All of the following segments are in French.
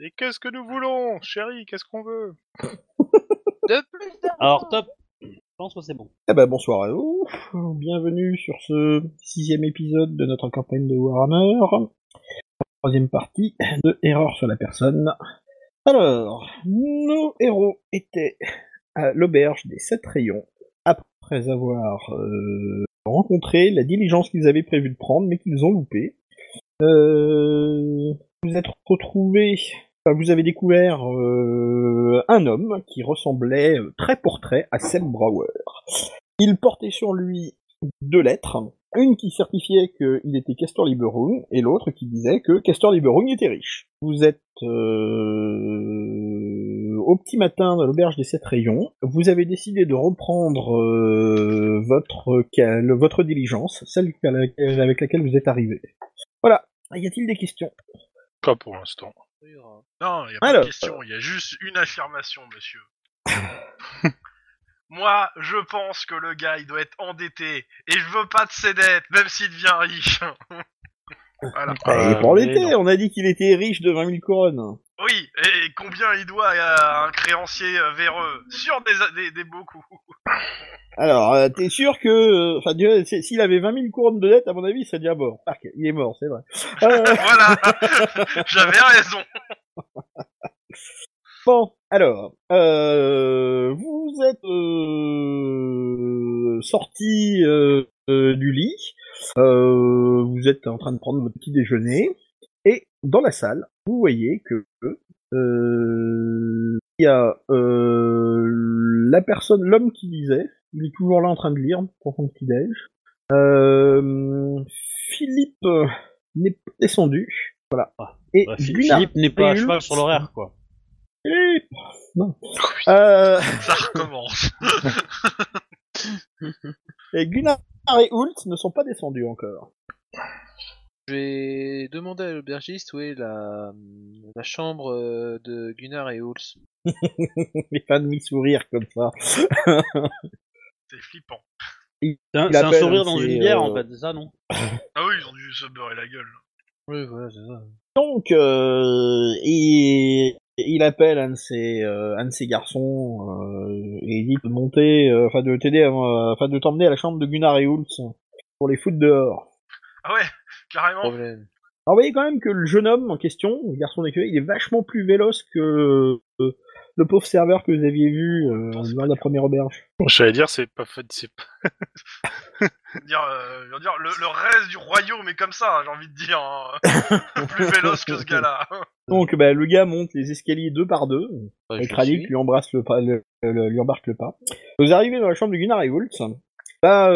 Et qu'est-ce que nous voulons, chérie Qu'est-ce qu'on veut De plus d'argent Alors, top. Je pense que c'est bon. Eh ben bonsoir à vous, bienvenue sur ce sixième épisode de notre campagne de Warhammer, troisième partie de Erreur sur la personne. Alors, nos héros étaient à l'auberge des Sept Rayons, après avoir euh, rencontré la diligence qu'ils avaient prévu de prendre, mais qu'ils ont loupé. Euh, vous êtes retrouvés, enfin, vous avez découvert euh, un homme qui ressemblait euh, très pour trait à Seb Brower. Il portait sur lui deux lettres, une qui certifiait qu'il était Castor Liberung et l'autre qui disait que Castor Liberung était riche. Vous êtes euh, au petit matin dans l'auberge des sept rayons. Vous avez décidé de reprendre euh, votre cal- votre diligence, celle à laquelle- avec laquelle vous êtes arrivé. Voilà. Y a-t-il des questions Pas pour l'instant. Non, il n'y a pas Alors. de question, il y a juste une affirmation, monsieur. Moi, je pense que le gars, il doit être endetté, et je veux pas de ses dettes, même s'il devient riche. Il voilà. est pas Euh, embêté, mais non. on a dit qu'il était riche de 20 000 couronnes. Oui, et combien il doit à un créancier euh, véreux Sur des, des, des beaux coups. Alors, euh, t'es sûr que... euh, Enfin, Dieu, c'est- s'il avait 20 000 couronnes de dette, à mon avis, il serait déjà mort. Ah, il est mort, c'est vrai. Euh, voilà, j'avais raison. bon, alors, euh, vous êtes euh, sorti euh, euh, du lit, euh, vous êtes en train de prendre votre petit déjeuner, et dans la salle, vous voyez que euh, il y a euh, la personne, l'homme qui lisait, il est toujours là en train de lire pour son petit déj. Euh, Philippe euh, n'est pas descendu, voilà. Et Bah, Phi- Gunnar Philippe n'est pas à Pellus- cheval sur l'horaire, quoi. Philippe Non. Euh, Ça recommence. et Gunnar et Hult ne sont pas descendus encore. J'ai demandé à l'aubergiste où est la, la chambre euh, de Gunnar et Hulse. Mais pas de mi-sourire comme ça. C'est flippant. C'est un, Il c'est un appelle, sourire dans c'est, une bière, euh, en fait, c'est ça, non Ah oui, ils ont dû se beurrer la gueule. Oui, voilà, c'est ça. Donc, euh, il, il appelle un de ses, euh, un de ses garçons euh, et il dit de monter, euh, enfin de t'aider, à- enfin de t'emmener à la chambre de Gunnar et Hult pour les foutre dehors. Ah ouais, carrément. Problème. Alors, vous voyez quand même que le jeune homme en question, le garçon d'écueil, il est vachement plus véloce que euh, le pauvre serveur que vous aviez vu euh, Attends, c'est lors pas de la dur. première auberge. J'allais dire, c'est pas fait, c'est pas- Je veux dire, euh, je veux dire, le, le reste du royaume est comme ça, j'ai envie de dire. hein. Plus véloce que ce gars-là. Donc, bah, le gars monte les escaliers deux par deux. Ouais, Bah, Et je Kradik suis. lui embrasse le pas, le- le- lui embarque le pas. Vous arrivez dans la chambre de Gunnar et Wultz. Bah,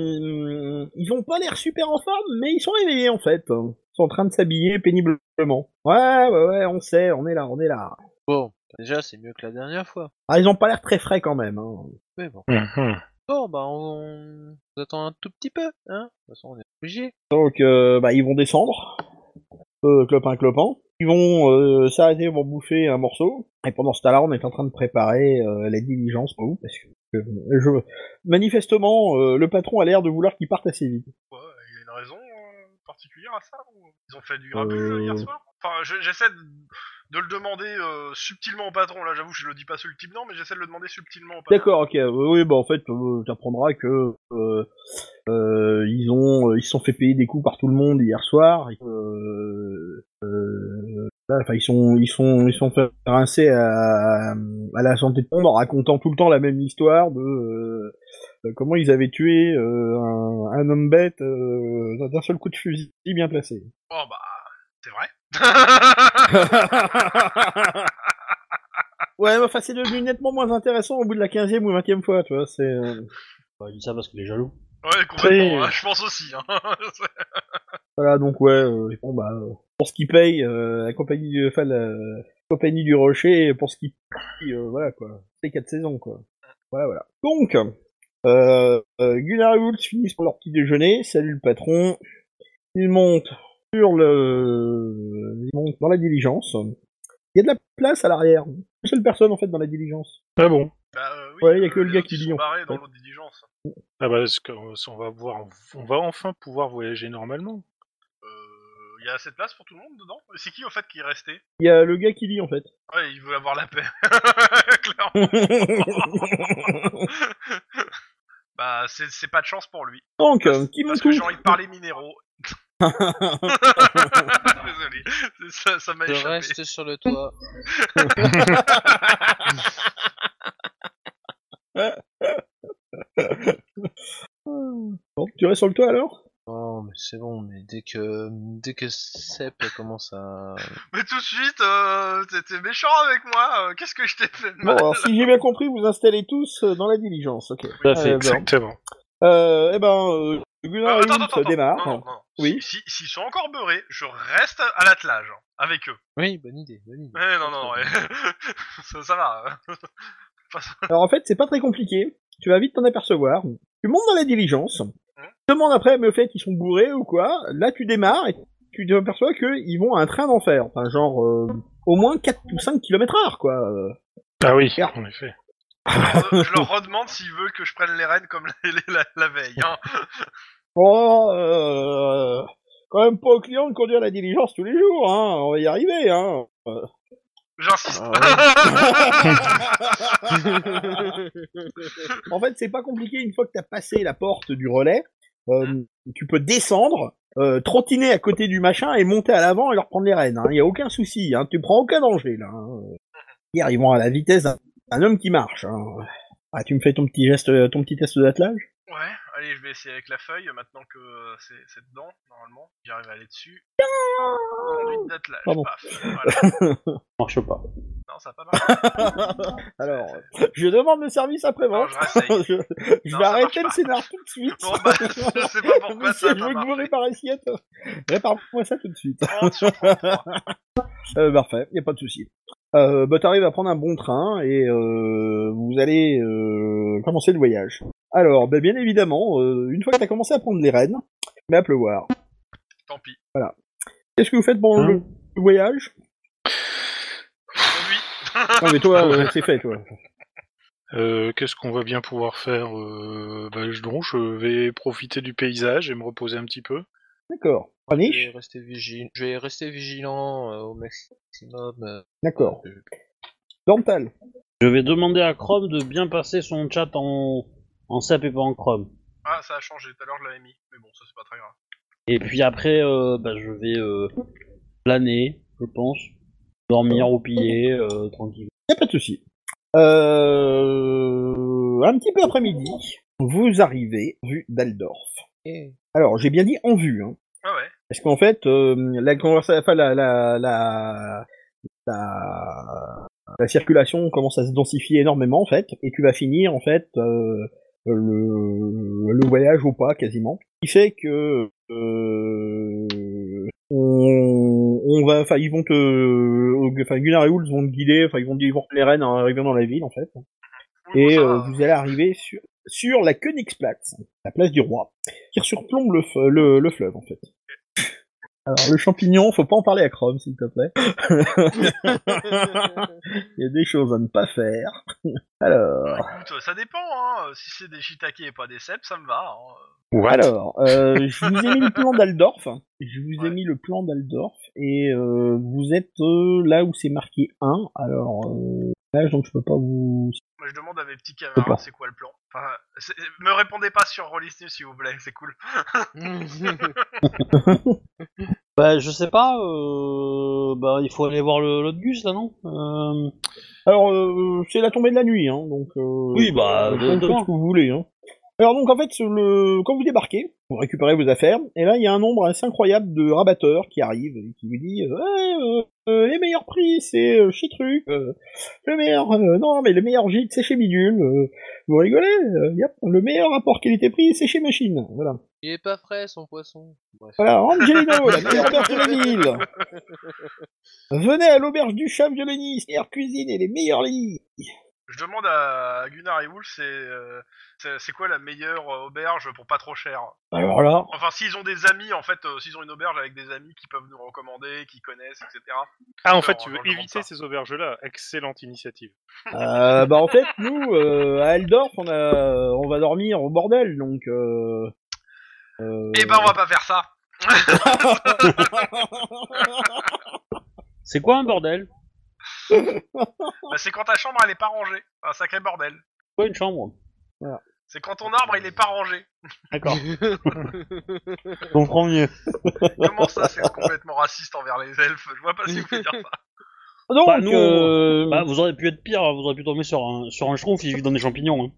euh, ils ont pas l'air super en forme, mais ils sont réveillés en fait. Ils sont en train de s'habiller péniblement. Ouais, ouais, ouais, on sait, on est là, on est là. Bon, déjà, c'est mieux que la dernière fois. Ah, ils ont pas l'air très frais quand même. Hein. Mais bon. Mhm. Bon, bah, on, on attend un tout petit peu, hein. De toute façon, on est obligé. Donc, euh, bah, ils vont descendre, euh, clopin clopin. Ils vont euh, s'arrêter pour bouffer un morceau. Et pendant ce temps-là, on est en train de préparer euh, la diligence pour vous, parce que euh, je... manifestement, euh, le patron a l'air de vouloir qu'ils partent assez vite. Quoi, il y a une raison euh, particulière à ça ou Ils ont fait du grabuge euh, hier soir Enfin, je- j'essaie de, de le demander euh, subtilement au patron, là j'avoue, je le dis pas subtilement, mais j'essaie de le demander subtilement au patron. D'accord, ok. Oui, bah en fait, euh, t'apprendras que euh, euh, ils ont, euh, ils se sont fait payer des coups par tout le monde hier soir. et que, euh, euh, là, enfin, ils sont, ils sont, ils sont fait rincer à, à la santé de pompe en racontant tout le temps la même histoire de euh, euh, comment ils avaient tué euh, un, un homme bête euh, d'un seul coup de fusil bien placé. Oh bah, c'est vrai. Ouais, mais enfin, c'est devenu nettement moins intéressant au bout de la 15e ou 20e fois, tu vois. C'est euh, Bah, Il dit ça parce qu'il est jaloux. ouais, complètement, hein, je pense aussi. Hein. Voilà, donc ouais, euh, bon bah euh, pour ce qu'ils payent, euh, la compagnie du, enfin, la, compagnie du Rocher, pour ce qu'ils payent, euh, voilà quoi, c'est quatre saisons quoi. Voilà, voilà. Donc, euh, euh, Gunnar et Wulf finissent pour leur petit déjeuner, salut le patron, ils montent sur le, ils montent dans la diligence. Il y a de la place à l'arrière. Une seule personne en fait dans la diligence. Ah bon bah, euh, oui, Ouais, y a que le les gars autres, qui ils dit sont non. barrés dans l'autre diligence. Ah bah, est-ce que, euh, on va voir, on va enfin pouvoir voyager normalement. Euh, il y a assez de place pour tout le monde dedans C'est qui au fait qui est resté Il y a le gars qui lit en fait. Ouais, il veut avoir la paix. Clairement. Bah, c'est c'est pas de chance pour lui. Donc, euh, petit Parce que moutou. j'ai envie de parler minéraux. Désolé, c'est ça, ça m'a Je échappé. reste sur le toit. Bon, tu restes sur le toit alors Oh, mais c'est bon, mais dès que dès que Sep commence à Mais tout de suite, euh, t'étais méchant avec moi. euh, Qu'est-ce que je t'ai fait de Bon, mal alors si j'ai bien compris, vous installez tous euh, dans la diligence, ok. Tout à Euh, ben, bah, fait. Exactement. euh, eh ben, euh, Gunnar et Euh, attends, Ulf attends, attends. démarrent. Non, non, non. Oui. Si- si- S'ils sont encore beurrés, je reste à l'attelage hein, avec eux. Oui, bonne idée, bonne idée. Eh, non, non, non, ouais. ça, ça va. hein. Alors en fait, c'est pas très compliqué. Tu vas vite t'en apercevoir. Tu montes dans la diligence. Tu demandes après, mais au fait, ils sont bourrés ou quoi. Là, tu démarres et tu t'aperçois qu'ils vont à un train d'enfer. Enfin, genre, euh, au moins 4 ou 5 km heure, quoi. euh. Ah oui, Merde. en effet. Euh, je leur redemande s'ils veulent que je prenne les rênes comme la, les- la- la veille. hein. Oh, euh, quand même pas au client de conduire la diligence tous les jours, hein. On va y arriver, hein. Ah J'insiste. En fait, c'est pas compliqué. Une fois que t'as passé la porte du relais, Hein euh, tu peux descendre, euh, trottiner à côté du machin et monter à l'avant et leur prendre les rênes. Il hein. y a aucun souci. Hein. Tu prends aucun danger là. hein. Hier, ils vont à la vitesse d'un d'un homme qui marche. hein. Ah, tu me fais ton petit geste, ton petit test d'attelage. Ouais, allez, je vais essayer avec la feuille maintenant que euh, c'est c'est dedans, normalement. J'arrive à aller dessus. Conduite d'attelage, Pardon. paf. Voilà. marche pas. Non, ça a pas marché. Alors, je demande le service après Non, vente. je réessaye. Je, je Non, vais ça arrêter marche le pas. scénar tout de suite. Bon, bah, je sais pas pourquoi ça Monsieur, a je pas veux que vous marché. réparissiez. Répare-moi ça tout de suite. 30 sur 33. Euh, parfait, y a pas de souci. Euh, bah t'arrives à prendre un bon train et euh, vous allez euh, commencer le voyage. Alors, bah, bien évidemment, euh, une fois que t'as commencé à prendre les rênes, mais à pleuvoir. Tant pis. Qu'est-ce que vous faites pendant le Hein voyage Conduit. Non mais toi, euh, c'est fait, toi. Euh, Qu'est-ce qu'on va bien pouvoir faire euh, bah, je- donc, je vais profiter du paysage et me reposer un petit peu. D'accord. Je Anish vais rester vigilant, je vais rester vigilant euh, au maximum. euh, D'accord. euh, Dental. Je vais demander à Chrome de bien passer son chat en, en SAP et pas en Chrome. Ah, ça a changé, tout à l'heure je l'avais mis. Mais bon, ça c'est pas très grave. Et puis après, euh, bah, je vais euh, planer, je pense. Dormir au pillet, euh, tranquille. Y a pas de souci. Euh, un petit peu après-midi, vous arrivez en vue d'Aldorf. et- Alors, j'ai bien dit en vue, hein. Ah ouais. Parce qu'en fait, euh, la conversation, enfin, la, la, la, la, la circulation commence à se densifier énormément, en fait, et tu vas finir, en fait, euh, le, le voyage au pas, quasiment. Ce qui fait que, euh, on, on va, enfin, ils vont te, enfin, Gunnar et Hulz vont te guider, enfin, ils vont te dire les rênes en arrivant dans la ville, en fait. Oui, Et bon, ça euh, va. vous allez arriver sur, sur la Königsplatz, la place du roi, qui surplombe le, f- le, le fleuve en fait. Alors le champignon, faut pas en parler à Chrome s'il te plaît. Il y a des choses à ne pas faire. Alors, Écoute, ça dépend, hein. euh, Si c'est des shiitake et pas des cèpes, ça me va. hein. What alors, euh, je vous ai mis le plan d'Aldorf. Je vous ai Ouais. mis le plan d'Aldorf et euh, vous êtes euh, là où c'est marqué 1. Alors euh, là, donc je peux pas vous. Moi je demande à mes petits D'accord. camarades c'est quoi le plan. Enfin, c'est- me répondez pas sur Rollistim s'il vous plaît, c'est cool. Bah, je sais pas, euh, bah, il faut aller voir le- l'autre gus là, non Euh, Alors euh, c'est la tombée de la nuit, hein, donc. euh, Oui, bah, vous pouvez de- faire ce que vous voulez. Hein. Alors donc en fait, sur le... quand vous débarquez, vous récupérez vos affaires, et là il y a un nombre assez incroyable de rabatteurs qui arrivent et qui vous dit euh, Ouais, euh, euh, les meilleurs prix c'est euh, chez Truc, euh, le meilleur euh, non mais le meilleur gîte c'est chez Bidule, euh, vous rigolez, euh, yep, le meilleur rapport qualité-prix c'est chez Machine, voilà. Il est pas frais son poisson. Bref. Voilà, Angelino, la meilleure auberge de la ville. Venez à l'auberge du chat violoniste, meilleure cuisine et les meilleurs lits. Je demande à Gunnar et Wolf c'est euh, c'est c'est quoi la meilleure euh, auberge pour pas trop cher. Alors là, Enfin, s'ils ont des amis, en fait, euh, s'ils ont une auberge avec des amis qui peuvent nous recommander, qui connaissent, etc. Ah, en Alors, fait, tu veux alors, je demande éviter ça. ces auberges-là. Excellente initiative. Euh, bah en fait nous euh, à Eldorf on a on va dormir au bordel donc euh, euh, Eh Eh ben, on va pas faire ça. C'est quoi un bordel Bah, c'est quand ta chambre elle est pas rangée. Un sacré bordel. C'est quoi une chambre C'est quand ton arbre il est pas rangé. D'accord. Je comprends mieux. Comment ça c'est complètement raciste envers les elfes Je vois pas si vous pouvez dire ça. Donc, Bah, nous, euh, Bah, vous auriez pu être pire, vous auriez pu tomber sur un, sur un schtroumpf, il vit dans des champignons. hein.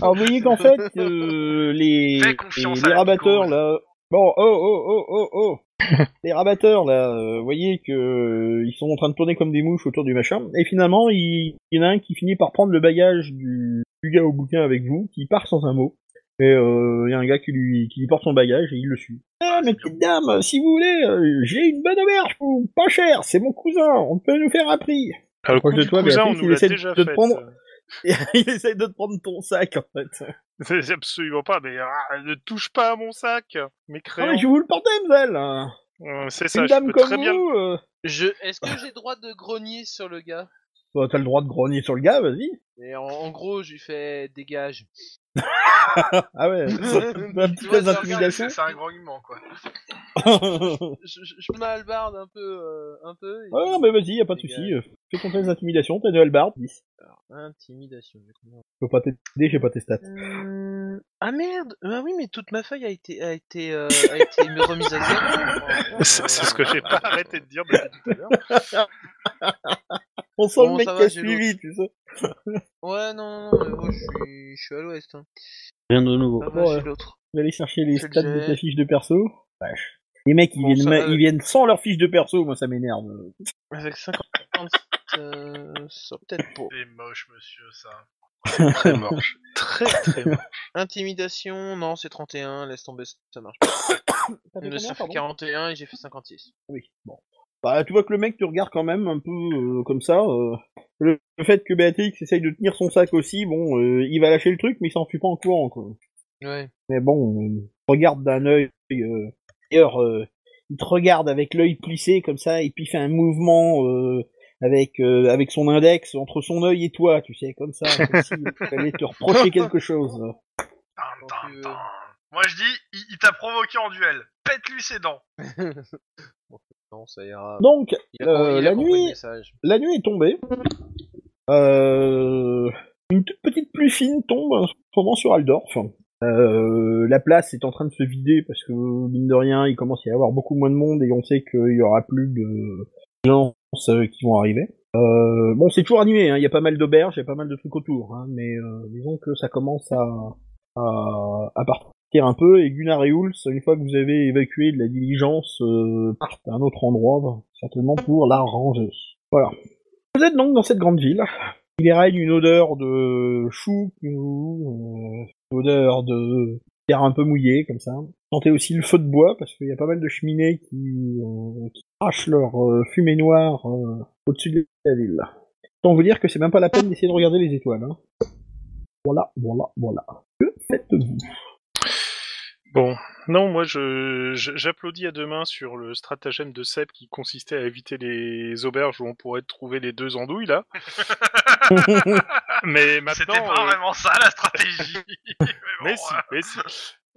alors Ah, vous voyez qu'en fait, euh, les, Fais confiance les- à les la rabatteurs cause. là. Bon, oh, oh, oh, oh, oh. les rabatteurs là, euh, vous voyez que euh, ils sont en train de tourner comme des mouches autour du machin. Et finalement, il, il y en a un qui finit par prendre le bagage du, du gars au bouquin avec vous, qui part sans un mot. Et euh, il y a un gars qui lui, qui lui porte son bagage et il le suit. Ah, mais petite dame, si vous voulez, euh, j'ai une bonne auberge, pour vous, pas cher, c'est mon cousin, on peut nous faire un prix. Ah, le coup Proche de du toi, cousin, on Béatrice, nous il l'a essaie de déjà te fait. prendre- ça. il essaye de te prendre ton sac en fait. euh. C'est Absolument pas, mais ah, ne touche pas à mon sac, mes Ah, crayons. mais je vous le portais, mademoiselle. hein. Euh, C'est C'est ça, une je dame peux comme très bien. vous. euh. Je... Est-ce que j'ai droit de grogner sur le gars Bah, T'as le droit de grogner sur le gars, vas-y. Et en, en gros, je lui fais dégage. Ah ouais. Ma Tu petite vois, ça intimidation. C'est c'est un grognement quoi. ouais, Je, je, je m'albarde un peu, euh, un peu. et Ah non, puis- mais vas-y, y a pas de Dégage. souci. euh, Fais ton test d'intimidation, t'as Noël Bard, 10. Intimidation. j'ai combien Je peux pas t'aider, j'ai pas tes stats. Euh, Ah merde Bah oui, mais toute ma feuille a été, a été, euh, a été remise à zéro. Ça, c'est ce que j'ai pas arrêté de dire depuis tout à l'heure. On sent Comment le mec ça qui va, a j'ai suivi, tu sais. Ouais, non, non, non, mais moi je suis, je suis à l'ouest. Hein. Rien de nouveau. Ah, bon, moi, je ouais. suis l'autre. Je vais aller chercher les Je le stats de sais. ta fiche de perso. Vache. Les mecs, ils, Bon, viennent, ça ma- va. euh ils viennent sans leur fiche de perso, moi ça m'énerve. Avec 50, euh, ça peut-être pas. C'est moche monsieur ça. Très moche. Très, très moche. Intimidation, non, c'est 31, laisse tomber, ça marche. T'as fait Le combien, ça fait pardon 41 et j'ai fait 56. Oui, bon. Bah, tu vois que le mec te regarde quand même un peu euh, comme ça. euh. Le, le fait que Béatrix essaye de tenir son sac aussi, bon, euh, il va lâcher le truc, mais il s'en fuit pas en courant, quoi. Ouais. Mais bon, euh, regarde d'un œil. euh, D'ailleurs, euh, il te regarde avec l'œil plissé comme ça, et puis il fait un mouvement euh, avec euh, avec son index entre son œil et toi, tu sais, comme ça, comme si il allait te reprocher quelque chose. Tin, Quand tin, tu veux. tin. Moi je dis, il, il t'a provoqué en duel. Pète-lui ses dents. Non, ça ira. Donc, Il a compris- euh, il a la compris le nuit- message. la nuit est tombée. Euh, une toute petite pluie fine tombe en ce moment sur Aldorf. Euh, la place est en train de se vider parce que, mine de rien, il commence à y avoir beaucoup moins de monde et on sait qu'il y aura plus de gens euh, qui vont arriver. Euh, bon, c'est toujours animé, hein, il y a pas mal d'auberges, il y a pas mal de trucs autour, hein, mais euh, disons que ça commence à, à, à partir un peu et Gunnar et Hulse, une fois que vous avez évacué de la diligence, euh, partent à un autre endroit, certainement pour la ranger. Voilà. Vous êtes donc dans cette grande ville. Il y règne une odeur de chou, euh, une odeur de terre un peu mouillée, comme ça. Sentez aussi le feu de bois, parce qu'il y a pas mal de cheminées qui, euh, qui arrachent leur euh, fumée noire euh, au-dessus de la ville. Tant vous dire que c'est même pas la peine d'essayer de regarder les étoiles. hein. Voilà, voilà, voilà. Que faites-vous Bon, non, moi je je- j'applaudis à deux mains sur le stratagème de Seb qui consistait à éviter les auberges où on pourrait trouver les deux andouilles là. mais maintenant, C'était pas euh, vraiment ça la stratégie. mais bon, mais si, euh,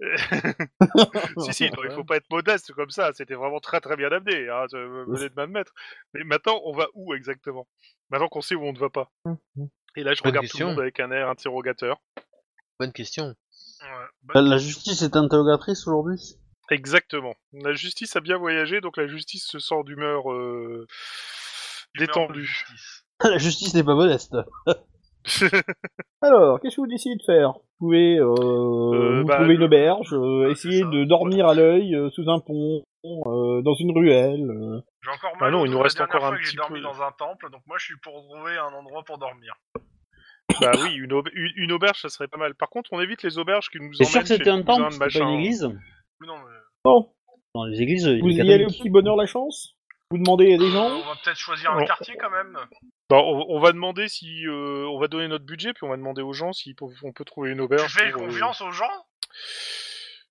mais si. si, si, non, il faut pas être modeste comme ça. C'était vraiment très très bien amené. Hein, je vous venez de m'admettre. Mais maintenant, on va où exactement Maintenant qu'on sait où on ne va pas. Mmh, Et là, je Bonne regarde question. tout le monde avec un air interrogateur. Bonne question. ouais, bonne Euh, La justice est interrogatrice aujourd'hui Exactement. La justice a bien voyagé, donc la justice se sent d'humeur euh, humeur de détendue. justice. La justice n'est pas modeste. Alors, qu'est-ce que vous décidez de faire Vous pouvez euh, vous bah, trouver une le- auberge, euh, Ouais, essayer c'est ça. de dormir à l'œil euh, sous un pont, euh, dans une ruelle. euh. J'ai encore Ah mal. non, au il dos. nous reste La dernière encore un fois que petit J'ai dormi peu. dans un temple, donc moi je suis pour trouver un endroit pour dormir. bah oui, une, aube- une- une auberge, ça serait pas mal. Par contre, on évite les auberges qui nous C'est emmènent sûr que chez c'était un le cousin temple, de c'était machin. pas hein. une hein. église Mais Non, mais... Bon, Dans les églises, il y a vous des y allez au catholiques. petit bonheur la chance Vous demandez à des gens On va peut-être choisir un Bon. quartier quand même. Bah, on, on va demander si euh, on va donner notre budget, puis on va demander aux gens si on peut trouver une Tu auberge. fais pour, euh, confiance aux gens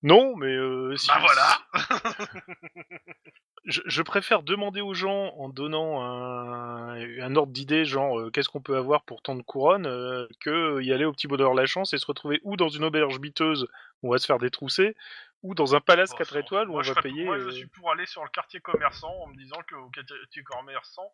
Non, mais euh, si, Bah voilà je, je préfère demander aux gens en donnant un, un ordre d'idée, genre euh, qu'est-ce qu'on peut avoir pour tant de couronne, euh, que y aller au petit bonheur la chance et se retrouver ou dans une auberge biteuse où on va se faire détrousser, ou dans un palace Bon, 4 enfin, étoiles où moi, on je va serais- payer. Moi, euh, je suis pour aller sur le quartier commerçant en me disant que au quartier commerçant,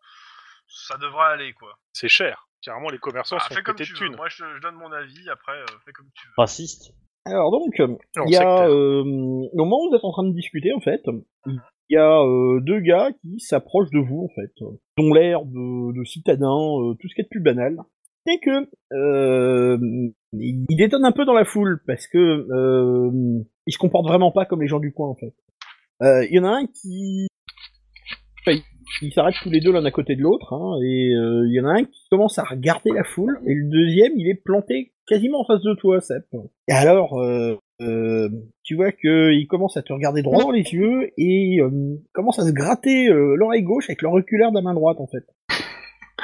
ça devrait aller quoi. C'est cher. Carrément, les commerçants Ah, sont fais comme pétés tu de veux. thunes. Moi, je, je donne mon avis. Après, euh, fais comme tu veux. Raciste. Alors donc, Non, il y a, sectaire. euh, au moment où vous êtes en train de discuter, en fait, il y a euh, deux gars qui s'approchent de vous, en fait, euh, dont l'air de, de citadins, euh, tout ce qui est de plus banal, et que euh, ils détonnent un peu dans la foule parce que euh, ils se comportent vraiment pas comme les gens du coin, en fait. Euh, Il y en a un qui enfin, ils s'arrêtent tous les deux l'un à côté de l'autre, hein, et euh, il y en a un qui commence à regarder la foule, et le deuxième, il est planté quasiment en face de toi, Sep. Et alors, euh, euh, tu vois que il commence à te regarder droit dans les yeux et euh, commence à se gratter euh, l'oreille gauche avec le reculaire de la main droite en fait.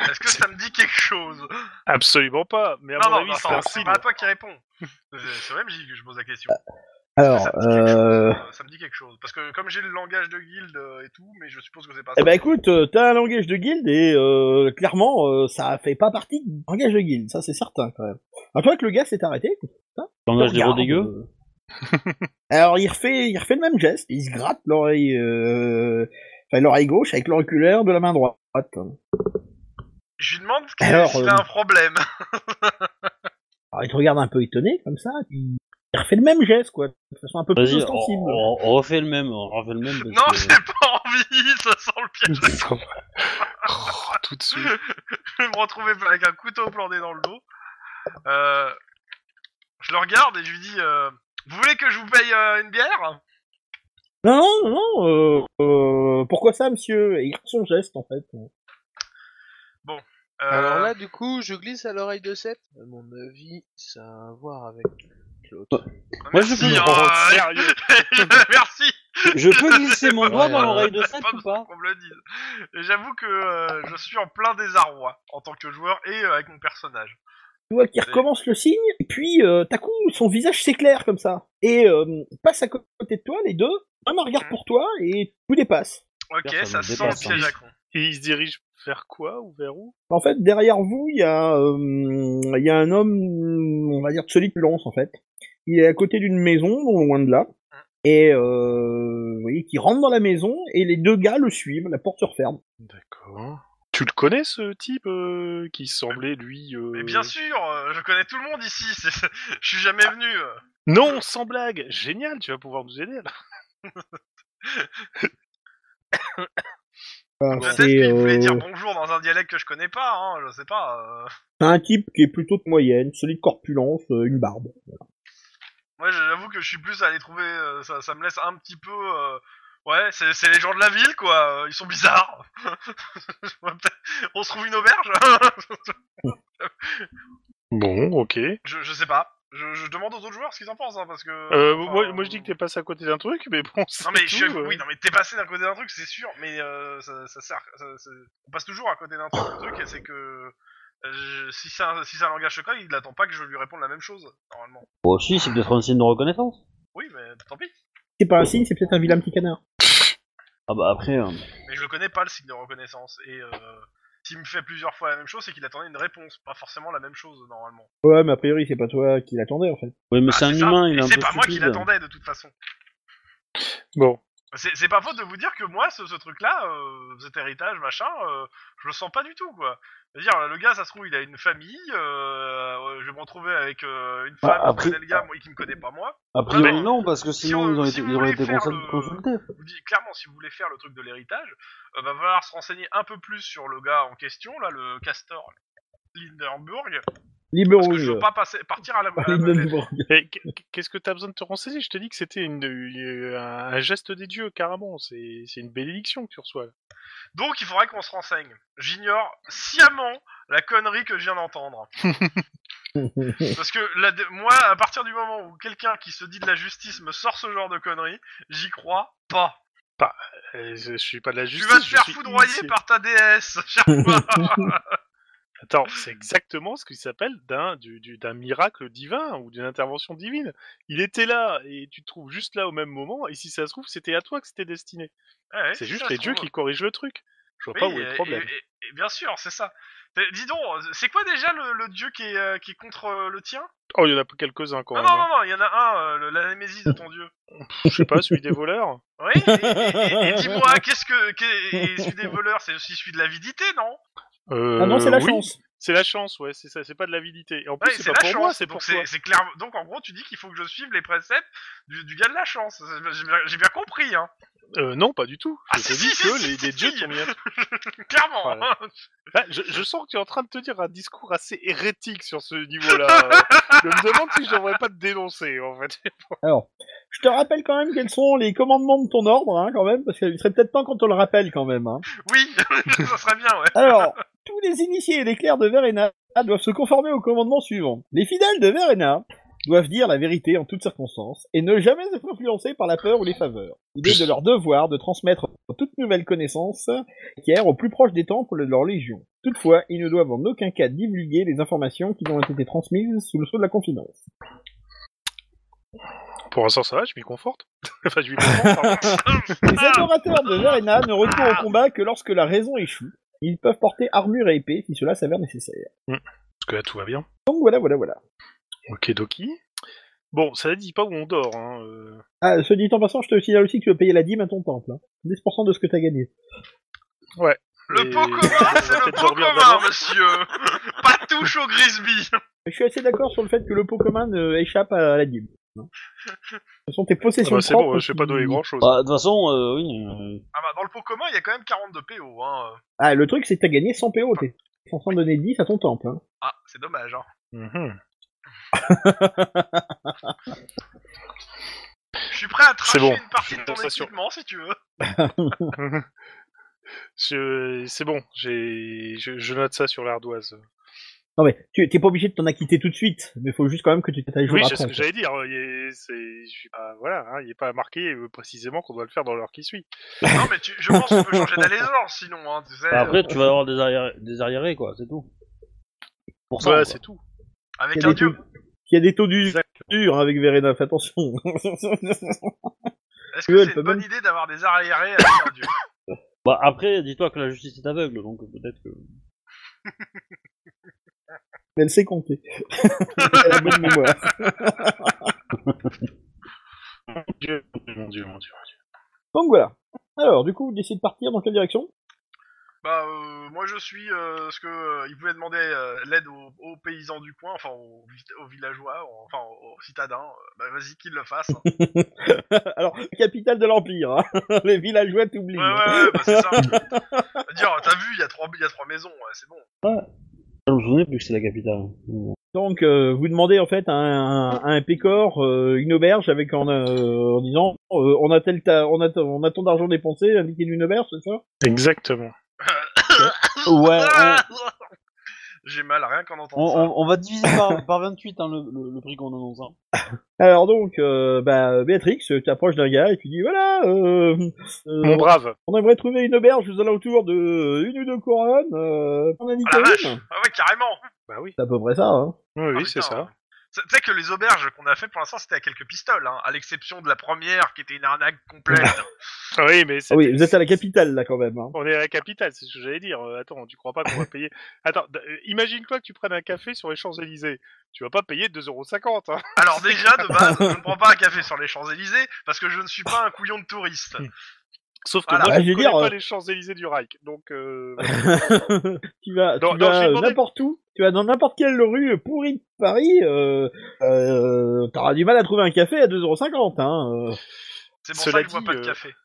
Est-ce que ça me dit quelque chose Absolument pas. Mais à Non, mon non, avis, non, c'est attends, un c'est signe. pas à toi qui réponds. C'est c'est même Gilles que je pose la question. Alors, ça, me dit quelque euh... chose, euh, ça me dit quelque chose. Parce que comme j'ai le langage de guilde euh, et tout, mais je suppose que c'est pas ça. eh ben écoute, euh, t'as un langage de guilde et euh, clairement euh, ça fait pas partie du langage de guilde, ça c'est certain quand même. Alors, tu vois que le gars s'est arrêté. Langage des gros regarde, dégueux. euh. Alors il refait, il refait le même geste, il se gratte l'oreille, euh, enfin l'oreille gauche avec le reculaire de la main droite. Je lui demande s'il Alors, s'il a euh, un problème. Alors il te regarde un peu étonné comme ça, puis il refait le même geste quoi, de façon un peu plus Vas-y, on, ostensible. on- on refait le même. On refait le même. parce Non, que- j'ai pas envie, ça sent le piège. Oh, tout de suite. je vais me retrouver avec un couteau planté dans le dos. Euh, je le regarde et je lui dis euh, Vous voulez que je vous paye euh, une bière Non, non, non, euh, euh, pourquoi ça, monsieur Et Il reprend son geste, en fait. Euh, Alors là, du coup, je glisse à l'oreille de Seth. À mon avis, ça a à voir avec l'autre. Moi, je ah, merci, peux- hein, Oh, sérieux. merci Je peux glisser mon doigt Ouais, dans ouais. l'oreille de Seth Pas ou pas qu'on me le dise. Et j'avoue que euh, je suis en plein désarroi en tant que joueur et euh, avec mon personnage. Tu vois qu'il recommence le signe, et puis, euh, t'as coup, son visage s'éclaire, comme ça. Et euh, passe à côté de toi, les deux, un me regarde pour toi, et tout dépasse. Ok, Ça ça, me sent dépasse, le piège hein. à con. Et il se dirige vers quoi ou vers où En fait, derrière vous, il y, a, euh, il y a un homme, on va dire, de solide lance, en fait. Il est à côté d'une maison, non loin de là, Ah. et euh, vous voyez, qui rentre dans la maison, et les deux gars le suivent, la porte se referme. D'accord. Tu le connais ce type euh, qui semblait lui. euh, Mais bien sûr, euh, je connais tout le monde ici, c'est- je suis jamais venu. euh. Non, sans blague. Génial, tu vas pouvoir nous aider là. Enfin, Peut-être c'est, qu'il voulait euh, dire bonjour dans un dialecte que je connais pas, hein, je sais pas. euh. T'as un type qui est plutôt de moyenne, solide corpulence, euh, une barbe. Moi, j'avoue que je suis plus à aller trouver. euh, ça, ça me laisse un petit peu. euh, Ouais, c'est c'est les gens de la ville, quoi. euh, Ils sont bizarres. On va peut-être- On se trouve une auberge. hein. Bon, ok. je, je sais pas. Je, je demande aux autres joueurs ce qu'ils en pensent, hein, parce que. Euh, enfin, moi, moi, je dis que t'es passé à côté d'un truc, mais bon, c'est Non mais, tout, je suis- euh. oui, non mais t'es passé d'un côté d'un truc, c'est sûr, mais euh, ça, ça sert. ça- ça- On passe toujours à côté d'un truc, le truc, et c'est que euh, je- si c'est un, si c'est un langage secret, il n'attend pas que je lui réponde la même chose normalement. Bon, Oh, si, c'est peut-être un signe de reconnaissance. Oui, mais tant pis. C'est pas un signe, c'est peut-être un vilain petit canard. Ah bah après. euh, Mais je le connais pas le signe de reconnaissance, et euh, s'il me fait plusieurs fois la même chose, c'est qu'il attendait une réponse, pas forcément la même chose normalement. Ouais, mais a priori, c'est pas toi qui l'attendais, en fait. Oui, mais Ah, c'est un ça. humain, il est Et un c'est peu pas moi qui stupide. l'attendais de toute façon. Bon, C'est c'est pas faute de vous dire que moi, ce, ce truc-là, euh, cet héritage, machin, euh, je le sens pas du tout, quoi. C'est-à-dire, le gars, ça se trouve, il a une famille, euh, euh, je vais me retrouver avec euh, une femme Bah, qui après- connaît le gars, moi, qui me connaît pas moi. A priori, mais- non, parce que si sinon, on- ils auraient si été, vous ils auraient voulez été faire consult- le- consultés. Je vous dis, clairement, si vous voulez faire le truc de l'héritage, euh, va falloir se renseigner un peu plus sur le gars en question, là, le castor Lindenburg, parce que je veux Liberouille. pas passer, partir à la, à la vedette. Lindenburg. Et qu- qu'est-ce que t'as besoin de te renseigner Je t'ai dit que c'était une, une- un geste des dieux, carrément. C'est c'est une bénédiction que tu reçois. là. Donc, il faudrait qu'on se renseigne. J'ignore sciemment la connerie que je viens d'entendre. Parce que la dé- moi, à partir du moment où quelqu'un qui se dit de la justice me sort ce genre de conneries, j'y crois pas. Euh, Je, je suis pas de la justice. tu vas te je faire suis foudroyer initié. par ta déesse, cher fois. Attends, c'est exactement ce qu'il s'appelle d'un du- du- d'un miracle divin ou d'une intervention divine. Il était là et tu te trouves juste là au même moment. Et si ça se trouve, c'était à toi que c'était destiné. Ouais, c'est ça juste se les dieux trouve. hein. qui corrigent le truc. Je vois pas Oui, euh, où est le et- problème. et- et- et bien sûr, c'est ça. Mais dis donc, c'est quoi déjà le, le dieu qui est, euh, qui est contre euh, le tien Oh, il y en a pas quelques-uns quand Ah même. non, non, hein. non, il y en a un, euh, le- la némésis de ton dieu. Je sais pas, celui des voleurs Oui, et, et- et dis-moi, qu'est-ce que. qu'est- et celui des voleurs, c'est aussi celui de l'avidité, non Euh, ah non, c'est la oui. chance. C'est la chance, ouais, c'est ça, c'est pas de l'avidité. Et en plus, Ouais, c'est pas pour moi, c'est pour donc toi. c'est c'est clair. Donc en gros, tu dis qu'il faut que je suive les préceptes du, du gars de la chance. J'ai bien- j'ai bien compris, hein. Euh, non, pas du tout. Ah, je te si, dis si, que si, les, si, les si. dieux t'ont mis un- Clairement. Voilà. hein. Ah, je, je sens que tu es en train de tenir un discours assez hérétique sur ce niveau-là. Euh, je me demande si je devrais pas te dénoncer, en fait. Alors, je te rappelle quand même quels sont les commandements de ton ordre, hein, quand même, parce qu'il serait peut-être temps qu'on te le rappelle quand même. Hein. Oui, ça serait bien, ouais. Alors, tous les initiés et les clercs de Verena doivent se conformer au commandement suivant. Les fidèles de Verena doivent dire la vérité en toutes circonstances et ne jamais être influencés par la peur ou les faveurs. Il est de leur devoir de transmettre toute nouvelle connaissance qui erre au plus proche des temples de leur légion. Toutefois, ils ne doivent en aucun cas divulguer les informations qui ont été transmises sous le sceau de la confidence. Pour l'instant, ça va, je m'y conforte. enfin, je m'y conforte. pardon. Les Ah. adorateurs de Verena ne recourent au combat que lorsque la raison échoue. Ils peuvent porter armure et épée si cela s'avère nécessaire. Parce que là, tout va bien. Donc voilà, voilà, voilà. Ok, Doki. Bon, ça dit pas où on dort. Hein. euh. Ah, ce dit en passant, je te signale aussi que tu vas payer la dîme à ton temple. Hein. 10% de ce que t'as gagné. Le Et- pot commun, c'est le Peut-être pot dormir commun, d'abord. monsieur. Pas touche au Grisby. Je suis assez d'accord sur le fait que le pot commun euh, échappe à la dîme. hein. Ce sont tes Ah possessions bah, c'est propres. bon, je vais pas qui- donner grand-chose. Bah, de toute façon, euh, oui. euh, Ah bah dans le pot commun, il y a quand même 42 PO. Hein. Ah, le truc, c'est que t'as gagné 100 PO. T'es en train de donner 10 à ton temple. Hein. Ah, c'est dommage. Hein. Mhm. Je suis prêt à tracher C'est bon. une partie de ton Ça sur- équipement si tu veux. Je- C'est bon, j'ai- je... je note ça sur l'ardoise. Non, mais tu t'es pas obligé de t'en acquitter tout de suite. Mais faut juste quand même que tu t'attaches Oui, jour c'est ce après. que j'allais dire. Il est, c'est- je suis pas, voilà, hein, il n'est pas marqué euh, précisément qu'on doit le faire dans l'heure qui suit. Non mais tu... je pense qu'on peut changer d'allégeance sinon, hein, tu sais. bah, après, tu vas avoir des, arriérés- des arriérés, quoi, c'est tout. Pour ça. Voilà, quoi. c'est tout. Avec Il y a un des taux, dieu. il y a des taux d'usure hein, avec Verena, fais attention. Est-ce Oui, que elle c'est peut une bonne même- idée d'avoir des arriérés avec un dieu Bah, après, dis-toi que la justice est aveugle, donc peut-être que. Mais elle sait compter. elle a bonne mémoire. Mon Dieu, mon Dieu, mon Dieu. Donc voilà. Alors, du coup, vous décidez de partir dans quelle direction Bah euh, moi je suis euh, ce que euh, il pouvait demander euh, l'aide aux, aux paysans du coin, enfin aux, vi- aux villageois, aux- enfin aux citadins. euh, bah vas-y qu'ils le fassent. hein. Alors, capitale de l'Empire. hein. Les villageois t'oublient. hein. Ouais ouais ouais, bah, c'est ça. Dire t'as vu, il y a trois il y a trois maisons, ouais, c'est bon. Je me souviens plus que c'est la capitale. Ouais. Donc, euh, vous demandez en fait à un, à un pécor euh, une auberge avec en, euh, en disant euh, on a tel ta- on a t- on a tant d'argent dépensé, indiquez-nous une auberge, c'est ça Exactement. Ouais, Ah. J'ai mal à rien qu'en on, on, entendre ça. on, on va diviser par, par 28 hein, le, le, le prix qu'on annonce. Hein. Alors donc, euh, bah, Béatrix, tu approches d'un gars et tu dis voilà, euh, euh, Mon brave. on aimerait trouver une auberge aux alentours de euh, une ou deux couronnes, euh, on indique Ah la vache une. Ah ouais carrément Bah oui. C'est à peu près ça. Hein. Oui, oui, Ah, c'est putain. ça. C'est- Tu sais que les auberges qu'on a fait pour l'instant c'était à quelques pistoles, hein, à l'exception de la première qui était une arnaque complète. Ah oui, mais Ah c'est. oui, vous êtes à la capitale là quand même. Hein. On est à la capitale, c'est ce que j'allais dire. Euh, Attends, tu crois pas qu'on va payer Attends, d- euh, imagine-toi que tu prennes un café sur les Champs-Élysées. Tu vas pas payer 2,50€. Hein Alors déjà de base, je ne prends pas un café sur les Champs-Élysées parce que je ne suis pas un couillon de touriste. Sauf que Voilà. moi, Bah, je je veux connais dire, pas euh, les Champs-Élysées du Reich. Donc, euh, tu vas, Non, tu non, vas j'ai demandé- n'importe où, tu vas dans n'importe quelle rue pourrie de Paris, euh, euh, t'auras du mal à trouver un café à 2,50€. Hein, euh. C'est pour Cela ça que je bois dit, pas de euh, café.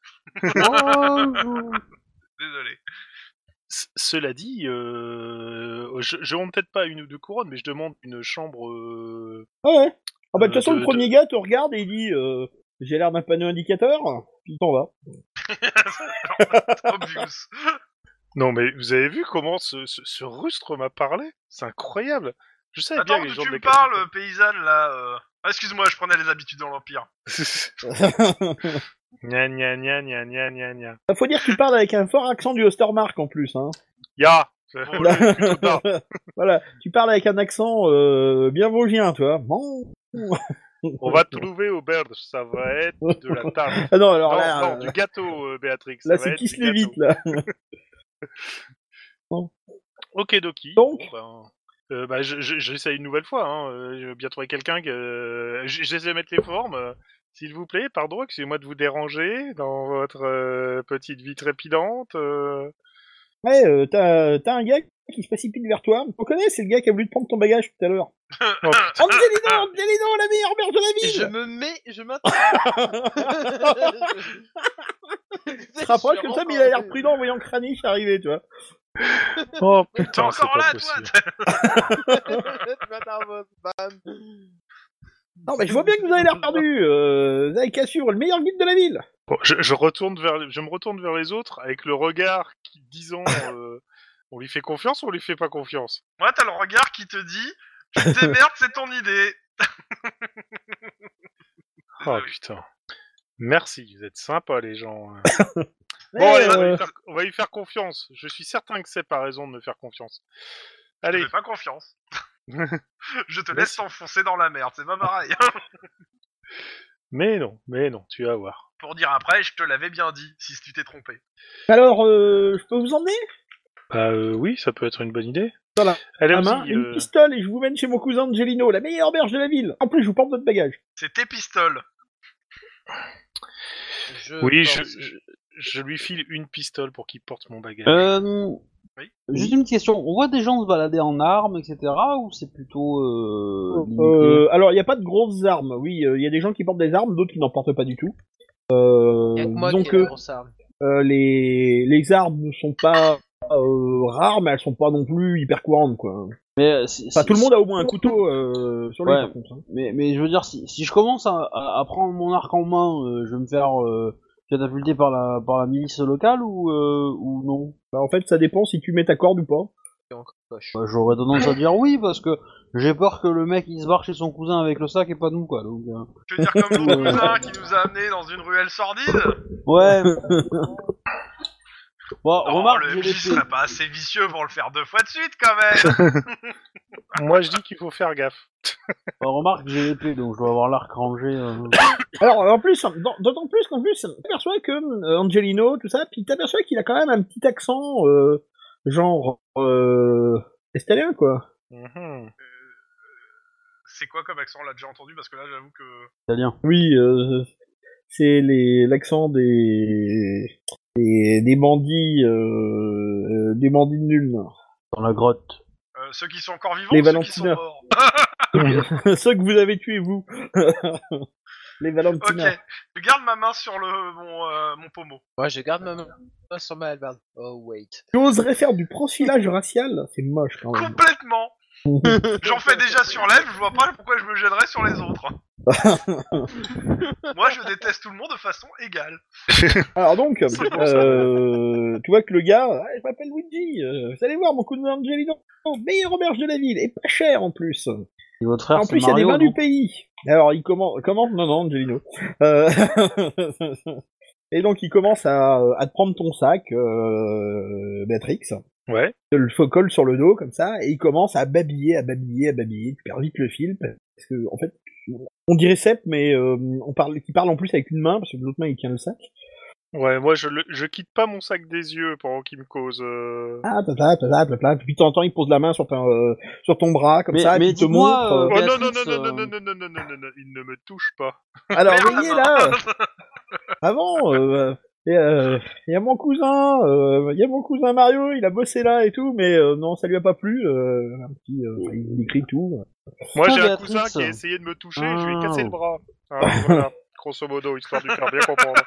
Désolé. c- cela dit, euh, je, je demande peut-être pas une ou deux couronnes, mais je demande une chambre euh, Ah ouais. Ah bah de Euh, toute façon, de- le premier gars te regarde et il dit euh, J'ai l'air d'un panneau indicateur, puis il t'en va. Obvious. Non, mais vous avez vu comment ce, ce, ce rustre m'a parlé C'est incroyable. Je savais Attends bien que les que gens tu de me la parles, euh, paysanne, là. euh. Ah, excuse-moi, je prenais les habitudes dans l'Empire. capitale- Gna gna gna gna gna gna gna. Bah, Faut dire qu'il parle avec un fort accent du Ostermark en plus. Hein. Ya Bon, Voilà, plutôt tard. voilà, tu parles avec un accent euh, bien vosgien, tu vois. Bon. On va trouver au berge, ça va être de la table. Ah non, alors Oh, non, là, non, du gâteau, euh, Béatrix. ça là va c'est être qui du se l'évite gâteau. là. Ok, Doki. Donc Bon, ben, euh, bah, je- je- j'essaye une nouvelle fois. Hein. euh, Je vais bien trouver quelqu'un. que, euh, j- J'essaie de mettre les formes. euh, S'il vous plaît, pardon, excusez-moi de vous déranger dans votre euh, petite vie trépidante. euh. Ouais, euh, t'as t'as un gars qui se précipite vers toi. On connaît, c'est le gars qui a voulu te prendre ton bagage tout à l'heure. Oh, putain. Oh, Bielino, Bielino, la meilleure mère Et de je la ville me mets, je Il m'attends. se rapproche comme ça, mais il a l'air prudent en voyant Kranich arriver, tu vois. Oh, T'es putain, c'est encore pas là, toi possible. t'es- Je m'attends à votre bam. Non, mais je vois bien que vous avez l'air perdu. Euh, vous avez qu'à suivre le meilleur guide de la ville. Bon, je, je retourne vers, je me retourne vers les autres avec le regard qui, disant, euh, on lui fait confiance ou on lui fait pas confiance Moi, t'as le regard qui te dit Tu te démerdes, c'est ton idée. Oh Ah. Ah Désolé. putain. Merci, vous êtes sympas les gens. hein. Ouais, bon, allez, on, va euh, lui faire, on va lui faire confiance. Je suis certain que c'est par raison de me faire confiance. Je Allez, fais pas confiance. je te Merci. laisse t'enfoncer dans la merde, c'est pas pareil. mais non, mais non, tu vas voir. Pour dire après, je te l'avais bien dit, si tu t'es trompé. Alors, euh, je peux vous emmener Bah euh, oui, ça peut être une bonne idée. Voilà. Allez, La vas-y, main, une euh, pistole et je vous mène chez mon cousin Angelino, la meilleure berge de la ville. En plus, je vous porte votre bagage. C'est tes pistoles. Oui, euh, je, je, je lui file une pistole pour qu'il porte mon bagage. Euh, Oui. Juste une question, on voit des gens se balader en armes, etc. Ou c'est plutôt... Euh, limité Euh, alors, il n'y a pas de grosses armes. Oui, euh, il y a des gens qui portent des armes, d'autres qui n'en portent pas du tout. Euh, disons Donc, que euh, les, les armes ne sont pas euh, rares, mais elles sont pas non plus hyper courantes, quoi. mais, euh, si- Enfin, si- tout le monde a au moins un couteau euh, sur lui, Ouais. par contre. hein. mais, mais je veux dire, si, si je commence à, à- à prendre mon arc en main, euh, je vais me faire euh, catapulter par la, par la milice locale ou, euh, ou non Bah, en fait, ça dépend si tu mets ta corde ou pas. Bah, J'aurais tendance à dire oui, parce que j'ai peur que le mec il se barre chez son cousin avec le sac et pas nous, quoi. Donc, euh, Je veux dire, comme l'autre cousin qui nous a amenés dans une ruelle sordide. Ouais. bon, Non, remarque, Oh, le j'ai MJ l'épée. serait pas assez vicieux pour le faire deux fois de suite quand même. Moi, je dis qu'il faut faire gaffe. Bah, remarque, j'ai l'épée, donc je dois avoir l'arc rangé. euh. Alors, en plus, hein, dans- d'autant plus qu'en plus, t'aperçois que euh, Angelino, tout ça, puis t'aperçois qu'il a quand même un petit accent, euh, genre, euh, estalien, quoi. Mhm. c'est quoi comme accent On l'a déjà entendu parce que là, j'avoue que. Italien. Oui, euh, c'est les, l'accent des, des, des bandits, euh, euh, des bandits nuls. Dans la grotte. euh, ceux qui sont encore vivants, Les ou ceux qui sont Valentina. morts. Ceux que vous avez tués, vous. les ok, Valentina. je garde ma main sur le mon, euh, mon pommeau. Moi, je garde ma main sur ma hallebarde. Oh, wait. Tu oserais faire du profilage racial C'est moche, quand même. Complètement J'en fais déjà sur l'elfe, je vois pas pourquoi je me gênerais sur les autres. Moi, je déteste tout le monde de façon égale. Alors donc, C'est bon, euh, tu vois que le gars, Ah, je m'appelle Luigi, euh, vous allez voir mon cousin Angelino, meilleure auberge de la ville, et pas cher en plus. Et votre frère, En Ah, c'est plus, il y a des Mario, vins du non pays. Alors, il commence, comment Non, non, Angelino. Euh, et donc, il commence à, à te prendre ton sac, euh, Béatrix, Ouais. te le fo- colle sur le dos comme ça, et il commence à babiller, à babiller, à babiller. Tu perds vite le fil parce que, en fait, on dirait Sepp, mais euh, on parle, qui parle en plus avec une main parce que l'autre main il tient le sac. Ouais, moi, je, le- je quitte pas mon sac des yeux pendant qu'il me cause. euh. Ah, ta, ta, ta, ta, ta, ta. Puis de temps en temps, il pose la main sur ton, euh, sur ton bras, comme Mais- ça, mais puis il te dis-moi, montre. euh, euh, Oh non, non, non, Béatrix, non, non, non, non, euh, non, non, non, non, non, il ne me touche pas. Alors, Merde, voyez non. là Avant, euh, il y a mon cousin, euh, il y a mon cousin Mario, il a bossé là et tout, mais euh, non, ça lui a pas plu. euh, un petit, euh, enfin, il décrit tout. Moi, Putain, j'ai un Béatrix. cousin qui a essayé de me toucher, je lui ai Ah. Oh. cassé le bras. Hein, voilà, grosso modo, histoire de lui faire bien comprendre.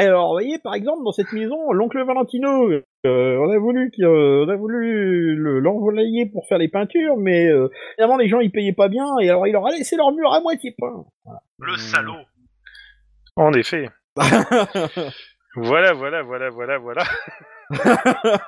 Et Alors, vous voyez, par exemple, dans cette maison, l'oncle Valentino, euh, on a voulu, qu'il- euh, on a voulu le- l'envoyer pour faire les peintures, mais euh, finalement les gens ils payaient pas bien, et alors il leur a laissé leur mur à moitié peint. Le Mm. salaud. En effet. Voilà, voilà, voilà, voilà, voilà.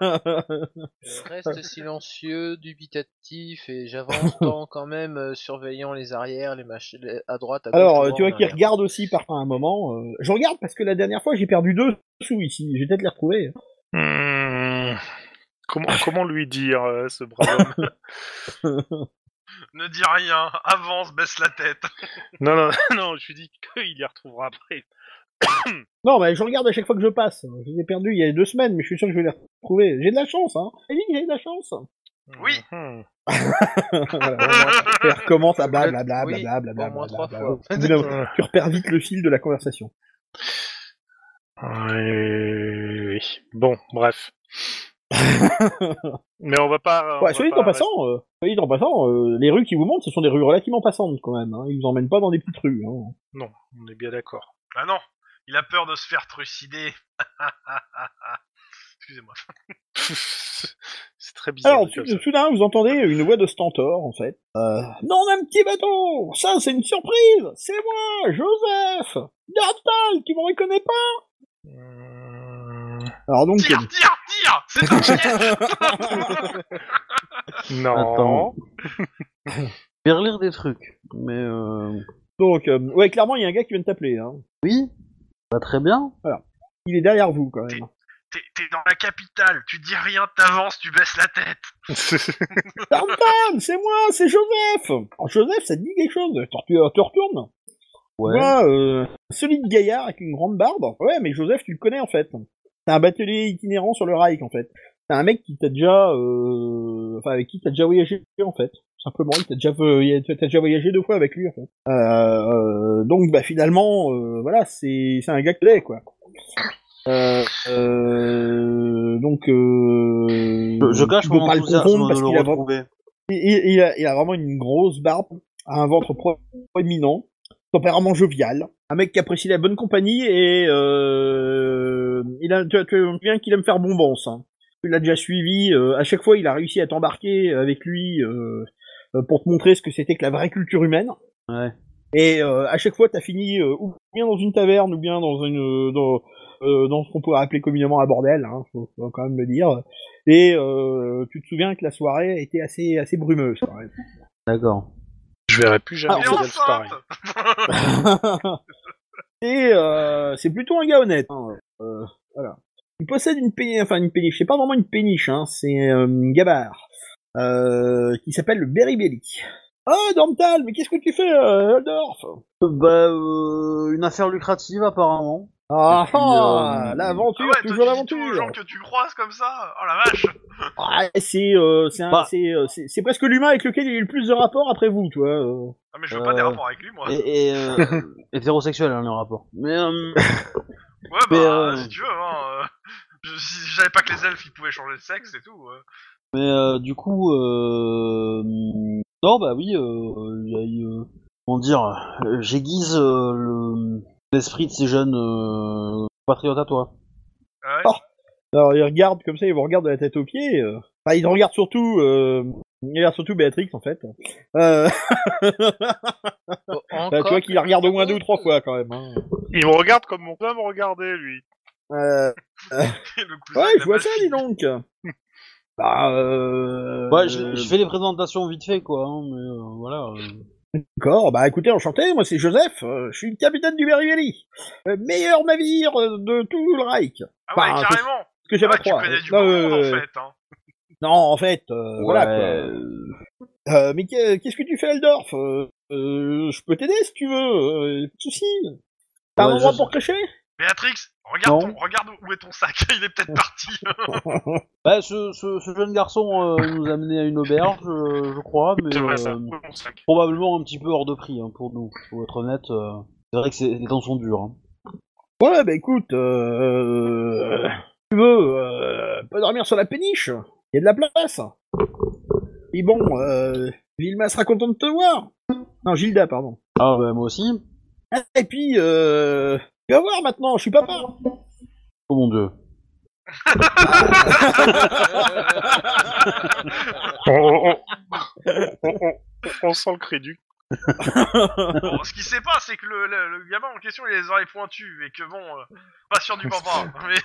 Je reste silencieux, dubitatif et j'avance tant quand même, euh, surveillant les arrières, les machins, à droite, à gauche. Alors, en euh, bas, tu vois en qu'il arrière. regarde aussi par à un moment. euh, Je regarde parce que la dernière fois j'ai perdu deux sous ici. Je vais peut-être les retrouver. hein. Hmm. Comment, comment lui dire, euh, ce brave homme Ne dis rien, avance, baisse la tête. Non, non, non, je lui dis qu'il les retrouvera après. Non, mais je regarde à chaque fois que je passe. Je les ai perdus il y a deux semaines, mais je suis sûr que je vais les retrouver. J'ai de la chance, hein. J'ai dit que j'avais de la chance. Oui. Mhm. voilà, on va- et recommence à blablabla, Oui, blablabla, au blablabla. moins trois blablabla. fois. Au bout d'un moment, Tu repères vite le fil de la conversation. Oui, oui, oui. Bon, bref. Mais on va pas. on Ouais, va soit dit pas en passant, euh, soit dit en passant, euh, les rues qui vous montrent, ce sont des rues relativement passantes quand même. Hein. Ils vous emmènent pas dans des petites rues. Hein. Non, on est bien d'accord. Ah non, il a peur de se faire trucider. Excusez-moi. C'est très bizarre. Alors, dit tout- comme ça. soudain, vous entendez une voix de Stentor, en fait. Euh, non, un petit bateau Ça, c'est une surprise C'est moi, Joseph Natal, tu me reconnais pas Euh, Alors donc, Tire, tire, tire C'est un piège Non. Attends. Faire lire des trucs. Mais euh... donc euh, ouais, clairement, il y a un gars qui vient de t'appeler. Hein. oui, pas très bien. Il est derrière vous, quand même. T'es t'es dans la capitale, tu dis rien, t'avances, tu baisses la tête. Tartan, c'est moi, c'est Joseph Alors, Joseph, ça te dit quelque chose Tu tu- tu retournes Ouais. Moi, euh, solide gaillard avec une grande barbe. Ouais, mais Joseph, tu le connais en fait. C'est un batelier itinérant sur le Reich en fait. C'est un mec qui t'a déjà, euh, enfin avec qui t'as déjà voyagé en fait. Simplement, il t'a déjà, voy- t'as déjà voyagé deux fois avec lui en fait. Euh, euh, donc bah finalement, euh, voilà, c'est c'est un gars que t'es, quoi. Euh, euh, donc euh, Je, je cache tu peux mon pas le enthousiasme confondre de parce le qu'il a vraiment- retrouver. il, il- il a, il a vraiment une grosse barbe, un ventre pro- proéminent, tempérament jovial, un mec qui apprécie la bonne compagnie et euh, il a, tu, tu bien qu'il aime faire bombance. Hein. Tu l'as déjà suivi, euh, à chaque fois il a réussi à t'embarquer avec lui euh, euh, pour te montrer ce que c'était que la vraie culture humaine. Ouais. Et euh, à chaque fois t'as fini euh, ou bien dans une taverne ou bien dans une euh, dans, euh, dans ce qu'on pourrait appeler communément un bordel, hein, faut, faut quand même le dire. Et euh, tu te souviens que la soirée était assez assez brumeuse. Quand même. D'accord. Je verrai plus jamais Ah, Elle est Rodolphe pareil. enceinte Et euh, c'est plutôt un gars honnête. hein, euh, voilà. Il possède une péniche, enfin une péniche, c'est pas vraiment une péniche, hein, c'est euh, une gabarre, euh, qui s'appelle le Beribelli. Oh, Dormtal, mais qu'est-ce que tu fais, euh, Holdorf Euh, Bah, euh, une affaire lucrative apparemment. Ah, puis, ah euh, Ah l'aventure, ouais, toujours toi, tu dis tout l'aventure aux hein. gens que tu croises comme ça Oh la vache Ah, C'est euh, c'est un- Bah. c'est, euh, c'est- c'est presque l'humain avec lequel il y a eu le plus de rapports après vous, tu vois. euh. Ah mais je veux pas Euh, des rapports avec lui, moi. Et, et euh, hétérosexuel hein, le rapport. Mais euh, Ouais, bah, mais, euh, si tu veux, hein. euh, je, si je savais pas que les elfes, ils pouvaient changer de sexe et tout. euh. Mais euh, du coup, euh... non, bah oui, euh, il y a eu, euh, comment dire, euh, j'aiguise euh, le- l'esprit de ces jeunes euh, patriotes à toi. Ah ouais. Oh. Alors, il regarde comme ça, il vous regarde de la tête aux pieds. euh. Enfin, il regarde surtout, euh... il regarde surtout Béatrix, en fait. Euh... Bon, Bah, Oh, encore Ah, tu vois qu'il la regarde au moins deux ou trois fois quand même. hein. Il me regarde comme mon père me regardait, lui. Euh, Le cousin ouais, de la je vois vache. ça, dis donc. Bah, euh... Ouais, je, je fais les présentations vite fait, quoi, hein, mais euh, voilà. euh. D'accord, bah écoutez, enchanté, moi c'est Joseph, euh, je suis le capitaine du Berrivelli, euh, meilleur navire euh, de tout le Reich. Ah ouais, Bah, carrément Ce que Ah j'avais ouais, à Tu croire. connais du Non, bon monde, euh, en fait. Hein. Non, en fait, euh, voilà quoi. Ouais. Euh, mais que- qu'est-ce que tu fais, Aldorf euh, euh, Je peux t'aider si tu veux, euh, pas de soucis. T'as Ouais, un endroit je- pour cacher Béatrix, regarde, Non. ton, regarde où est ton sac, il est peut-être parti. Bah, ce, ce, ce jeune garçon euh, nous a mené à une auberge, euh, je crois, mais C'est vrai, ça. euh, Où est mon sac probablement un petit peu hors de prix hein, pour nous. Pour être honnête, euh, c'est vrai que c'est- les temps sont durs. hein. Ouais, bah écoute, euh, tu veux, euh, pas dormir sur la péniche Il y a de la place. Et bon, euh, Vilma sera contente de te voir. Non, Gilda, pardon. Ah, bah, moi aussi. Ah, Et puis, euh, tu vas voir maintenant, je suis papa. Oh mon dieu. On, on- on- on- on sent le crédule. Bon, ce qu'il sait pas, c'est que le, le- le gamin en question, il a les oreilles pointues et que bon, euh, pas sûr du papa. Mais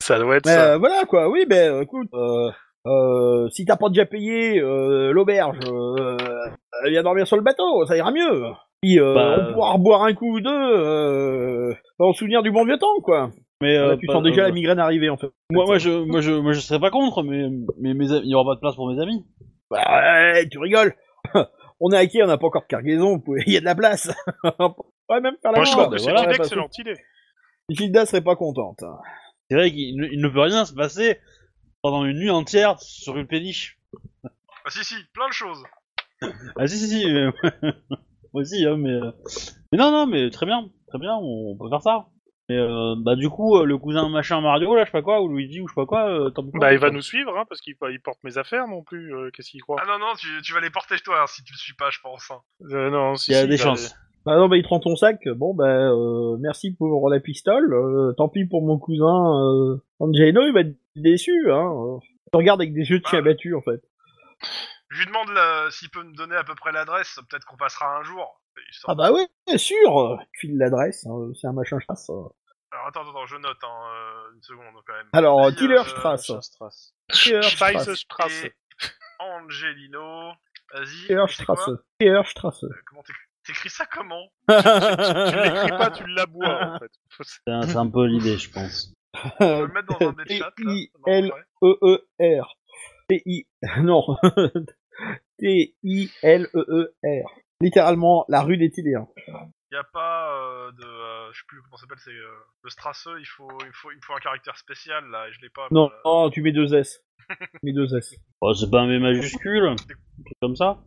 Ça doit être Mais ça. euh, voilà quoi, oui, ben écoute, euh, euh, si t'as pas déjà payé euh, l'auberge, euh, euh, viens dormir sur le bateau, ça ira mieux. Puis euh, Bah, on pourra boire un coup ou deux euh, en souvenir du bon vieux temps quoi. Mais euh, Euh, Là, bah, tu sens déjà la migraine arriver en fait. Moi, moi, je, moi, je, moi, je serais pas contre, mais, mais mes, amis- il y aura pas de place pour mes amis. Bah, ouais, tu rigoles. on est à qui on n'a pas encore de cargaison, vous pouvez- il y a de la place. on pourrait même faire la Moi, je grande, trouve que c'est voilà, bah, une parce que- excellente idée. Gilda serait pas contente. hein. C'est vrai qu'il ne- il ne peut rien se passer pendant une nuit entière sur une péniche. Ah si si, plein de choses. Ah si si si, euh, moi aussi, hein, mais, euh, mais non non, mais très bien, très bien, on peut faire ça. Mais euh, bah du coup, euh, le cousin machin Mario, là, je sais pas quoi, ou Luigi, ou je sais pas quoi, euh, tant pis. Bah, il va nous suivre, hein, parce qu'il il porte mes affaires non plus. euh, Qu'est-ce qu'il croit Ah non non, tu, tu vas les porter toi hein, si tu le suis pas, je pense. hein. Euh, Non, si, Il y a si, des bah, chances. Ah non, bah il te rend ton sac. Bon, bah euh, merci pour la pistole. euh, tant pis pour mon cousin euh, Angelo, il va être déçu. Hein. euh. Il te regarde avec des Bah yeux de chien battu en fait. Je lui demande la- s'il peut me donner à peu près l'adresse. Peut-être qu'on passera un jour. Histoire- Ah bah ouais, bien sûr. Tu files l'adresse. hein, C'est un machin je passe. Alors attends attends, je note hein, euh, une seconde quand même. Alors, Vas-y, Tiller euh, Strasse. Strasse. Tiller Scheiße, Strasse. Strasse. Et Angelino. Vas-y. Tiller c'est quoi Strasse. Tiller Strasse. Euh, Comment t'éc- t'écris ça comment Tu l'écris pas, tu l'abois, en fait. C'est un- c'est un peu l'idée, je pense. Je vais le mettre dans un des chats là. I- Non, Euh, L- ouais. E E-E-R. T-I. Non. T-I-L-E-E-R. E Littéralement, la rue des Tiléens. Il n'y a pas euh, de. euh, je sais plus comment ça s'appelle, c'est. euh, le strasseux, il faut, il, faut, il faut un caractère spécial là, et je l'ai pas. euh, Non, moi, là. non, tu mets deux S. Tu mets deux S. Oh, c'est pas un V majuscule, un truc comme ça.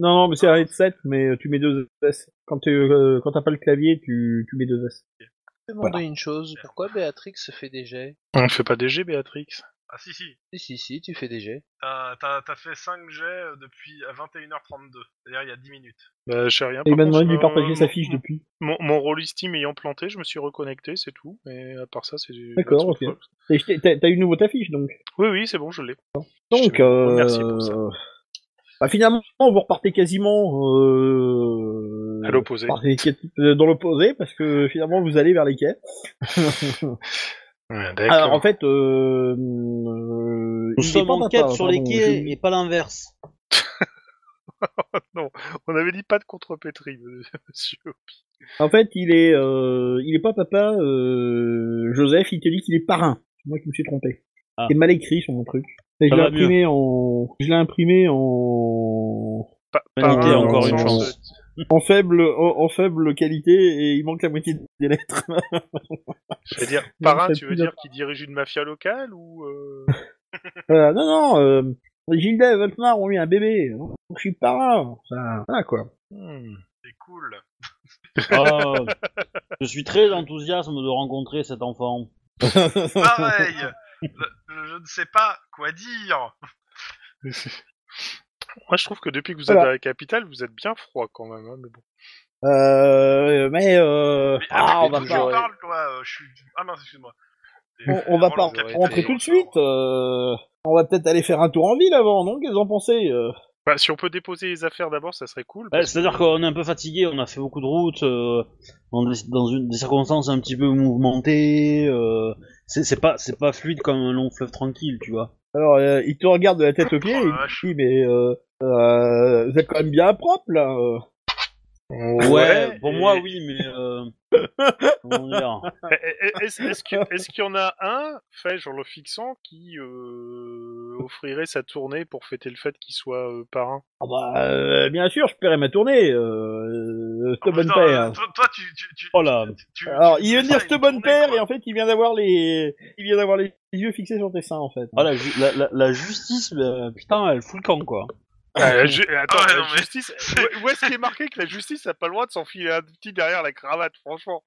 Non, non, mais c'est un headset, mais euh, tu mets deux S. Quand t'es, euh, quand t'as pas le clavier, tu, tu mets deux S. Je vais demander une chose. Pourquoi Béatrix se fait des jets On ne fait pas des G, Béatrix. Ah si, si. Si, si, si, tu fais des jets. T'as t'as- t'as fait 5 jets euh, depuis à 21h32, c'est-à-dire il y a 10 minutes. Bah, je sais rien. Et par il m'a contre, demandé de lui euh, partager sa mon- fiche depuis. Mon, mon rôle Steam ayant planté, je me suis reconnecté, c'est tout. Mais à part ça, c'est du. D'accord, that's what ok. works. Et je t'ai- t'as, t'as eu nouveau ta fiche, donc. Oui, oui, c'est bon, je l'ai. Donc, Je te euh, remercie pour ça. Bah, finalement, vous repartez quasiment, euh... À l'opposé. par les quêtes- euh, dans l'opposé, parce que finalement, vous allez vers les quais. Ouais, Alors, D'accord. en fait, euh, euh, Nous il sommes dépend en d'un quête pas, sur les pardon, quais je- et pas l'inverse. On avait dit pas de contrepétrie, monsieur. En fait, il est, euh, il est pas papa, euh, Joseph, il te dit qu'il est parrain. C'est moi qui me suis trompé. Ah. C'est mal écrit sur mon truc. Et je Ça l'ai va imprimé en, je l'ai imprimé en, Pas, Paniqué, pas un, encore dans le une sens- chance. en faible, en, en faible qualité et il manque la moitié des lettres. Je veux dire, Non, parrain, c'est tu veux plus dire qu'il dirige une mafia locale ou euh, Euh, non, non, euh, Gilda et Voltmar ont eu un bébé. Donc, je suis parrain. Enfin, voilà, quoi. hmm. C'est cool. Ah, je suis très enthousiasme de rencontrer cet enfant. Pareil Le- je, ne sais pas quoi dire Moi, je trouve que depuis que vous êtes Voilà. à la capitale, vous êtes bien froid quand même. hein, mais bon. Euh, mais, euh, Mais ah, après bah, on va tout, pas- je parle, toi, euh, je suis. Ah mince, excuse-moi. On, on va Roland pas Capitaine, rentrer on tout de va- suite. euh, on va peut-être aller faire un tour en ville avant, non Qu'est-ce que vous en pensez euh Bah, si on peut déposer les affaires d'abord, ça serait cool. Ouais, C'est-à-dire qu'on est un peu fatigué, on a fait beaucoup de routes, euh, dans, des, dans une, des circonstances un petit peu mouvementées. euh, c'est c'est pas, c'est pas fluide comme un long fleuve tranquille, tu vois. Alors, euh, il te regarde de la tête aux pieds et Oh la vache. il te dit, mais euh, euh, vous êtes quand même bien propre, là. euh. Ouais, Ouais, pour et- moi oui, mais euh, comment dire Eh, eh, eh, Est-ce est-ce que- est-ce qu'il y en a un, fait genre le fixant, qui euh, offrirait sa tournée pour fêter le fait qu'il soit euh, parrain Ah bah, euh, bien sûr, je paierai ma tournée. Euh, Oh, ce bonne putain, père. euh, Toi, toi, tu. tu, tu Oh là. tu- tu- Alors, tu- il vient de dire tu- ce bonne tournée, père quoi. et en fait, il vient d'avoir les, il vient d'avoir les yeux fixés sur tes seins, en fait. Ah, la, ju- la, la- la justice, euh, putain, elle fout le camp quoi. Euh, ju- Attends, Ah ouais, la non, mais- justice. où- Où est-ce qu'il est marqué que la justice a pas le droit de s'enfiler un petit derrière la cravate, franchement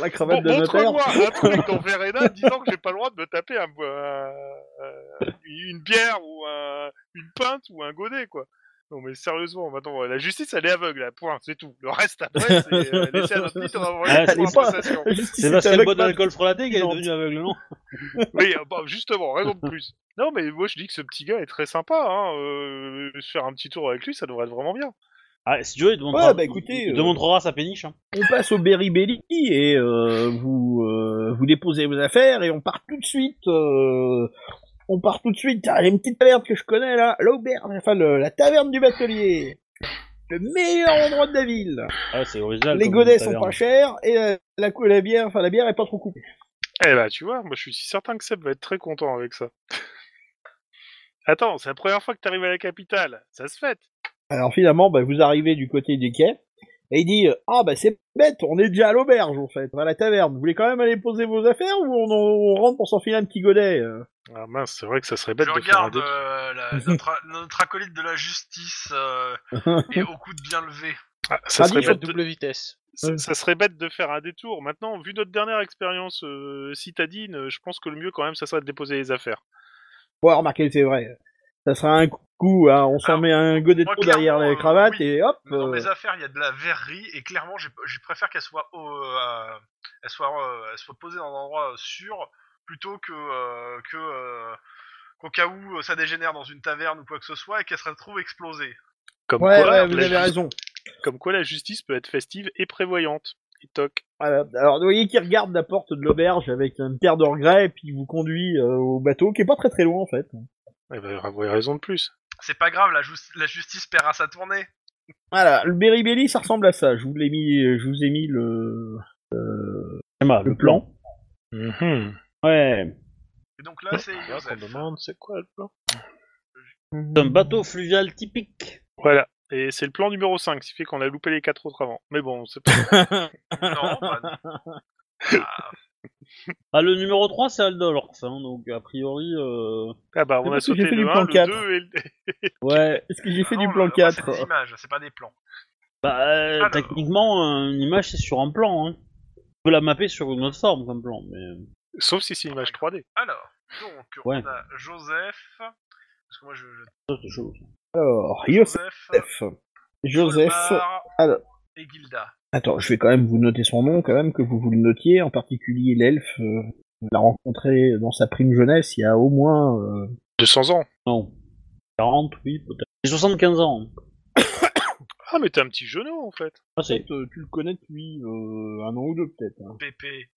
la cravate Bon, de notaire. Montre-moi un truc dans Verena disant que j'ai pas le droit de me taper un, un- un- une bière ou un- une pinte ou un godet, quoi. Non mais sérieusement, maintenant la justice elle est aveugle, là, point, c'est tout. Le reste après, c'est euh, laisser à notre petite Ah, c'est en pas- sensation. Juste, il C'est parce qu'elle s'attaque boit de pas. l'alcool frelaté qu'elle est Non. devenue aveugle, non Oui, euh, bah, justement, raison de plus. Non, mais moi je dis que ce petit gars est très sympa. Hein. euh, se faire un petit tour avec lui, ça devrait être vraiment bien. ah, Si tu veux, il te montrera, Ouais, bah, écoutez, il te euh, montrera sa péniche. hein. On passe au Berry Belly et euh, vous euh, vous déposez vos affaires et on part tout de suite. euh, on part tout de suite. Ah, Il y a une petite taverne que je connais là, l'auberge, enfin le- la taverne du batelier. Le meilleur endroit de la ville. Ah, c'est original. Les comme godets sont taverne. pas chers et la, la, cou- la bière, enfin la bière est pas trop coupée. Eh bah, tu vois, moi je suis certain que Seb va être très content avec ça. Attends, c'est la première fois que t'arrives à la capitale. Ça se fête. Alors finalement, bah, vous arrivez du côté du quai et il dit euh, ah bah c'est bête, on est déjà à l'auberge en fait, à la taverne. Vous voulez quand même aller poser vos affaires ou on, on rentre pour s'enfiler un petit godet euh Ah mince, c'est vrai que ça serait bête Je de faire un regarde dé- euh, la- notre, notre acolyte de la justice euh, et au coup de bien levé. Ah, ça, Ah, serait dis- bête de... double vitesse. ça- ça serait bête de faire un détour. Maintenant, vu notre dernière expérience euh, citadine, euh, je pense que le mieux quand même, ça serait de déposer les affaires. Bon, remarquez, c'est vrai. Ça sera un coup, hein, on s'en Alors, met un godet de moi, peau derrière clairement, la euh, cravate oui. et hop. Mais Dans euh, mes affaires, il y a de la verrerie et clairement, j'ai- je préfère qu'elle soit, au- euh, elle soit, euh, elle soit posée dans un endroit sûr plutôt que euh, que euh, qu'au cas où euh, ça dégénère dans une taverne ou quoi que ce soit et qu'elle se retrouve explosée. Comme, Ouais, quoi, ouais, la vous avez justice- raison. Comme quoi, la justice peut être festive et prévoyante. Et toc. Voilà. Alors, vous voyez qu'il regarde la porte de l'auberge avec un paire de regrets et puis il vous conduit euh, au bateau qui est pas très très loin en fait. Eh ben, vous avez raison de plus. C'est pas grave, la, jus- la justice paiera sa tournée. Voilà, le Beribelli, ça ressemble à ça. Je vous l'ai mis, je vous ai mis le euh, le plan. Mhm. Ouais. Et donc là, c'est Ah, Là qu'on Joseph. demande, c'est quoi le plan C'est un bateau fluvial typique. Voilà. Et c'est le plan numéro 5, ce qui fait qu'on a loupé les quatre autres avant. Mais bon, c'est pas Non, bah, ah, Ah, le numéro 3, c'est Aldolf, hein, donc a priori... euh, Ah bah, C'est on a parce que j'ai sauté fait du le 1, plan le quatre. 2 et le... Ouais. Est-ce que j'ai fait non, du là, plan moi, 4 C'est des images, c'est pas des plans. Bah, euh, Alors. techniquement, euh, une image, c'est sur un plan. Hein. Tu peux la mapper sur une autre forme comme plan, mais... Sauf si c'est une image 3D. Alors, donc, Ouais. on a Joseph. Parce que moi, je. je- autre chose. Alors, Joseph, Joseph. Joseph. Solmar alors. Et Gilda. Attends, je vais quand même vous noter son nom, quand même que vous vous le notiez, en particulier l'elfe. euh, on l'a rencontré dans sa prime jeunesse il y a au moins. euh, 200 ans. Non. 40, oui, peut-être. J'ai 75 ans. Ah, mais t'es un petit genou, en fait. Ah, c'est... peut-être, euh, tu le connais depuis euh, un an ou deux peut-être. hein. Pépé.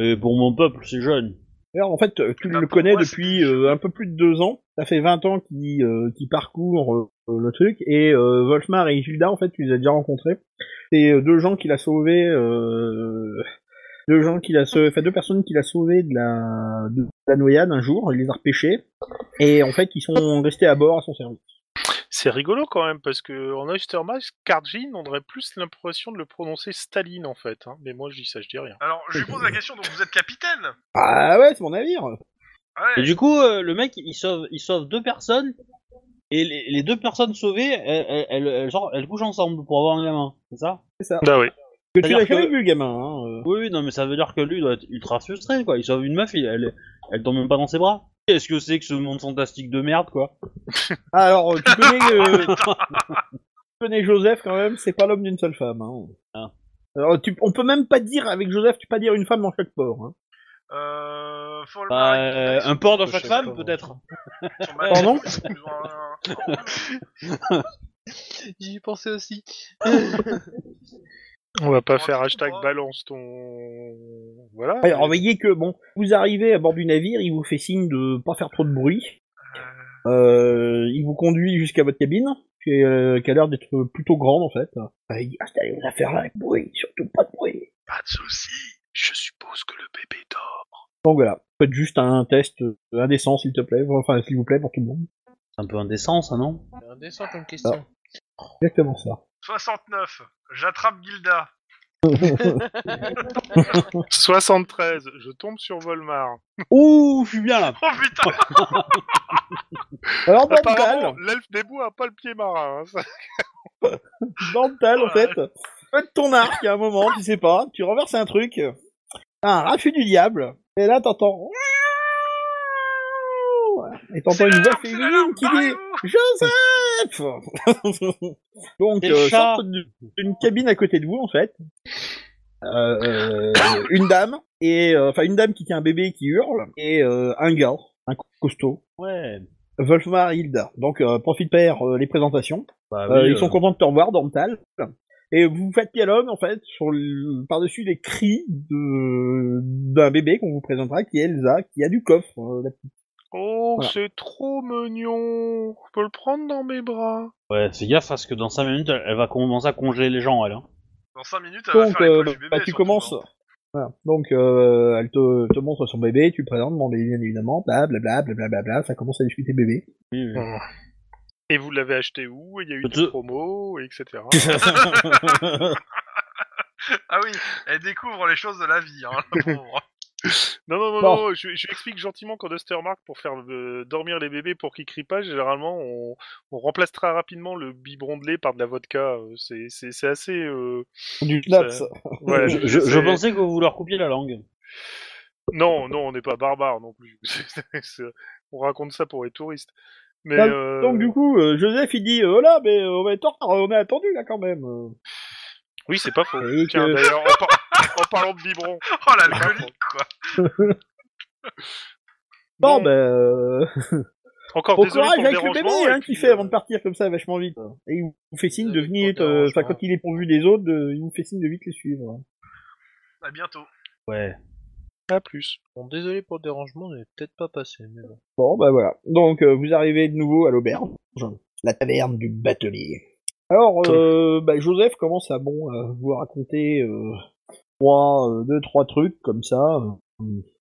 Et pour mon peuple, c'est jeune. Alors en fait, euh, tu Bah, le pour connais moi, depuis c'est- euh, un peu plus de deux ans. Ça fait 20 ans qu'il euh, qu'il parcourt euh, le truc. Et euh, Wolfmar et Gilda, en fait, tu les as déjà rencontrés. C'est euh, deux gens qu'il a sauvés. Euh, deux gens qu'il a sauvé, enfin deux personnes qu'il a sauvées de la, de la noyade un jour. Il les a repêchés. Et en fait, ils sont restés à bord à son service. C'est rigolo, quand même, parce que en Oystermask, Karjin, on aurait plus l'impression de le prononcer Staline, en fait. hein. Mais moi, je dis ça, je dis rien. Alors, je lui pose la question, donc vous êtes capitaine Ah ouais, c'est mon navire. Ouais. Et du coup, euh, le mec, il sauve, il sauve deux personnes, et les, les deux personnes sauvées, elles, elles, elles- elles- genre, elles couchent ensemble pour avoir un gamin, c'est ça C'est ça. Bah oui. Que tu l'as C'est-à-dire jamais que- vu, gamin. Hein. euh. Oui, oui, non, mais ça veut dire que lui doit être ultra frustré, quoi. Il sauve une meuf, il- elle, elle tombe même pas dans ses bras. Qu'est-ce que c'est que ce monde fantastique de merde, quoi Ah, Alors, euh, tu connais, euh, tu connais Joseph quand même, c'est pas l'homme d'une seule femme. Hein. Ah. Alors, tu, on peut même pas dire, avec Joseph, tu peux pas dire une femme dans chaque port. Hein. Euh. Faut le Bah, marier, euh, ils un port dans Je chaque sais femme, pas, moi. peut-être. sont mal- Pardon ils ont un- J'y pensais aussi. On va pas Bon, faire dis-moi. hashtag balance ton... Voilà. Alors, voyez que, bon, vous arrivez à bord du navire, il vous fait signe de pas faire trop de bruit. Euh, il vous conduit jusqu'à votre cabine, qui, est, euh, qui a l'air d'être plutôt grande en fait. Euh, il dit, installez vos affaires là, avec bruit, surtout pas de bruit. Pas de soucis. Je suppose que le bébé dort. Donc voilà, faites juste un test euh, indécent s'il te plaît, enfin s'il vous plaît pour tout le monde. C'est un peu indécent, ça, non C'est indécent comme question. Exactement ça. 69. J'attrape Gilda. 73. Je tombe sur Volmar. Ouh, je suis bien, là Oh putain Alors, dans le tal, Apparemment, l'elfe des bois a pas le pied marin. hein, ça. dans le tal, en fait. Faites ton arc à un moment, tu sais pas, tu renverses un truc, t'as un rafut du diable, et là t'entends. Et t'entends C'est une voix l'alarme, c'est féminine l'alarme, qui dit barrez-vous Joseph Donc, Des euh, chats. sortent d'une- d'une cabine à côté de vous, en fait. Euh, euh, une dame, et euh, enfin une dame qui tient un bébé qui hurle, et euh, un gars, un costaud, Ouais. Wolfmar et Hilda. Donc, euh, profite père les présentations. Bah, Euh, oui, ils sont euh, contents de te revoir dans le tal. Et vous faites pialone, en fait, sur le- par-dessus les cris de, d'un bébé qu'on vous présentera, qui est Elsa, qui a du coffre. euh, la petite. Oh, Voilà. c'est trop mignon. Je peux le prendre dans mes bras. Ouais, fais gaffe, parce que dans 5 minutes, elle elle va commencer à congeler les gens, elle, hein. Dans 5 minutes, elle va Donc, faire euh, l'école du bébé. bah, tu surtout, commences. hein. Voilà. Donc, euh, elle te, te montre son bébé, tu présentes, bon, bien évidemment, blablabla, blablabla, ça commence à discuter bébé. Oui, oui. Et vous l'avez acheté où Et il y a eu des Je- promos, et etc. Ah oui, elle découvre les choses de la vie, hein, la pauvre. Non, non, non, Bon. non, je, je explique gentiment qu'en Dustermark, pour faire euh, dormir les bébés pour qu'ils crient pas, généralement, on, on remplace très rapidement le biberon de lait par de la vodka. euh, C'est, c'est, c'est assez... euh, Du laps. euh, voilà, je, je- je c'est- pensais que vous leur coupiez la langue. Non, non, on n'est pas barbare non plus. C'est- c'est- on raconte ça pour les touristes. Mais, Bah, euh, Donc du coup, euh, Joseph il dit euh, oh là, mais euh, on va être en retard, on est attendu là quand même. euh. Oui, c'est pas faux. Et Tiens, euh, que- d'ailleurs, en, par- en parlant de biberon... Oh l'alcoolique, quoi. Bon, Bon, ben, euh, encore bon désolé courage pour le avec le dérangement. bébé et hein, puis, qui fait euh, avant de partir comme ça vachement vite. Et il vous fait signe de Désolé venir, pour le euh, enfin dérangement. quand il est pourvu des autres, de- il vous fait signe de vite les suivre. À bientôt. Ouais. À plus. Bon, désolé pour le dérangement, on est peut-être pas passé, mais bon. Bon, bah voilà. Donc euh, vous arrivez de nouveau à l'auberge, la taverne du batelier. Alors, euh, bah, Joseph commence à bon à vous raconter euh, trois, euh, deux, trois trucs comme ça.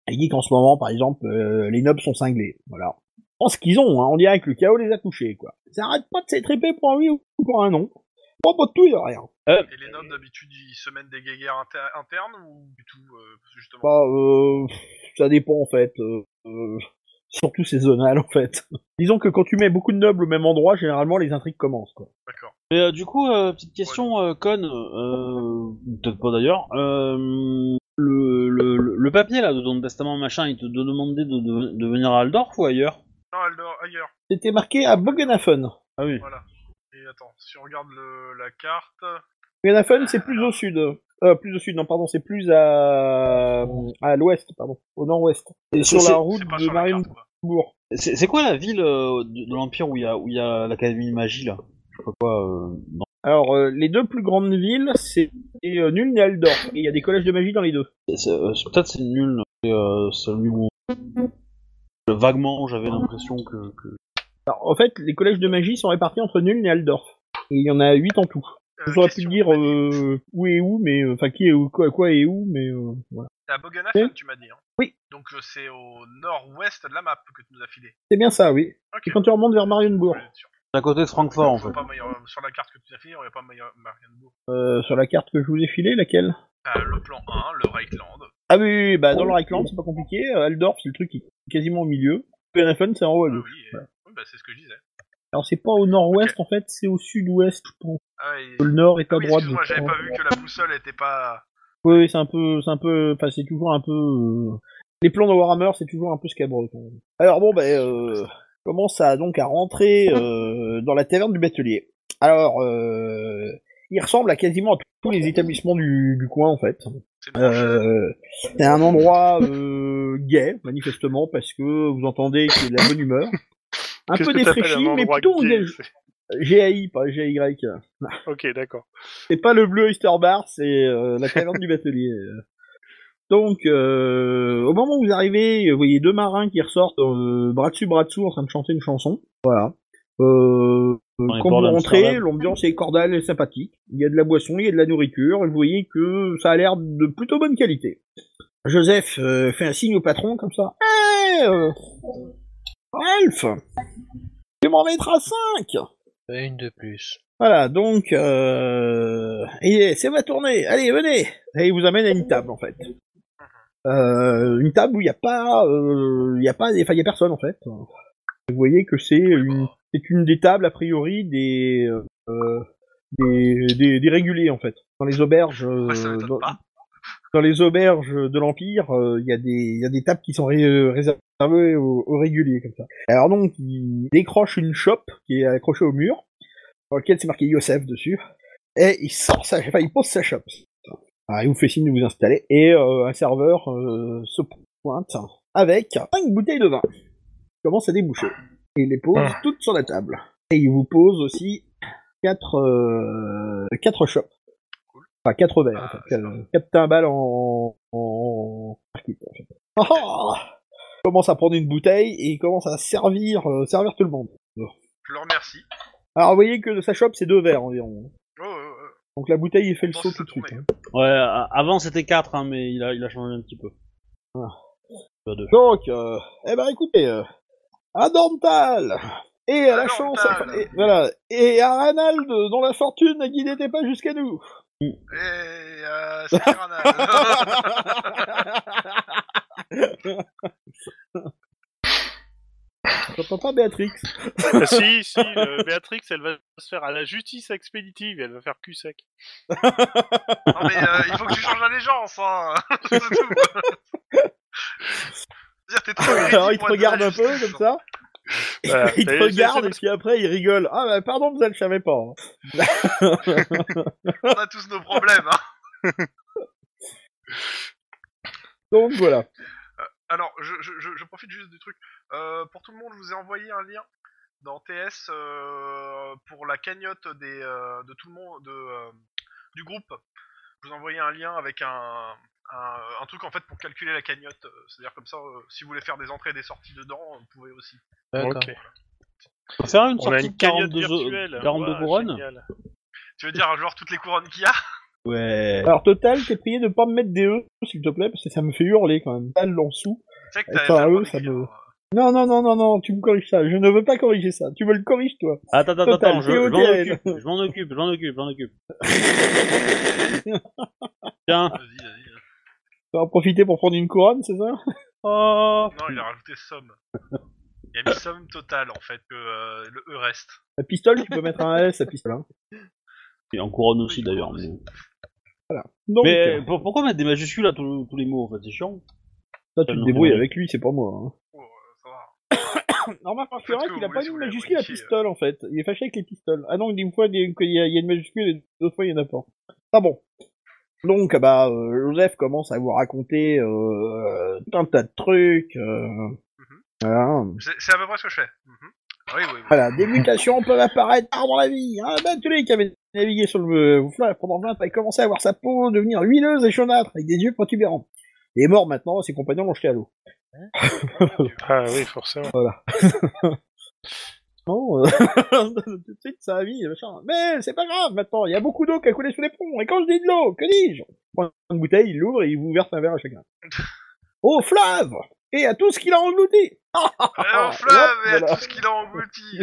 Il dit qu'en ce moment, par exemple, euh, les nobles sont cinglés. Voilà. En ce qu'ils ont, hein, on dirait que le chaos les a touchés, quoi. Ça arrête pas de s'étriper pour un oui ou pour un non. Bon, pas de tout et de rien. Et les nobles, d'habitude, ils se mènent des guéguerres inter- internes ou du tout, euh, justement Bah, euh, ça dépend en fait. euh, euh, surtout c'est zonal en fait. Disons que quand tu mets beaucoup de nobles au même endroit, généralement les intrigues commencent. Quoi. D'accord. Mais euh, du coup, euh, petite question, euh, conne, euh, peut-être pas d'ailleurs, euh, le, le, le papier là de ton testament machin, il te de- demandait de, de, de venir à Aldorf ou ailleurs Non, elle dort ailleurs. C'était marqué à Bogenhafen. Ah oui. Et attends, si on regarde le- la carte, Bogenhafen c'est plus au sud. Euh, plus au sud, non pardon, c'est plus à à l'ouest, pardon, au nord-ouest. C'est sur Ah, c'est- la route c'est pas de sur la carte, quoi. Marienbourg. C'est c'est quoi la ville euh, de, de l'Empire où il y a, où il y a l'Académie de magie là Je sais pas quoi. euh, dans- Alors euh, les deux plus grandes villes, c'est et, euh, Nuln et Aldorf. Et il y a des collèges de magie dans les deux. c'est- euh, c'est- Peut-être c'est nul, c'est euh, celui où. Vaguement, j'avais l'impression que. que- Alors, en fait, les collèges de magie sont répartis entre Nuln et Aldorf. Et il y en a huit en tout. Euh, J'aurais pu question, dire tu m'as dit. euh, où et où, mais euh, enfin qui est où, quoi, quoi et où, mais euh, voilà. C'est à Bogenhafen, tu m'as dit. Hein. Oui. Donc euh, c'est au nord-ouest de la map que tu nous as filé. C'est bien ça, oui. Ok. Et quand tu remontes vers Marienbourg, Ouais, sur- C'est à côté de Francfort en sur- fait. pas meilleur- sur la carte que tu nous as filée, il n'y a pas meilleur- Marienbourg. euh, sur la carte que je vous ai filée, laquelle Bah, le plan 1, le Reichland. Ah oui, oui, oui, bah dans le Reichland, c'est pas compliqué. euh, Aldorf, c'est le truc qui est quasiment au milieu. Penhafen, c'est en haut à Ah gauche. oui, et- oui, bah, c'est ce que je disais. Alors c'est pas au nord-ouest, en fait, c'est au sud-ouest, je pense. Ah, et- Le nord est Ah à oui, droite. excuse-moi, je j'avais crois. pas vu que la boussole était pas. Oui, oui, c'est un peu, c'est un peu, enfin c'est toujours un peu. euh, Les plans de Warhammer, c'est toujours un peu scabreux. Quand même. Alors bon, ben, euh, commence à donc à rentrer euh, dans la taverne du batelier. Alors, euh, il ressemble à quasiment à tous les établissements du, du coin en fait. C'est bon. Euh, c'est un endroit euh, gay, manifestement, parce que vous entendez qu'il y a de la bonne humeur. Un Qu'est-ce peu que t'appelles défraîchi, mais endroit plutôt gay engagé. GAI, pas GAY. Ok, d'accord. C'est pas le bleu Oyster Bar, c'est euh, la caverne du batelier. euh. Donc, euh, au moment où vous arrivez, vous voyez deux marins qui ressortent euh, bras dessus, bras dessous, en train de chanter une chanson. Voilà. Euh, Dans les quand ports vous rentrez, d'Amsterdam. l'ambiance est cordale et sympathique. Il y a de la boisson, il y a de la nourriture, et vous voyez que ça a l'air de plutôt bonne qualité. Joseph euh, fait un signe au patron comme ça. Hey, euh, Ralph, tu m'en mettras cinq. Et Bah, une de plus. Voilà, donc, euh... et c'est ma tournée, allez, venez Et il vous amène à une table, en fait. Euh, une table où il n'y a pas, euh, il y a pas, enfin, il y a personne, en fait. Vous voyez que c'est une, c'est une des tables, a priori, des, euh, des, des, des réguliers, en fait. Dans les auberges, euh, Ouais, ça m'étonne dans, pas. dans les auberges de l'Empire, euh, il y a des, il y a des tables qui sont ré- euh, réservées aux, aux réguliers, comme ça. Alors donc, il décroche une chope qui est accrochée au mur dans lequel c'est marqué Yosef dessus. Et il sort sa, enfin, il pose sa chope. Ah, il vous fait signe de vous installer et euh, un serveur euh, se pointe avec cinq bouteilles de vin. Il commence à déboucher et il les pose toutes sur la table. Et il vous pose aussi quatre euh, quatre chopes. Enfin, quatre verres, Ah, en fait. quatre, quatre timbales en, en, en- en fait. Oh il commence à prendre une bouteille et il commence à servir euh, servir tout le monde. Je le remercie. Alors Ah, vous voyez que de sa chope c'est deux verres environ. Oh, oh, oh. Donc la bouteille il fait le Bon, saut ça tout de suite. tournait. hein. Ouais, a- avant c'était 4, hein, mais il a, il a changé un petit peu. Ah. Pas deux. hein. Donc, euh, eh ben écoutez, euh, un dental Et à la Alors, chance, Tal. enfin, et, voilà. Et à Ranald, dont la fortune n'a guidé tes pas jusqu'à nous. Et euh, c'est Piranha. J'entends pas Béatrix. Ah, si, si, euh, Béatrix, elle va se faire à la justice expéditive, elle va faire cul sec. non mais euh, il faut que tu changes d'allégeance, hein. c'est tout. dire, t'es trop Alors il te pour être regarde de la un peu justice. comme ça. Voilà. Il te Et regarde et c'est- puis après il rigole. Ah bah pardon, vous ne le savez pas. hein. On a tous nos problèmes. Hein. Donc voilà. Alors, je, je, je, je profite juste du truc. Euh, pour tout le monde, je vous ai envoyé un lien dans TS euh, pour la cagnotte des, euh, de tout le monde de, euh, du groupe. Je vous ai envoyé un lien avec un, un, un truc en fait pour calculer la cagnotte. Euh, C'est-à-dire comme ça, euh, si vous voulez faire des entrées et des sorties dedans, vous pouvez aussi. D'accord. Ok. Faut faire une On a sortie une de cagnotte 42, virtuelle. 42 Ouah, couronnes génial. Tu veux dire, genre toutes les couronnes qu'il y a Ouais. Alors Total, t'es prié de pas me mettre des E s'il te plaît parce que ça me fait hurler quand même. Total l'en sous. Tu sais que Et t'as- par t'as le eux, droit ça d'écrire, me- euh, Non non non non non, tu me corriges ça. Je ne veux pas corriger ça. Tu me le corriges toi. Ah, Attends, attends, Total, attends, je, je m'en TOTL. occupe, je m'en occupe, je m'en occupe, je m'en occupe. Vas-y, vas-y. Tiens, vas-y. Tu vas en profiter pour prendre une couronne, c'est ça oh, Non, il a rajouté somme. Il a mis somme totale en fait, que euh, le E reste. La pistole, tu peux mettre un S à pistole. hein. et en couronne aussi d'ailleurs. Mais, Donc mais euh, pour- pourquoi mettre des majuscules à tous, tous les mots en fait C'est chiant. ça tu non, te débrouilles euh, non. avec lui, c'est pas moi. hein. Oh, euh, ça va. Normal, Faites c'est vrai ce que qu'il a vous pas voulez, mis si vous une voulez majuscule à briquer, euh. pistole en fait. Il est fâché avec les pistoles. Ah non, une fois il y a- il y a il y a une majuscule et d'autres fois il y en a pas. Ah bon. Donc bah euh, Joseph commence à vous raconter euh, tout un tas de trucs. euh, Mhm. voilà. C'est c'est à peu près ce que je fais. Mhm. Ah Oui, oui, oui. Voilà, des mutations peuvent apparaître tard dans la vie. Hein. Ben, tous les qui avaient navigué sur le fleuve pendant 20 avaient commencé à voir sa peau devenir huileuse et jaunâtre avec des yeux protubérants. Il est mort maintenant, ses compagnons l'ont jeté à l'eau. Ah oui, forcément. Non, euh, tout de suite, ça a mis, machin. Mais c'est pas grave, maintenant, il y a beaucoup d'eau qui a coulé sous les ponts, et quand je dis de l'eau, que dis-je Il prend une bouteille, il l'ouvre et il vous verse un verre à chacun. Au fleuve Et à tout ce qu'il a englouti Euh, au hop, fleuve et à Ah, voilà. tout ce qu'il a englouti.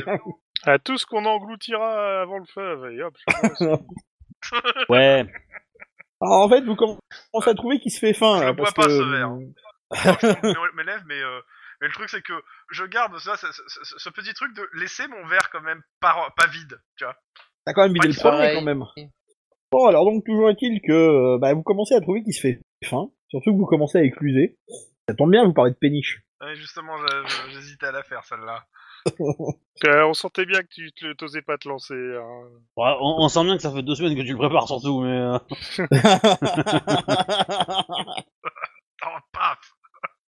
À tout ce qu'on engloutira avant le fleuve, et hop. Ouais. Alors, en fait, vous commencez à trouver qu'il se fait faim, Je là, le parce bois pas, que... ce verre. Alors, je trempe mes- mes lèvres, mais, euh, mais le truc c'est que je garde ça, ce, ce- ce- ce petit truc de laisser mon verre quand même pas, pas vide, tu vois. T'as quand même vidé le premier, Pareil. quand même. Bon, alors donc, toujours est-il que euh, bah, vous commencez à trouver qu'il se fait faim, surtout que vous commencez à écluser. Ça tombe bien, vous parlez de péniche. Ouais, justement, je- je- j'hésitais à la faire celle-là. Euh, on sentait bien que tu te- t'osais pas te lancer. hein. Ouais, on, on sent bien que ça fait deux semaines que tu le prépares surtout, mais. euh, Oh, paf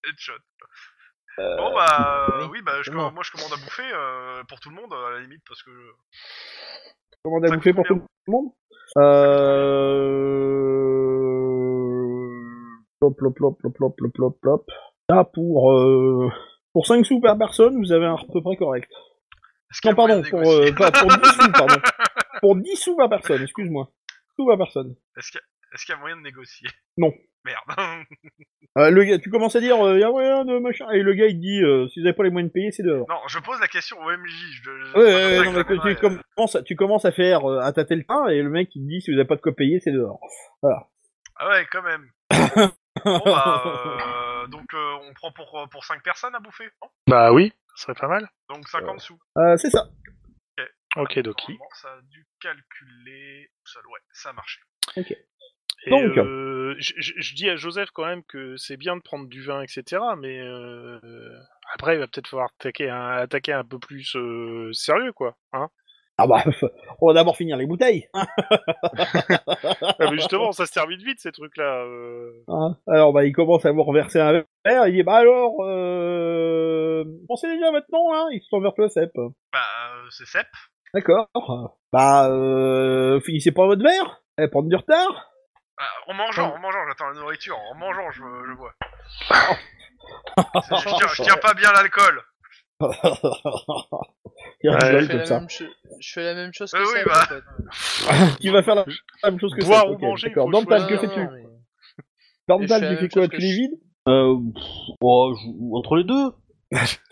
Headshot. Bon bah, euh, oui, bah, je, vraiment. moi je commande à bouffer euh, pour tout le monde à la limite parce que. Comment on a Ça bouffé coûte pour tout le monde Euh... Plop, plop, plop, plop, plop, plop, plop, plop. Là, pour, euh... pour 5 sous par personne, vous avez un à peu près correct. Est-ce qu'il y a Non, moyen pardon, de pour, négocier euh, pas- pour 10 sous, pardon. Pour 10 sous par personne, excuse-moi. Sous par personne. Est-ce qu'il y, a- est-ce qu'il y a moyen de négocier euh, Non. Merde. Euh, le gars, tu commences à dire, il y a moyen de machin, et le gars il te dit, euh, si vous avez pas les moyens de payer, c'est dehors. non, je pose la question au MJ. Je, je- Ouais, c'est ouais, pas ouais, comme non, mais ça que tu, j'amènerai, tu commences, à- tu commences à faire, euh, à tâter le pain, et le mec il te dit, si vous avez pas de quoi payer, c'est dehors. Ah ouais, quand même. bon, bah, euh, donc euh, on prend pour, euh, pour 5 personnes à bouffer, non Bah oui, ça serait pas mal. Donc 50 sous. Euh, c'est ça. Ok, Doki. Normalement, ça a dû calculer. tout seul. Ouais, ça a marché. Et, Donc. euh, je- je je dis à Joseph quand même que c'est bien de prendre du vin, etc. Mais euh, après, il va peut-être falloir attaquer un, attaquer un peu plus euh, sérieux, quoi. Hein Ah bah, on va d'abord finir les bouteilles. Ah, mais justement, ça se termine vite ces trucs-là. euh. Hein. Alors bah, il commence à vous reverser un verre, il dit, bah alors, euh... pensez déjà maintenant, hein, il se tourne vers toi, Sep. Bah, euh, c'est CEP. D'accord. Bah, euh, finissez pas votre verre, allez prendre du retard. Ah, en mangeant, Oh. en mangeant, j'attends la nourriture. En mangeant, je, je bois. C'est- je, tiens, je tiens pas bien l'alcool. Ouais, Il rigole Je fais, comme la ça. même cho- je fais la même chose que Euh, oui, Seb, bah. en fait. Tu vas faire la la même chose que Boire Sep, ou ok, manger, D'accord. il faut Dantal, que Non, non, fais-tu non, mais- Dantal, tu fais je fais la même quoi chose Tu que les je- vides euh, pff, oh, je- entre les deux.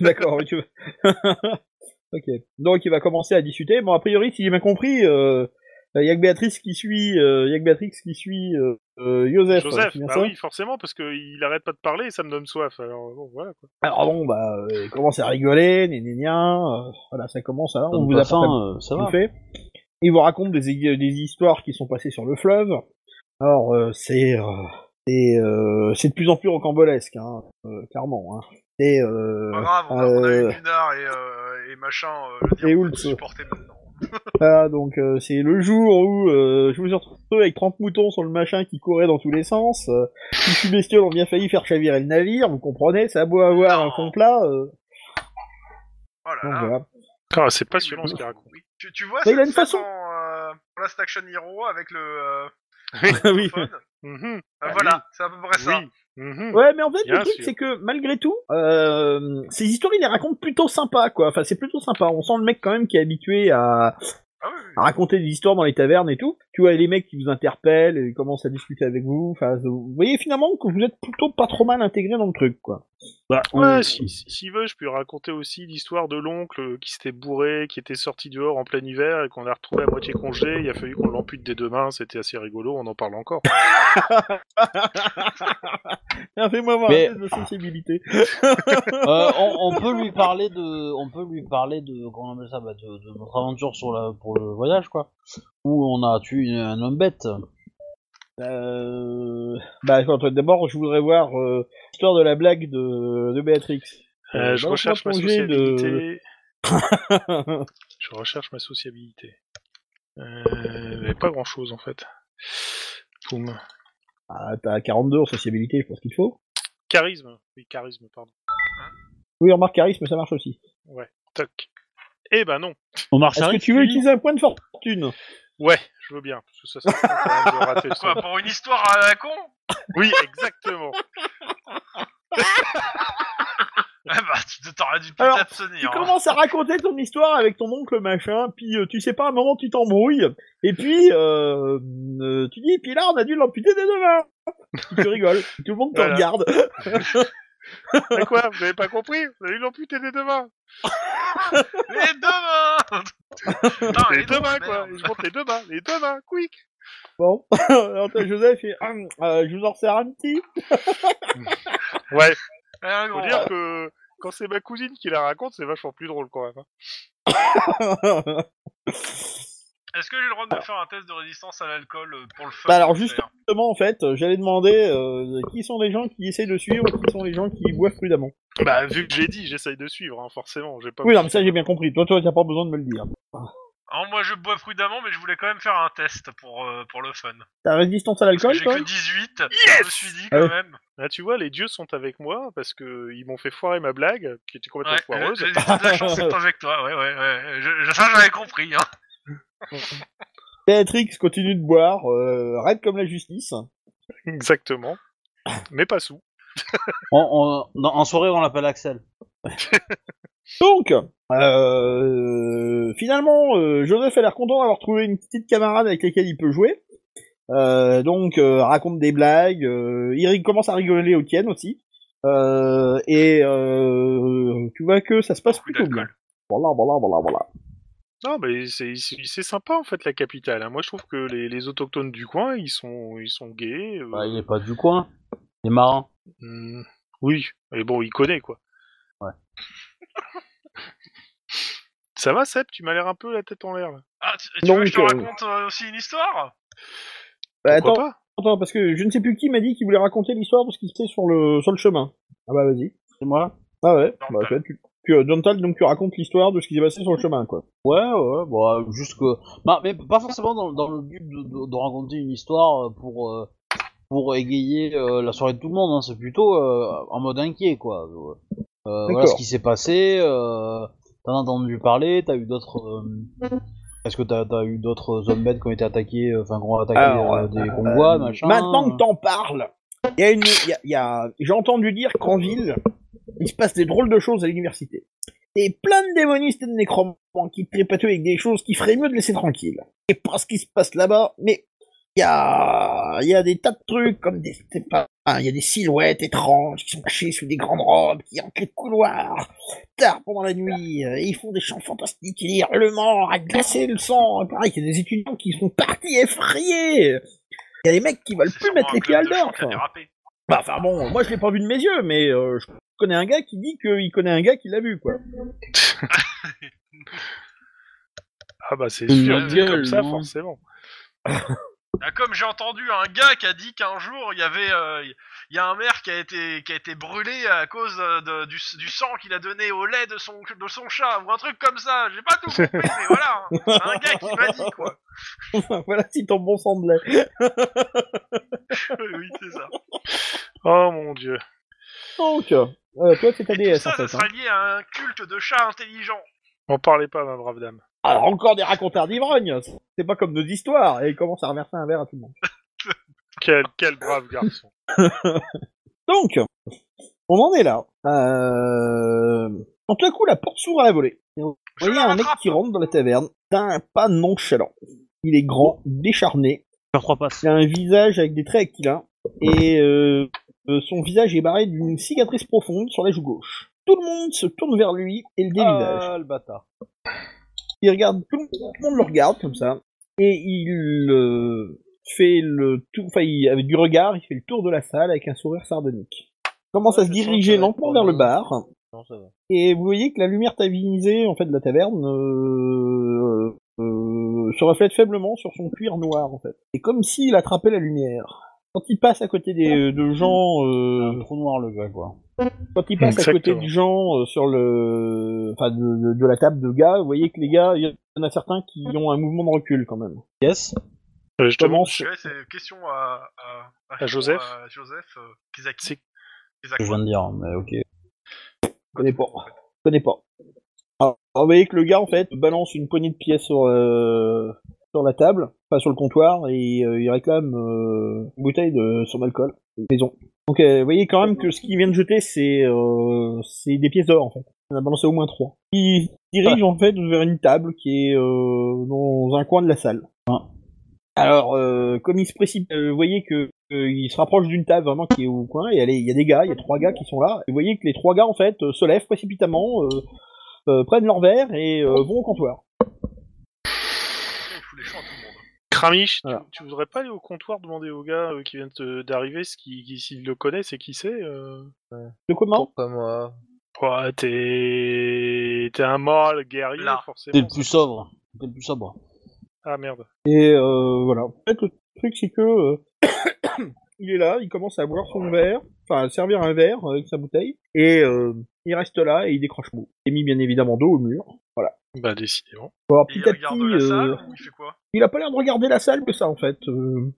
D'accord, oui, tu veux. Ok. Donc il va commencer à discuter. Bon, a priori, si j'ai bien compris, euh, il y a que Béatrice qui suit, euh, il y a que Béatrice qui suit euh, euh, Joseph. Joseph, c'est bien bah ça oui, forcément, parce qu'il arrête pas de parler et ça me donne soif. Alors bon, voilà. Quoi. Alors bon, bah, euh, il commence à rigoler, ni ni euh, voilà, ça commence à. On vous Pas apporte la faim, euh, ça va. bouffée. Il vous raconte des, hi- des histoires qui sont passées sur le fleuve. Alors euh, c'est euh, c'est euh, c'est de plus en plus rocambolesque, hein, euh, clairement. Hein. Et euh, Pas grave, on a, on a euh, eu Lunar et, euh, et machin, euh, je veux dire, Et on peut Hulk. supporter maintenant. Voilà, donc euh, c'est le jour où euh, je me suis retrouvé avec 30 moutons sur le machin qui courait dans tous les sens. Euh, je suis bestiole, on vient failli faire chavirer le navire, vous comprenez, ça a beau avoir un compte là. euh, Oh là donc là. voilà. Ah, c'est passionnant ce qu'il raconte. Oui. Tu, tu vois, Mais il a c'est une façon. dans euh, Last Action Hero avec le. Euh, Oui. téléphone. Mhm. Ah, Ah voilà, c'est à peu près ça. Oui. Mhm. Ouais, mais en fait, le Bien truc, sûr. c'est que malgré tout, euh, ces histoires, il les raconte plutôt sympa, quoi. Enfin, c'est plutôt sympa. On sent le mec quand même qui est habitué à, Ah oui, oui. à raconter des histoires dans les tavernes et tout. Tu vois, les mecs qui vous interpellent, et ils commencent à discuter avec vous. Enfin, vous voyez finalement que vous êtes plutôt pas trop mal intégré dans le truc, quoi. Bah, Ouais, on- si- si- s'il veut, je peux raconter aussi l'histoire de l'oncle qui s'était bourré, qui était sorti dehors en plein hiver et qu'on a retrouvé à moitié congé. Il a fallu qu'on l'ampute des deux mains, c'était assez rigolo, on en parle encore. Ah, Fais-moi voir Mais- un test de sensibilité. Euh, on, on peut lui parler de, on peut lui parler de, comment on appelle ça, bah, de, de notre aventure sur la, pour le voyage, quoi, où on a tué une- un homme bête. Euh... Bah, attends, attends, d'abord, je voudrais voir euh, l'histoire de la blague de, de Béatrix. Euh, je balance-moi recherche ma ton jet de- sociabilité. Je recherche ma sociabilité. Euh, mais pas grand chose en fait. Boum. Ah, t'as 42 en sociabilité, je pense qu'il te faut. Charisme. Oui, charisme, pardon. Oui, remarque charisme, ça marche aussi. Toc. Eh ben non. On marche Est-ce que tu veux utiliser un point de fortune Ouais, je veux bien. Parce que ça, ça sert quand même de rater le Quoi, sort. pour une histoire à la con Oui, exactement. Ah bah, tu t'aurais dû Alors, peut-être Tu tenir. hein. commences à raconter ton histoire avec ton oncle machin, puis euh, tu sais pas, à un moment tu t'embrouilles, et puis euh, euh, tu dis, puis là on a dû l'amputer des deux mains. tu rigoles, tout le monde te Voilà. regarde. Mais quoi Vous avez pas compris Vous avez l'amputé des deux mains. Les deux mains Putain, les les deux mains, mains, quoi. merde. Je monte les deux mains. Les deux mains, quick. Bon, alors t'as Joseph, et, euh, je vous en sers un petit. Ouais, Ah, faut gros. dire que quand c'est ma cousine qui la raconte, c'est vachement plus drôle quand même. hein. Est-ce que j'ai le droit de me faire un test de résistance à l'alcool euh, pour le fun Bah alors, de le juste- faire Justement, en fait, euh, j'allais demander euh, qui sont les gens qui essayent de suivre, qui sont les gens qui boivent prudemment. Bah, vu que j'ai dit, j'essaye de suivre, hein, forcément. J'ai pas Oui, non, mais ça j'ai bien compris. Toi, toi, t'as pas besoin de me le dire. Alors, Hein, moi je bois prudemment, mais je voulais quand même faire un test pour, euh, pour le fun. T'as résistance à Parce que l'alcool, j'ai toi que 18, je me suis dit Ah quand ouais. même. Là, tu vois, les dieux sont avec moi parce que ils m'ont fait foirer ma blague, qui était complètement Ouais, euh, foireuse. j'ai de la chance d'être avec toi, ouais, ouais, ouais. Je, je- ça j'avais compris, hein. Béatrix continue de boire, euh, raide comme la justice. Exactement. Mais pas sous. On, on- dans- en soirée, on l'appelle Axel. Donc, euh, finalement, euh, Joseph a l'air content d'avoir trouvé une petite camarade avec laquelle il peut jouer. Euh, donc, euh, raconte des blagues, euh, il ri- commence à rigoler aux tiennes aussi. Euh, et euh, tu vois que ça se passe plutôt bien. Voilà, voilà, voilà, voilà. Non, mais c'est c'est- c'est sympa en fait la capitale. hein. Moi, je trouve que les, les autochtones du coin, ils sont ils sont gays. euh, Bah, il est pas du coin. Il est marin. hmm, oui, mais bon, il connaît quoi. Ouais. Ça va, Seb Tu m'as l'air un peu la tête en l'air. là. Ah, tu, tu Donc, veux que je te euh, raconte euh, aussi une histoire Bah, Pourquoi attends, pas attends, parce que je ne sais plus qui m'a dit qu'il voulait raconter l'histoire de ce qu'il sait sur le, sur le chemin. Ah bah vas-y. C'est moi. Ah ouais, bah, Dental. tu, vois, tu, tu, euh, Dental, donc tu racontes l'histoire de ce qui s'est passé sur le chemin, quoi. Ouais, ouais. Bon, euh, juste que, bah, mais pas forcément dans, dans le but de, de- de raconter une histoire euh, pour euh, pour égayer euh, la soirée de tout le monde. hein. C'est plutôt euh, en mode inquiet, quoi. Euh, voilà ce qui s'est passé. Euh, T'en as entendu parler. T'as eu d'autres. euh, Est-ce que t'as as eu d'autres hommes bêtes qui ont été attaqués, euh, enfin, qui ont attaqué Alors, euh, des convois, Euh, machin Maintenant que t'en parles, il y a une, il y a- il y a- j'ai entendu dire qu'en ville, il se passe des drôles de choses à l'université. Et plein de démonistes et de nécromants qui tripatouillent avec des choses qu'il ferait mieux de laisser tranquille. Et pas ce qui se passe là-bas, mais Il y a, il y a des tas de trucs comme des, c'est pas- hein, il y a des silhouettes étranges qui sont cachées sous des grandes robes, qui entrent les couloirs, tard pendant la nuit, euh, et ils font des chants fantastiques, et des hurlements, à glacer le sang, pareil, il y a des étudiants qui sont partis effrayés. Il y a des mecs qui veulent C'est plus sûrement mettre un les pieds à club de l'heure. chant qui a dérapé. Bah, enfin bon, moi je l'ai pas vu de mes yeux, mais euh, je connais un gars qui dit qu'il connaît un gars qui l'a vu, quoi. Ah bah c'est Une sûr, gueule, c'est comme ça non forcément. Ah, comme j'ai entendu un gars qui a dit qu'un jour il y avait, euh, il y a un maire qui a été qui a été brûlé à cause euh, de- du, du sang qu'il a donné au lait de son de son chat ou un truc comme ça. J'ai pas tout compris, mais voilà, hein. C'est un gars qui m'a dit quoi. Bah, voilà, si ton bon sang de lait. oui, c'est ça. Oh mon dieu. Donc, euh, toi c'est ta Et tout DS en ça, ça fait. sera hein. lié à un culte de chat intelligent. M'en parlez pas, ma brave dame. Alors encore des raconteurs d'ivrognes, c'est pas comme nos histoires, et ils commencent à reverser un verre à tout le monde. Quel, quel brave garçon. Donc, on en est là. Euh... Donc, tout à coup, la porte s'ouvre à la volée. Et Vous Je voyez la un mec rattrape. qui rentre dans la taverne d'un pas nonchalant. Il est grand, décharné, Faire trois passes. il a un visage avec des traits aquilins, et euh, euh, son visage est barré d'une cicatrice profonde sur la joue gauche. Tout le monde se tourne vers lui et le dévisage. Ah, le bâtard. Il regarde, tout le tout le monde le regarde comme ça, et il euh, fait le tour, enfin, il- avec du regard, il fait le tour de la salle avec un sourire sardonique. Il Commence à Ouais, se je sens que diriger ça va être lentement pour vers le nous. bar, Non, ça va. et vous voyez que la lumière tavinisée en fait de la taverne euh, euh, se reflète faiblement sur son cuir noir en fait. C'est comme s'il attrapait la lumière. Quand il passe à côté des, de gens, euh, Trop noir, le gars, quoi. quand il passe à côté Exactement. de gens euh, sur le, enfin de, de- de la table de gars, vous voyez que les gars, il y en a certains qui ont un mouvement de recul quand même. Yes. Euh, Je Comment demande. je- Ouais, c'est question à, à, À Joseph. à Joseph euh, Kizaki. C'est- Je Kizaki. viens de dire, hein, mais ok. Je connais pas. Je connais pas. Alors, vous voyez que le gars en fait balance une poignée de pièces sur euh, sur la table, enfin sur le comptoir, et euh, il réclame euh, une bouteille de son alcool maison. Donc euh, vous voyez quand même que ce qu'il vient de jeter c'est euh, c'est des pièces d'or en fait. Il en a balancé au moins trois. Il se dirige en fait vers une table qui est euh, dans un coin de la salle. Alors euh, comme il se précipite, euh, vous voyez que euh, il se rapproche d'une table vraiment qui est au coin et elle est- il y a des gars, il y a trois gars qui sont là. Et vous voyez que les trois gars en fait euh, se lèvent précipitamment, euh, euh, prennent leur verre et euh, vont au comptoir. Il fout les champs à tout le monde. Kramich, tu- Voilà. tu, voudrais pas aller au comptoir demander au gars euh, qui vient de- d'arriver ce qui, qui- s'il le connaît, c'est qui c'est euh De comment Pourquoi moi Ouais, t'es t'es un mâle guerrier, Là. forcément. T'es le plus sobre. T'es le plus sobre. Ah merde. Et euh, voilà. En fait, le truc c'est que euh, il est là, il commence à boire son verre, enfin à servir un verre euh, avec sa bouteille, et euh, il reste là et il décroche mot. Il est mis bien évidemment dos au mur. Bah décidément. Alors, Et petit il à regarde petit, la euh, salle ou il fait quoi il a pas l'air de regarder la salle que ça en fait. euh.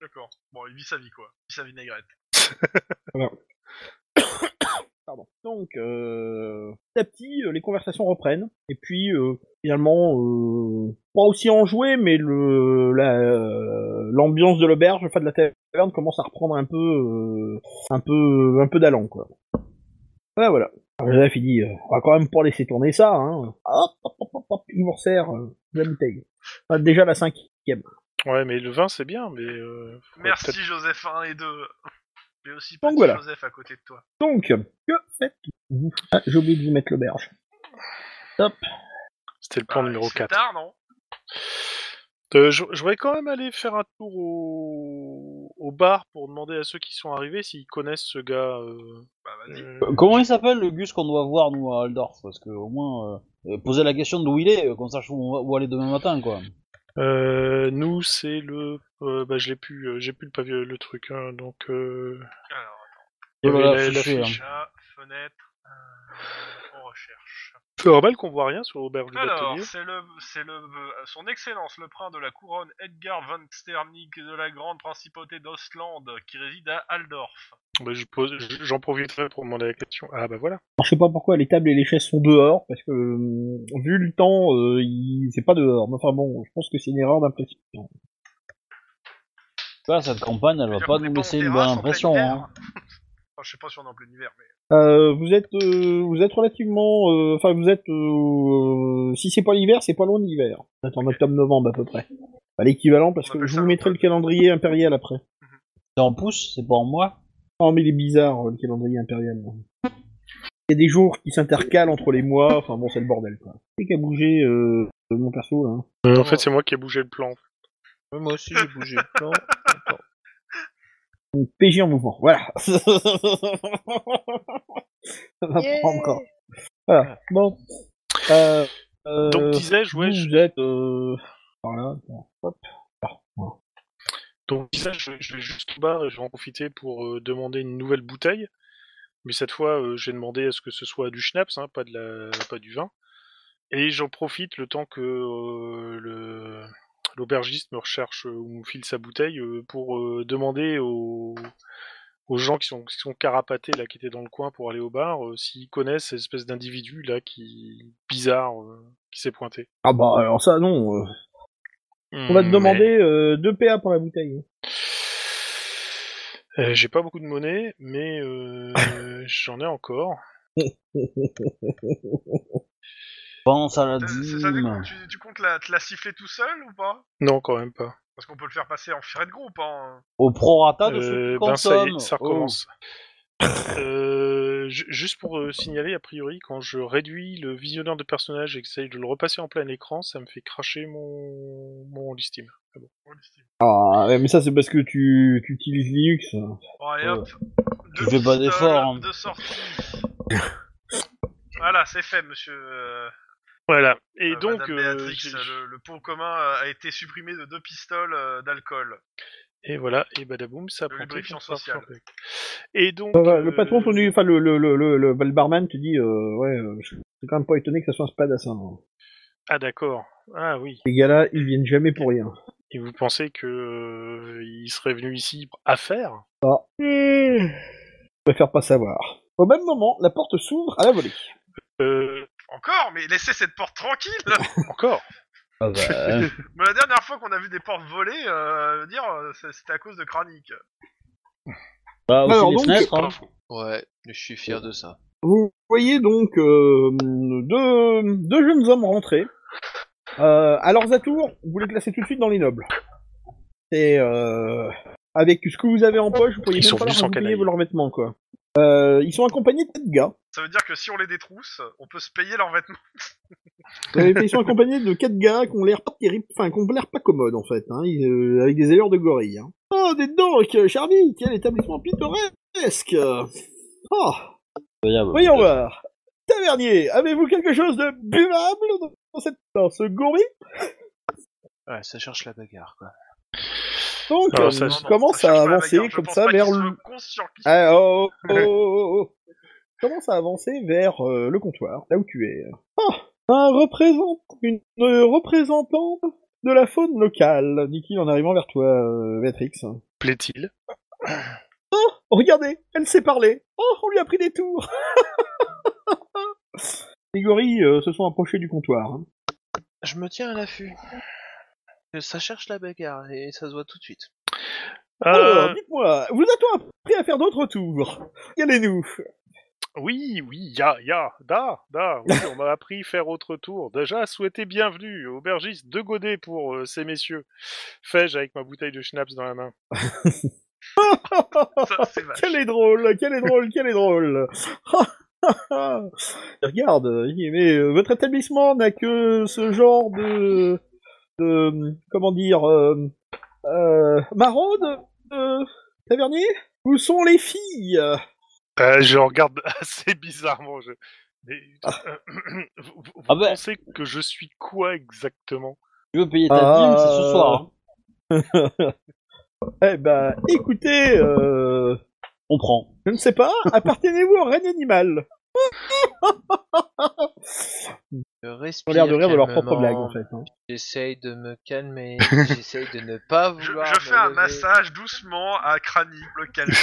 D'accord. Bon, il vit sa vie quoi. Il vit sa vinaigrette. Pardon. Donc, euh, petit à petit, euh, les conversations reprennent. Et puis, euh, finalement, euh, pas aussi enjoué, mais le la, euh, l'ambiance de l'auberge, enfin de la taverne, commence à reprendre un peu, euh, un peu, un peu d'allant, quoi. Voilà, voilà. Alors, Joseph, il dit, euh, on va quand même pas laisser tourner ça, hein. Hop, hop, hop, hop, hop, il vous resserre euh, la bouteille. Enfin, déjà la cinquième. Ouais, mais le vin c'est bien, mais. euh, faudrait peut-être- Merci Joseph 1 et 2. J'ai aussi Donc petit voilà. Joseph à côté de toi. Donc, que faites-vous Ah, J'ai oublié de vous mettre l'auberge. C'était le plan Bah, numéro c'est 4. tard, non Euh, je, je voudrais quand même aller faire un tour au, au bar pour demander à ceux qui sont arrivés s'ils connaissent ce gars. euh, Bah, vas-y. euh, Euh, Comment il s'appelle le Gus qu'on doit voir nous à Aldorf Parce que au moins euh, euh, poser la question d'où il est, euh, qu'on sache où, on va- où aller demain matin quoi. euh, nous, c'est le. euh, bah, je l'ai plus, euh, j'ai plus le, pavio- le truc, hein, donc. euh, Alors, il y Et avait voilà, la- la fichu, hein. fiche. chat, fenêtre, euh, on recherche. C'est normal qu'on voit rien sur l'auberge du Alors, atelier. c'est le, c'est le, euh, son excellence, le prince de la couronne Edgar von Sternig de la grande principauté d'Ostland, qui réside à Aldorf. Bah, je pose- je- J'en profiterai pour demander la question. Ah bah voilà. Alors, je sais pas pourquoi les tables et les chaises sont dehors, parce que euh, vu le temps, euh, il- c'est pas dehors. Mais enfin bon, je pense que c'est une erreur d'impression. Voilà, cette campagne, elle va C'est-à-dire pas qu'on nous est laisser en une bonne terrasse en impression. plein hein. hiver. Enfin, je sais pas si on est en plein hiver, mais. Euh, vous êtes, euh, vous êtes relativement, euh, enfin vous êtes, euh, si c'est pas l'hiver, c'est pas loin de l'hiver. Vous êtes en octobre-novembre à peu près. Bah, L'équivalent, parce On que appelle je ça vous le mettrai le calendrier impérial après. C'est en pouce, c'est pas en mois. Non, mais il est bizarre, euh, le calendrier impérial. Il y a des jours qui s'intercalent entre les mois, enfin bon, c'est le bordel, quoi. C'est qu'à bouger euh, mon perso, là. en fait, c'est moi qui ai bougé le plan. Ouais, Moi aussi, j'ai bougé le plan. Attends. Donc, PJ en mouvement, voilà. Ça va Yeah. prendre encore. Voilà, bon. Euh, euh, Donc, disais-je, ouais, vous, je- vous êtes... euh, par là, attends, hop. Donc ça, je, je vais juste au bar et je vais en profiter pour euh, demander une nouvelle bouteille. Mais cette fois, euh, j'ai demandé à ce que ce soit du schnapps, hein, pas, de la, pas du vin. Et j'en profite le temps que euh, le- l'aubergiste me recherche euh, ou me file sa bouteille euh, pour euh, demander aux, aux gens qui sont, qui sont carapatés, là, qui étaient dans le coin pour aller au bar, euh, s'ils connaissent cette espèce d'individu, là, qui... bizarre, euh, qui s'est pointé. Ah bah, alors ça, non. euh, On Mm, va te demander euh, 2 PA pour la bouteille. Euh, j'ai pas beaucoup de monnaie, mais euh, j'en ai encore. Pense à la Ça- ça- ça dépend, dîme. tu, tu comptes la, te la siffler tout seul ou pas Non, quand même pas. Parce qu'on peut le faire passer en filet de groupe. Hein. Au prorata de Oh. Euh, ceux qui ben ça y consomment. est, ça recommence. Euh, ju- juste pour euh, signaler, a priori, quand je réduis le visionneur de personnage et que j'essaye de le repasser en plein écran, ça me fait cracher mon, mon Steam. Ah bon. On le siffle. Ah, ouais, mais ça, c'est parce que tu, tu utilises Linux. Bon, allez, hop. Deux Tu fais pistoles, pas d'efforts, hein. Deux sorties. voilà, c'est fait, monsieur. euh, Voilà. Et euh, donc, Madame euh, Béatrix, j'ai- le, le pot commun euh, a été supprimé de deux pistoles euh, d'alcool. et voilà, et badaboum, ça Le prend tout lubrifiant pour faire social. flamber. Et donc, Ça va, le euh, patron, ton, enfin, le, le, le, le, le- le barman te dit, euh, ouais, euh, je suis quand même pas étonné que ça soit un spadassin. hein. ah d'accord. Ah oui. Les gars-là, ils viennent jamais pour rien. Et vous pensez que euh, il serait venu ici à faire Je préfère pas savoir. Au même moment, la porte s'ouvre à la volée. euh, Encore Mais laissez cette porte tranquille Encore Ah bah, hein. Mais La dernière fois qu'on a vu des portes volées, euh, je veux dire, euh, c'est- c'était à cause de Kranik. Bah, aussi Alors les donc, fenêtres, hein. Ouais, je suis fier de ça. Vous voyez donc euh, deux, deux jeunes hommes rentrer. Euh, à leurs atours, vous les classez tout de suite dans les nobles. Et euh, avec ce que vous avez en poche, vous pourriez Ils même sont pas venus leur sans bouclier canaille. ou leurs vêtements, quoi. Euh, ils sont accompagnés de quatre gars. Ça veut dire que si on les détrousse, on peut se payer leurs vêtements. Euh, ils sont accompagnés de quatre gars qui ont l'air pas terribles, enfin, qui ont l'air pas commodes, en fait, hein, ils, euh, avec des allures de gorille. Hein. Oh, des donc, euh, Charlie, quel établissement pittoresque euh. Oh, Voyons bah. voir. Tavernier, avez-vous quelque chose de buvable dans, cette, dans ce gourmet Ouais, ça cherche la bagarre, quoi. Donc, Alors, on ça- Non, non, Ah, commence Euh, ça cherche à pas la avancer bagarre, je comme pense ça pas vers qu'ils le... soient conscients qu'ils- Ah, oh, oh, oh, oh, oh. commence à avancer vers euh, le comptoir, là où tu es. Ah, un représent- une euh, représentante de la faune locale, dit-il en arrivant vers toi, euh, Béatrix. Plaît-il Oh, regardez, elle sait parler. Oh, on lui a pris des tours. Les gorilles euh, se sont approchés du comptoir. hein. Je me tiens à l'affût. Ça cherche la bagarre et ça se voit tout de suite. Oh. Euh, Alors, Oh, dites-moi, vous êtes-on prêt à faire d'autres tours Regardez-nous. Oui, oui, ya, ya, da, da. Oui, on m'a appris faire autre tour. Déjà, souhaitez bienvenue, aubergiste de Godet pour euh, ces messieurs. Fais-je avec ma bouteille de schnapps dans la main. Ça, c'est vache. Quel est drôle, quel est drôle, quel est drôle. Regarde, il dit, mais euh, votre établissement n'a que ce genre de, de comment dire, euh, euh, maraude, euh, tavernier. Où sont les filles Euh, je regarde assez bizarrement. Je... Mais, euh, vous vous Ah ben. pensez que je suis quoi exactement Tu veux payer ta dîme, c'est ce soir. hein. Eh ben, écoutez, euh, On prend. je ne sais pas. Appartenez-vous au règne animal Je Ils respire ont l'air de rire de leur propre calmement, blague en fait. hein. J'essaye de me calmer, j'essaye de ne pas Je, vouloir. me je fais un lever. massage doucement à Kranik, le calmer.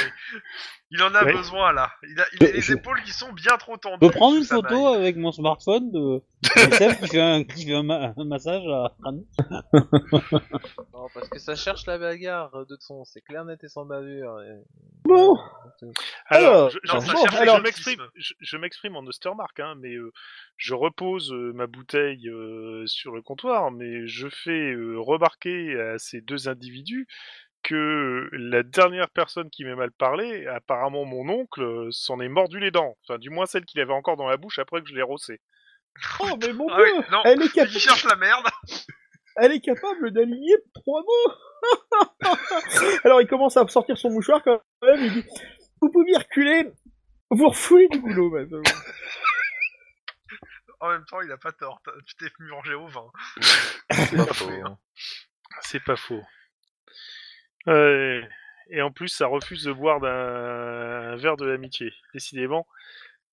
Il en a Ouais. besoin là. Il a, il a Je- les je- épaules qui sont bien trop tendues. Je peux prendre une sous sa photo bague. avec mon smartphone de de SF qui fait un, qui fait un, ma- un massage à Annie. Non, parce que ça cherche la bagarre, de son, c'est clair, net et sans bavure. et- Bon. Alors, Alors, je, je- non, ça je- cherche je l'autisme. m'exprime- je- je m'exprime en Ostermark, hein, mais euh, je repose euh, ma bouteille euh, sur le comptoir, mais je fais euh, remarquer à ces deux individus que euh, la dernière personne qui m'a mal parlé, apparemment mon oncle, euh, s'en est mordu les dents. Enfin, du moins celle qu'il avait encore dans la bouche après que je l'ai rossé. Oh, mais mon Ah Dieu, oui, non, elle, est il capable, cherche la merde. elle est capable d'aligner trois mots Alors il commence à sortir son mouchoir quand même, il dit Vous pouviez reculer, vous refoulez du boulot maintenant. En même temps, il a pas tort. t'as- Tu t'es mangé au vin. C'est pas faux. hein. C'est pas faux. Euh, et en plus, ça refuse de boire d'un un verre de l'amitié. Décidément,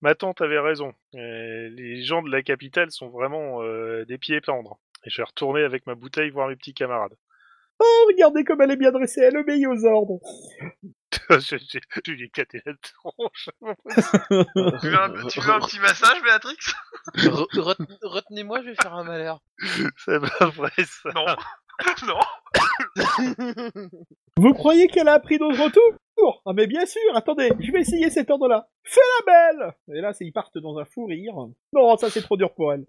ma tante avait raison. Euh, les gens de la capitale sont vraiment euh, des pieds tendres. Et je vais retourner avec ma bouteille voir mes petits camarades. Oh, regardez comme elle est bien dressée, elle obéit aux ordres. je, je- je lui ai éclaté la tronche. Tu veux un, tu veux un petit massage, Béatrix Re- retenez- Retenez-moi, je vais faire un malheur. C'est pas vrai, ça. Non. non. Vous croyez qu'elle a appris d'autres retours Ah mais bien sûr, attendez, je vais essayer cet ordre-là. Fais la belle Et là, c'est- ils partent dans un fou rire. Non, ça c'est trop dur pour elle.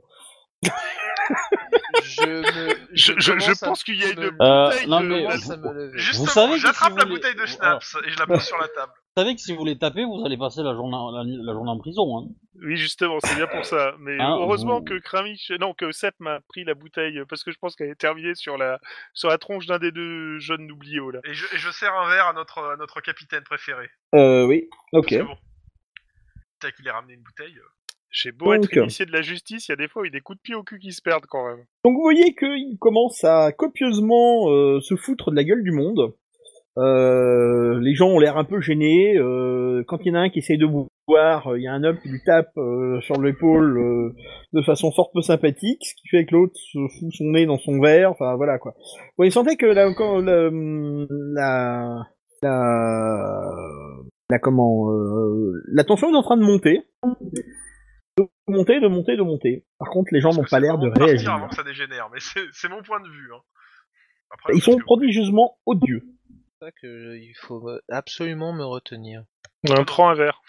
Je me. Je, je- je commence à pense qu'il y a me- une Euh, bouteille non, de- mais- commence à me lever. Justement, savez que j'attrape si vous la voulez- bouteille de schnapps et je la pose sur la table. Vous savez que si vous les tapez, vous allez passer la journée, la, nuit- la journée en prison. Hein. Oui, justement, c'est bien pour ça. Mais Ah, heureusement vous- que Kramich, non, que Sepp m'a pris la bouteille euh, parce que je pense qu'elle est terminée sur la sur la tronche d'un des deux jeunes oubliés oh là. Et je, et je sers un verre à notre, à notre capitaine préféré. Euh, oui, ok. Parce que bon, Peut-être qu'il a ramené une bouteille. euh. J'ai beau Donc. être initié de la justice, il y a des fois où il y a des coups de pied au cul qui se perdent quand même. Donc vous voyez qu'il commence à copieusement euh, se foutre de la gueule du monde. Euh, les gens ont l'air un peu gênés. euh, quand il y en a un qui essaye de boire, euh, il y a un homme qui lui tape euh, sur l'épaule euh, de façon fort peu sympathique, ce qui fait que l'autre se fout son nez dans son verre. Enfin voilà quoi. Vous il sentait que la, quand la, la, la, la- comment euh, la tension est en train de monter, de monter, de monter, de monter. Par contre, les gens Parce n'ont que pas c'est le l'air de moment partir réagir. avant que ça dégénère, mais c'est c'est mon point de vue. hein. Après, Ils parce sont que- prodigieusement odieux. C'est pour ça que je- il faut me- absolument me retenir. On prend un verre.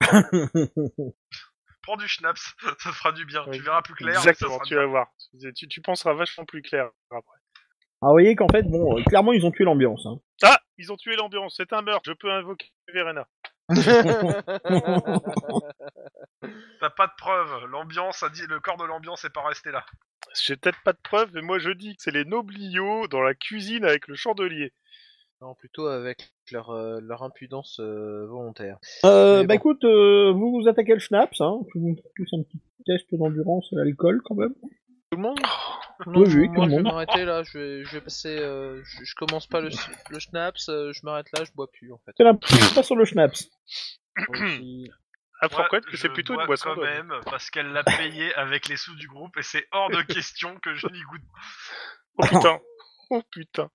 Prends du schnapps, ça te fera du bien. Oui. Tu verras plus clair. mais ça Exactement, sera tu bien. vas voir. Tu, tu- tu penseras vachement plus clair après. Ah, vous voyez qu'en fait, bon, euh, clairement, ils ont tué l'ambiance. hein. Ah, ils ont tué l'ambiance. C'est un meurtre. Je peux invoquer Verena. T'as pas de preuves. L'ambiance, a dit, le corps de l'ambiance est pas resté là. J'ai peut-être pas de preuves, mais moi je dis que c'est les nobliaux dans la cuisine avec le chandelier. non, plutôt avec leur, euh, leur impudence euh, volontaire. Euh, Mais bah bon. écoute, euh, vous vous attaquez le schnapps, hein, tous tous un petit test d'endurance à l'alcool quand même. Tout le monde Oui, oui, tout moi, le je monde. vais m'arrêter là, je vais, je vais passer. euh, je, je commence pas le, le schnapps, euh, je m'arrête là, je bois plus en fait. C'est l'impression pas sur le schnapps. À Moi, reconnaître Ah, que je c'est plutôt bois une boisson. quand d'homme. même parce qu'elle l'a payé avec les sous du groupe et c'est hors de question que je n'y goûte. Oh putain. Oh putain.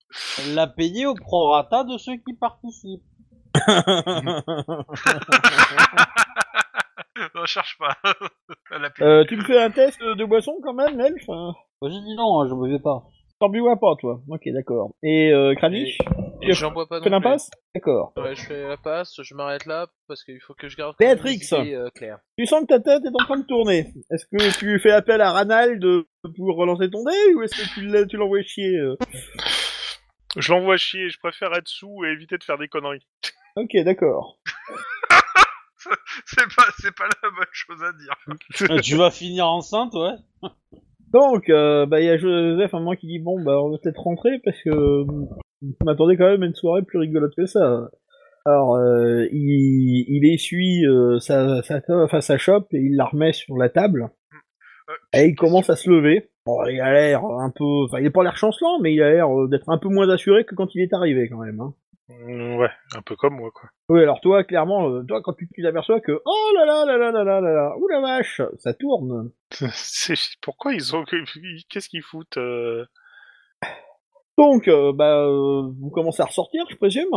La payer au prorata de ceux qui participent. Non, cherche pas. Elle l'a payé. Euh, tu me fais un test de boisson quand même, Elf Enfin, Moi, J'ai dit non, hein, je ne buvais pas. T'en buvais pas, toi Ok, d'accord. Et euh, Kranich Et j'en bois pas Fais non plus. l'impasse D'accord. Ouais, je fais la passe, je m'arrête là parce qu'il faut que je garde. Béatrix. Claire. Tu sens que ta tête est en train de tourner. Est-ce que tu fais appel à Ranald euh, pour relancer ton dé ou est-ce que tu l'as- tu l'envoies chier euh Je l'envoie chier, je préfère être sous et éviter de faire des conneries. Ok, d'accord. Euh. C'est pas, c'est pas la bonne chose à dire. Euh, tu vas finir enceinte, ouais. Donc, euh, bah, il y a Joseph à un moment qui dit bon, bah, on va peut-être rentrer parce que euh, je m'attendais quand même à une soirée plus rigolote que ça. Alors, euh, il, il essuie euh, sa, sa, enfin, sa chope et il la remet sur la table. Euh, Et il commence à se lever. Bon, il a l'air un peu, enfin, il a pas l'air chancelant, mais il a l'air euh, d'être un peu moins assuré que quand il est arrivé quand même. Hein. Mm, Ouais, un peu comme moi, quoi. Oui, alors toi, clairement, euh, toi, quand tu tu t'aperçois que oh là là là là là là là là, ouh la vache, ça tourne. C'est... Pourquoi ils ont... Qu'est-ce qu'ils foutent euh, Donc, euh, bah, euh, vous commencez à ressortir, je présume.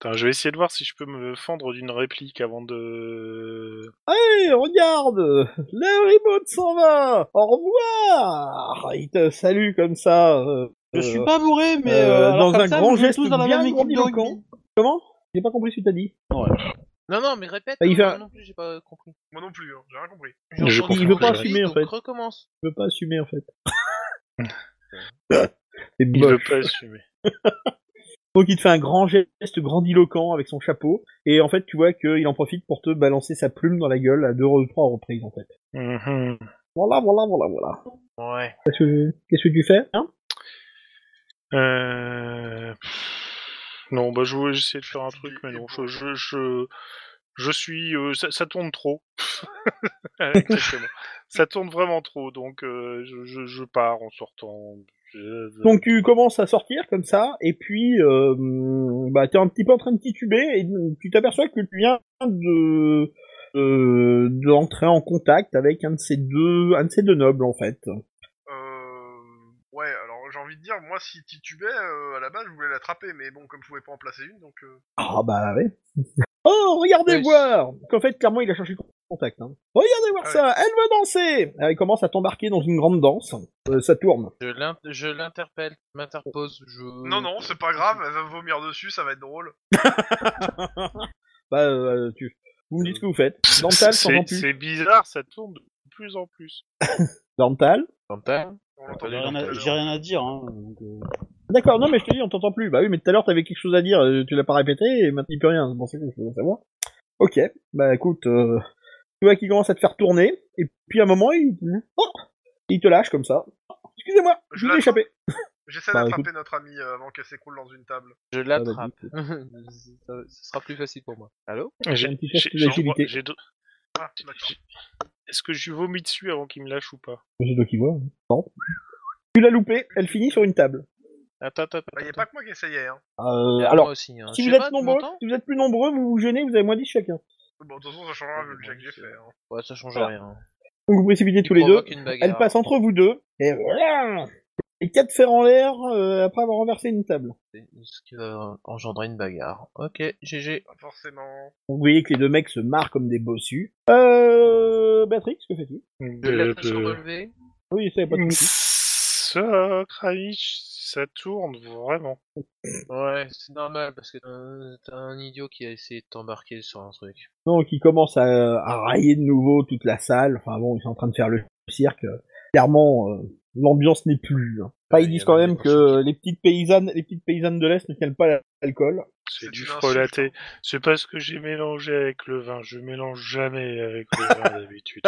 Attends, je vais essayer de voir si je peux me fendre d'une réplique avant de... Hey, Eh, regarde Le remote s'en va Au revoir Il te salue comme ça. euh, Je euh, suis pas bourré, mais euh, euh, alors dans comme un ça, grand nous sommes geste tous dans la bien même équipe de grandiloquent. rugby. Comment J'ai pas compris ce que t'as dit. Non, non, mais répète, Bah, il non, fait non, un- non plus, j'ai pas compris. Moi non plus, hein, j'ai rien compris. J'ai Je entendu comprends. Il veut pas compris, assumer, en donc fait. recommence. Je peux pas assumer en fait. C'est Il veut moche. pas assumer. Donc il te fait un grand geste grandiloquent avec son chapeau, et en fait tu vois qu'il en profite pour te balancer sa plume dans la gueule à deux ou trois reprises en fait. Mhm. Voilà, voilà, voilà, voilà. Ouais. Qu'est-ce que, qu'est-ce que tu fais hein Euh, pff, Non, bah je voulais essayer de faire un truc, mais non, je, je, je, je suis, euh, ça, ça tourne trop. Exactement. ça tourne vraiment trop, donc euh, je, je, je pars en sortant. Je- Donc tu commences à sortir comme ça, et puis euh, bah, t'es un petit peu en train de tituber, et tu t'aperçois que tu viens de euh, d'entrer en contact avec un de ces deux un de ces deux nobles en fait. Euh... Ouais, alors j'ai envie de dire, moi si titubais, euh, à la base je voulais l'attraper, mais bon, comme je pouvais pas en placer une, donc... euh, Ah bah ouais. Oh, regardez Oui. voir Qu'en fait, clairement, il a cherché contact. Hein. Regardez voir Ah ça Elle veut danser Elle commence à t'embarquer dans une grande danse. Euh, ça tourne. Je l'in- Je l'interpelle, m'interpose, je... Euh, Non, non, c'est pas grave, elle va vomir dessus, ça va être drôle. Bah, euh, tu... Vous me dites ce que vous faites. Dental, sans C'est plus. c'est bizarre, ça tourne de plus en plus. Dental. Dental. On Euh, J'ai l'entendait rien, tout à à- l'heure. j'ai rien à dire. Hein, donc, euh, D'accord, non mais je te dis, on t'entend plus. Bah oui, mais tout à l'heure, t'avais quelque chose à dire, euh, tu l'as pas répété, et maintenant, il peut rien. C'est pour ça que je voulais savoir. Ok, bah écoute, euh, tu vois qu'il commence à te faire tourner, et puis à un moment, il... Oh il te lâche comme ça. Excusez-moi, je Je vous ai échappé. J'essaie Bah, d'attraper notre ami euh, avant qu'elle s'écoule dans une table. Ah, Je l'attrape. Ce sera plus facile pour moi. Allô J'ai- un petit geste j'ai- j'ai- d'agilité. j'ai de- Ah, d'accord. Est-ce que je lui vomis dessus avant qu'il me lâche ou pas C'est toi qui vois. hein. Non. Tu l'as loupé, elle finit sur une table. Attends, attends, attends. Bah, y a pas que moi qui essayais, hein. Euh, attends. alors, Moi aussi, hein. si Je vous sais êtes pas, tu nombreux, m'entends si vous êtes plus nombreux, vous vous gênez, vous avez moins 10 chacun. Bon, de toute façon, ça changera vu le jet que j'ai fait. Hein. Ouais, ça change Voilà. rien. Donc vous précipitez Il tous les deux. provoque une bagarre. Elle passe entre vous deux. Et voilà Et quatre fers en l'air euh, après avoir renversé une table. Ce qui va engendrer une bagarre. Ok, GG. Pas forcément. Vous voyez que les deux mecs se marrent comme des bossus. Euh, Patrick, que fais-tu Je l'attrape sur relevé. Oui, c'est pas de soucis. Sacraiche, ça tourne vraiment. Ouais, c'est normal parce que t'as un- t'as un idiot qui a essayé de t'embarquer sur un truc. Donc il commence à, à railler de nouveau toute la salle. Enfin bon, ils sont en train de faire le cirque. Clairement, euh, l'ambiance n'est plus. hein. Enfin, ils Il y disent a quand même même des que les petites paysannes, les petites paysannes de l'est ne tiennent pas l'alcool. C'est C'est du une insulte. hein. frelaté. C'est parce que j'ai mélangé avec le vin. Je mélange jamais avec le vin d'habitude.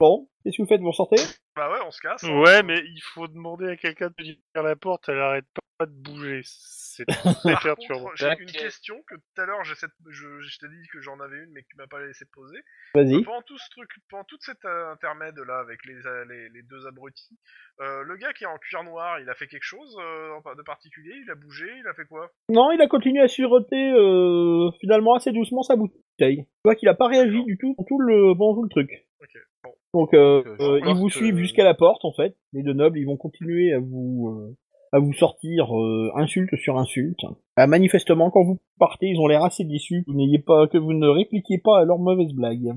Bon, qu'est-ce que vous faites Vous ressortez Bah ouais, on se casse. hein. Ouais, mais il faut demander à quelqu'un de lui faire la porte. Elle arrête pas de bouger. C'est très Par perturbant. contre, j'ai une Tac. question question que tout à l'heure, j'essaie de- je, je t'ai dit que j'en avais une, mais que tu m'as pas laissé poser. Vas-y. Pendant tout ce truc, pendant tout cet euh, intermède là avec les, euh, les, les deux abrutis, euh, le gars qui est en cuir noir, il a fait quelque chose euh, de particulier Il a bougé Il a fait quoi Non, il a continué à siroter euh, finalement assez doucement sa bouteille. Tu vois qu'il a pas réagi du tout pendant tout le, pendant tout le truc. Ok, bon. Donc euh, Donc, euh, euh, je ils vous porte, suivent euh, jusqu'à la porte en fait. Les deux nobles, ils vont continuer à vous euh, à vous sortir euh, insulte sur insulte. Ah, manifestement, quand vous partez, ils ont l'air assez déçus que vous n'ayez pas que vous ne répliquiez pas à leurs mauvaises blagues.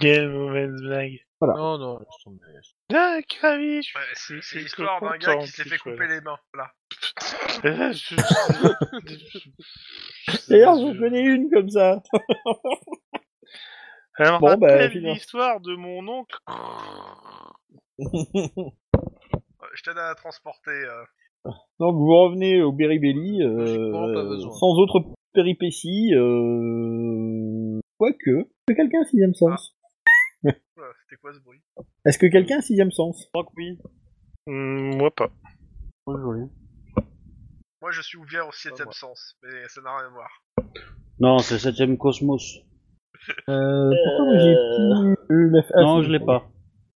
Quelle mauvaise blague. Non, non, laisse tomber. Ah, Kravitch Ouais, C'est c'est c'est l'histoire d'un content, gars qui s'est plus, fait ouais. couper les mains. Voilà. Bah. Euh, je- je- D'ailleurs, vous je- venez une comme ça. Alors, Bon, bon, bah, rappelle finalement. l'histoire de mon oncle. Euh, Je t'aide à transporter. euh. Donc vous revenez au Beribelli Logiquement, pas euh, besoin. sans autre péripétie. Euh... Quoique, est-ce que quelqu'un a un sixième Ah. sens Oula, C'était quoi ce bruit Est-ce que quelqu'un a un sixième sens je crois que oui. Hmm, moi pas. Moi, je l'ai. Moi, je suis ouvert au Pas septième moi. sens, mais ça n'a rien à voir. Non, c'est le septième cosmos. euh, Pourquoi vous avez plus eu la- ah, non, si. je l'ai pas.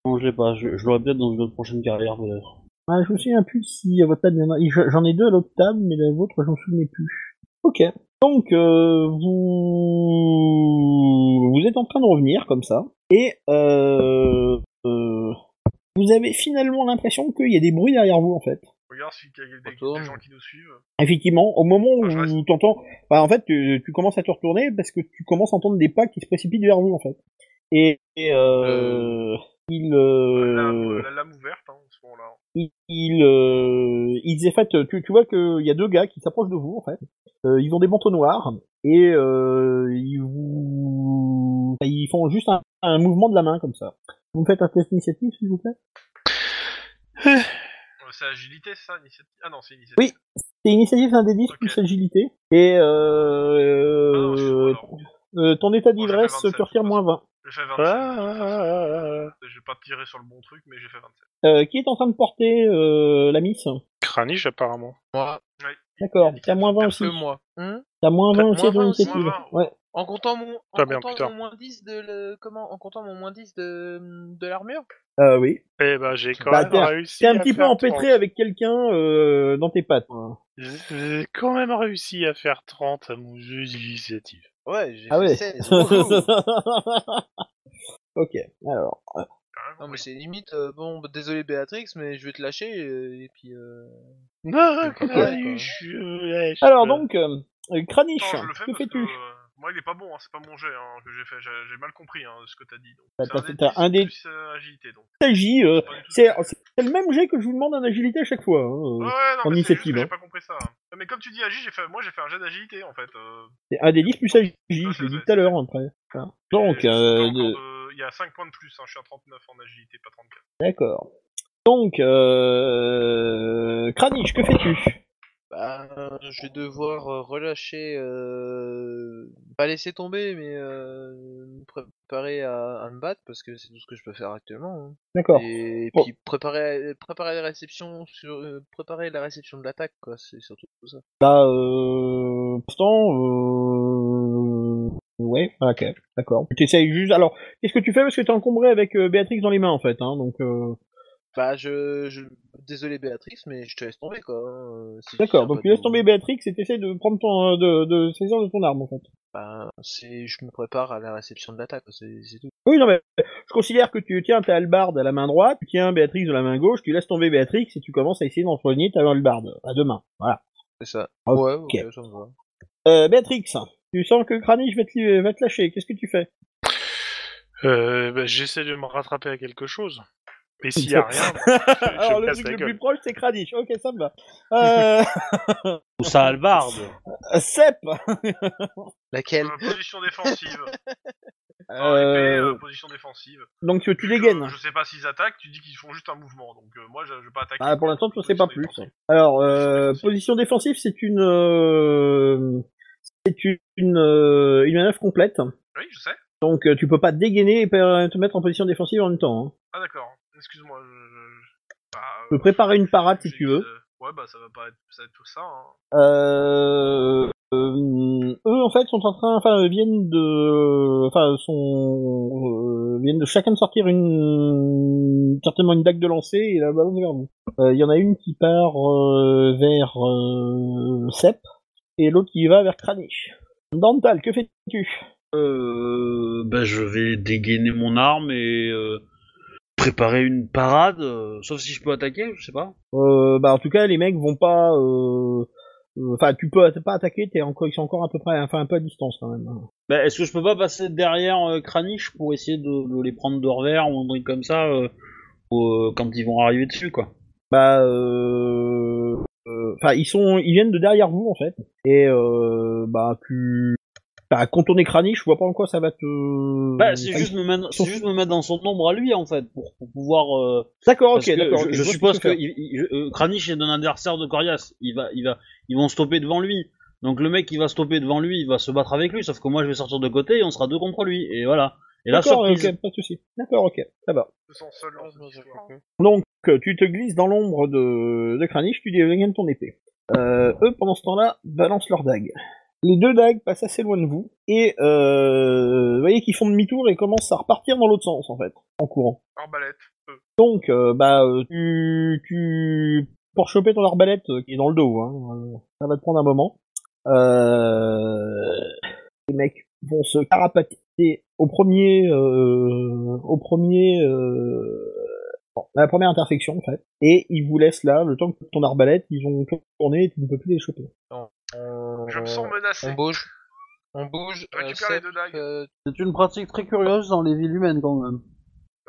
Non, je l'ai pas. Je, je l'aurai peut-être dans une autre prochaine carrière, peut-être. Ah, je me souviens plus si à votre table, il y en a- je- j'en ai deux à l'autre table, mais la vôtre, je m'en souvenais plus. Ok. Donc, euh, vous... vous êtes en train de revenir comme ça, et euh, euh, vous avez finalement l'impression qu'il y a des bruits derrière vous, en fait. Regarde s'il y a des, Retourne. euh, des gens qui nous suivent. Effectivement, au moment où Ah, je reste. tu t'entends, bah, en fait, tu, tu commences à te retourner parce que tu commences à entendre des pas qui se précipitent vers vous, en fait. Et, et, euh, il, La euh, Euh, lame- La lame ouverte, hein, en ce moment-là. il, il, euh, il il disait, en fait, tu, tu vois qu'il y a deux gars qui s'approchent de vous, en fait. Euh, ils ont des manteaux noirs et euh, ils vous... Ils font juste un, un mouvement de la main, comme ça. Vous me faites un test d'initiative, s'il vous plaît Euh, C'est agilité, c'est ça initiative Ah non, c'est initiative. Oui. C'est initiative, c'est un des 10 Ok. plus agilité. Et euh, Ah non, je suis euh, trop lent. euh, ton état Moi, d'ivresse j'avais 27, te retire je moins 20. J'ai fait Ah, 27. ah, ah, ah. J'ai pas tiré sur le bon truc, mais j'ai fait 27. Euh, qui est en train de porter euh, la miss Craniche, apparemment. Moi, D'accord, t'as moins 20 aussi. que moi. Hein T'as moins 20 aussi Moins dans 20 aussi. l'initiative. Moins 20. Ouais. En comptant mon, en Ah, merde, comptant putain. mon moins 10 de le- comment en comptant mon moins 10 de, de l'armure Euh, oui. Eh ben, j'ai quand Bah, même t'es- réussi. T'es un à petit peu faire empêtré avec quelqu'un euh, dans tes pattes. 30. J'ai quand même réussi à faire 30 à mon jeu d'initiative. Ouais, j'ai Ah fait ouais. 16. Oh, wouhou. ok, alors. Ah, non mais c'est limite euh, bon bah, désolé Béatrix mais je vais te lâcher euh, et puis euh... Non, pas mal, Craniche, euh, je- Alors donc, euh, euh, Kranich, Attends, je le fais que parce que fais-tu euh, moi il est pas bon, hein, c'est pas mon jet hein, que j'ai fait, j'ai j'ai mal compris hein, ce que t'as dit. donc. Bah, C'est t'as un fait- des t'as 10 un des- plus, euh, agilité donc. Il s'agit, euh, C'est pas du tout ce c'est que j'ai fait. c'est le même jet que je vous demande en agilité à chaque fois. hein, euh. Ouais, ouais, non, en mais c'est juste initiative, que hein. j'ai pas compris ça. hein. Mais comme tu dis agi, j'ai fait, moi j'ai fait un jet d'agilité en fait. euh, C'est un des 10 plus agilité, Ouais, je l'ai c'est dit ça, tout à c'est l'heure hein, après. Voilà. Donc, et euh, j'ai encore de- de- il y a 5 points de plus, hein, je suis à 39 en agilité, pas 34. d'accord. Donc, euh, Kranich, que fais-tu bah, euh, je vais devoir euh, relâcher euh... pas laisser tomber mais euh, me préparer à, à me battre parce que c'est tout ce que je peux faire actuellement. hein. D'accord. Et Bon. puis préparer préparer la réception sur euh, préparer la réception de l'attaque quoi, c'est surtout ça. Bah, euh, pourtant, euh, ouais, ok, d'accord. Tu t'essayes juste. Alors, qu'est-ce que tu fais parce que t'es encombré avec euh, Béatrix dans les mains en fait, hein, donc. Euh... Bah je, je désolé Béatrix mais je te laisse tomber quoi. hein, euh, si tu D'accord. tiens Donc pas tu laisses ton- tomber Béatrix et t'essayes de prendre ton, euh, de, de saisir de ton arme en fait. Bah, c'est, je me prépare à la réception de l'attaque, quoi, c'est, c'est tout. Oui, non mais je considère que tu tiens ta hallebarde à la main droite, tu tiens Béatrix de la main gauche, tu laisses tomber Béatrix et tu commences à essayer d'empoigner ta hallebarde à deux mains. Voilà. C'est ça. Ok. Ouais, ok, ça me va. Euh, Béatrix, tu sens que Kranich va te, li- va te lâcher. Qu'est-ce que tu fais Euh, bah, j'essaie de me rattraper à quelque chose. Et s'il y a rien, je, je me Alors le casse truc la le gueule. plus proche c'est Kranich. Ok, ça me va. Euh... Ou ça albarde. Sep Laquelle Euh, position défensive. Enfin, épée, Euh, euh, position défensive. donc tu, tu Vu dégaines. que Je sais pas s'ils attaquent, tu dis qu'ils font juste un mouvement, donc euh, moi je, je vais pas attaquer. Ah, pour l'instant, tu ne sais Position pas plus. défensive. Alors, euh, position défensive, c'est une, euh, c'est une, une, euh, une manœuvre complète. Oui, je sais. Donc, euh, tu peux pas te dégainer et pa- te mettre en position défensive en même temps. hein. Ah d'accord, excuse-moi. Je, je- bah, Tu peux euh, préparer une parade si j'ai- tu veux. euh, ouais, bah ça va pas être, ça va être tout ça. Hein. Euh, euh, eux, en fait, sont en train, enfin, viennent de, enfin, sont, euh, viennent de chacun de sortir une, certainement une dague de lancer et la balance vers vous. Euh, Il y en a une qui part euh, vers euh, Sep et l'autre qui va vers Kranich. Dental, que fais-tu Euh, bah, je vais dégainer mon arme et euh, préparer une parade, euh, sauf si je peux attaquer, je sais pas. euh, Bah, en tout cas, les mecs vont pas, euh, euh, enfin, tu peux atta- pas attaquer, t'es encore, ils sont encore à peu près, enfin, un peu à distance quand même. Bah, est-ce que je peux pas passer derrière euh, Kranich pour essayer de, de les prendre de revers ou un truc comme ça euh, ou, euh, quand ils vont arriver dessus, quoi bah euh, euh, enfin ils sont ils viennent de derrière vous en fait et euh, bah tu bah contourner Kranich je vois pas en quoi ça va te Bah, c'est Enfin, juste, me mettre, c'est juste me mettre dans son ombre à lui, en fait, pour, pour pouvoir... euh, d'accord ok parce que d'accord je, ok, je vois ce suppose tu que veux il- il- je- euh, Kranich est un adversaire de Corias. Il va, il va, ils vont stopper devant lui. Donc le mec qui va stopper devant lui, il va se battre avec lui, sauf que moi je vais sortir de côté et on sera deux contre lui. Et voilà. Et la faire. d'accord surprise. ok pas de souci d'accord ok ça va Ils sont seuls Ah, dans cette histoire. donc euh, tu te glisses dans l'ombre de de Kranich tu dégaines ton épée euh, eux pendant ce temps-là balancent leurs dagues les deux dagues passent assez loin de vous et euh, vous voyez qu'ils font demi-tour et commencent à repartir dans l'autre sens en fait en courant Arbalète. Donc, euh, bah, euh, tu, tu, pour choper ton arbalète euh, qui est dans le dos, hein, euh, ça va te prendre un moment. Euh, les mecs vont se carapater au premier, euh, au premier, euh, bon, à la première intersection en fait, et ils vous laissent là le temps que ton arbalète, ils ont tourné, et tu ne peux plus les choper. on... Je me sens Euh, on menacé. bouge. On bouge. Je récupère les Sep, deux dagues. euh, C'est une pratique très curieuse dans les villes humaines quand même.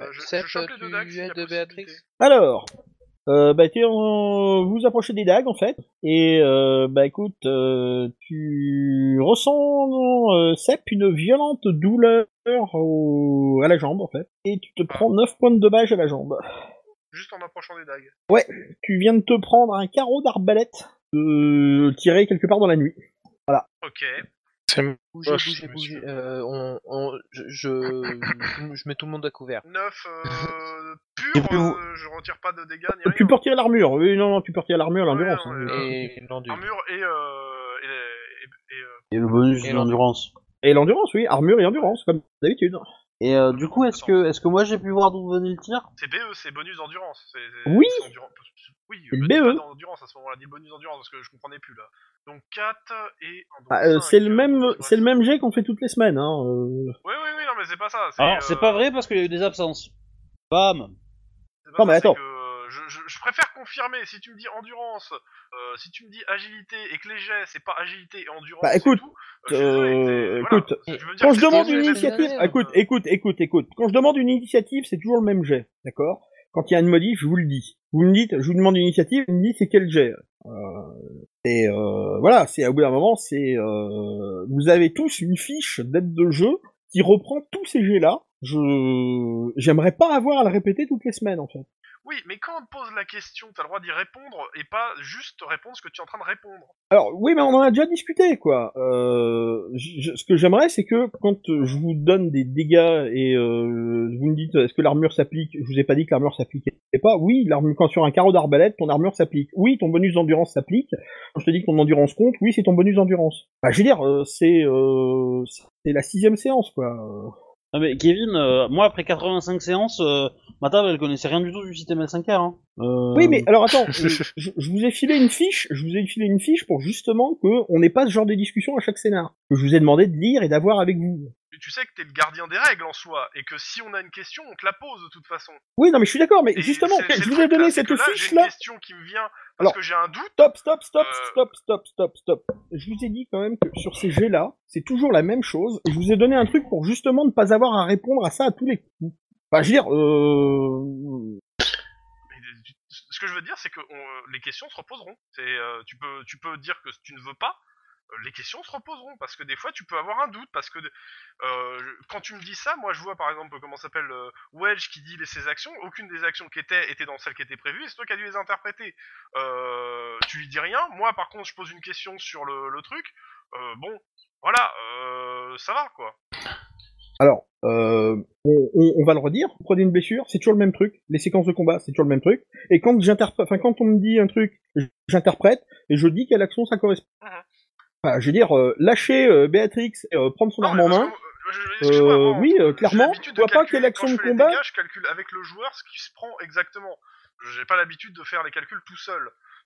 Euh, je, Sep, je chope les deux dagues. tu s'il y a aides possibilité. Béatrix Alors, Euh, bah, t'es en- vous approchez des dagues en fait, et euh, bah écoute, euh, tu ressens, euh, Sepp, une violente douleur au- à la jambe en fait, et tu te prends 9 points de dommage à la jambe. Juste en approchant des dagues. Tu viens de te prendre un carreau d'arbalète euh, tiré quelque part dans la nuit. Ok. C'est moche, Bougez, bougez, monsieur. bougez. Euh, on, on, je, je, je mets tout le monde à couvert. 9 euh, Et pur, puis vous- euh, je retire pas de dégâts ni Tu rien. peux retirer l'armure, oui, non, non, tu peux retirer l'armure, l'endurance. hein Ouais, hein. ouais, ouais. Et l'enduit. Armure et, euh, et, les- et, et, euh, Et le bonus Et de l'endurance. Et l'endurance, oui, armure et endurance, comme d'habitude. Et euh, du coup, est-ce que, est-ce que moi j'ai pu voir d'où venait le tir c'est BE, c'est bonus d'endurance. c'est- c'est- Oui. c'est endura- Oui, C'est E. je le dis BE. pas d'endurance à ce moment-là, dis bonus d'endurance parce que je comprenais plus là. Donc 4 et. donc Ah, euh, cinq, c'est le euh, même, donc, c'est le bref. même jet qu'on fait toutes les semaines. Hein. euh. Oui, oui, oui, non, mais c'est pas ça. Alors, euh, c'est pas vrai parce qu'il y a eu des absences. Bam c'est Non, pas ça, mais c'est attends. que, euh, je, je- je préfère confirmer. Si tu me dis endurance, euh, si tu me dis agilité et que les jets, c'est pas agilité et endurance. Bah, c'est écoute, tout, euh, je suis désolé, euh, c'est- voilà. écoute, Je veux dire Quand que je c'est- demande c'est- une c'est- initiative, c'est- Ah, écoute, écoute, écoute, écoute. Quand je demande une initiative, c'est toujours le même jet, d'accord Quand il y a une modif, je vous le dis. Vous me dites, je vous demande une initiative, vous me dites c'est quel jet. Euh, et euh, voilà, c'est au bout d'un moment, c'est euh, vous avez tous une fiche d'aide de jeu qui reprend tous ces jets là. Je j'aimerais pas avoir à le répéter toutes les semaines en fait. Oui, mais quand on te pose la question, t'as le droit d'y répondre et pas juste répondre ce que tu es en train de répondre. Alors oui, mais on en a déjà discuté, quoi. Euh, je- je- ce que j'aimerais, c'est que quand euh, je vous donne des dégâts et euh, vous me dites est-ce que l'armure s'applique, je vous ai pas dit que l'armure s'appliquait pas. Oui, l'armure quand sur un carreau d'arbalète, ton armure s'applique. Oui, ton bonus d'endurance s'applique. Quand je te dis que ton endurance compte, oui, c'est ton bonus d'endurance. Bah, je veux dire, euh, c'est euh, c'est la sixième séance, quoi. Euh, Non mais Kevin, euh, moi après 85 séances, euh, ma table elle connaissait rien du tout du système L5R. Hein. Euh, Oui, mais alors attends, euh, je, je vous ai filé une fiche, je vous ai filé une fiche pour justement que on n'ait pas ce genre de discussion à chaque scénar. Que je vous ai demandé de lire et d'avoir avec vous. Tu- tu sais que t'es le gardien des règles en soi, et que si on a une question, on te la pose de toute façon. Oui, non, mais je suis d'accord, mais Et justement, c'est- c'est je le vous ai truc, là, donné c'est cette que là, J'ai une fiche-là. question qui me vient parce Alors. que j'ai un doute. Stop, stop, stop, Euh. stop, stop, stop, stop. Je vous ai dit quand même que sur ces jets-là, c'est toujours la même chose. Et je vous ai donné un truc pour justement ne pas avoir à répondre à ça à tous les coups. Enfin, je veux dire, euh... Mais, tu- Ce que je veux dire, c'est que on- euh, les questions se reposeront. C'est, euh, tu peux, tu peux dire que tu ne veux pas. euh, Les questions se reposeront parce que des fois tu peux avoir un doute parce que euh, je- quand tu me dis ça, moi je vois par exemple comment ça s'appelle euh, Wedge qui dit les- ses actions, aucune des actions qui était était dans celle qui était prévue, et c'est toi qui as dû les interpréter. Euh, tu lui dis rien. Moi par contre je pose une question sur le, le truc. Euh, bon, voilà, euh, ça va quoi. Alors, euh, on, on- on va le redire. Prenez une blessure, c'est toujours le même truc. Les séquences de combat, c'est toujours le même truc. Et quand j'interprète, enfin, quand on me dit un truc, j'interprète et je dis quelle action ça correspond. Mhm. Enfin, je veux dire, euh, lâcher euh, Béatrix, et, euh, prendre son Non, arme mais en parce main. que, euh, je- je- Euh, excuse-moi, avant, oui, euh, j'ai clairement, l'habitude je de vois pas calculer. quelle action Quand je de fais les combat- dégâts, je calcule avec le joueur ce qui se prend exactement. J'ai pas l'habitude de faire les calculs tout seul.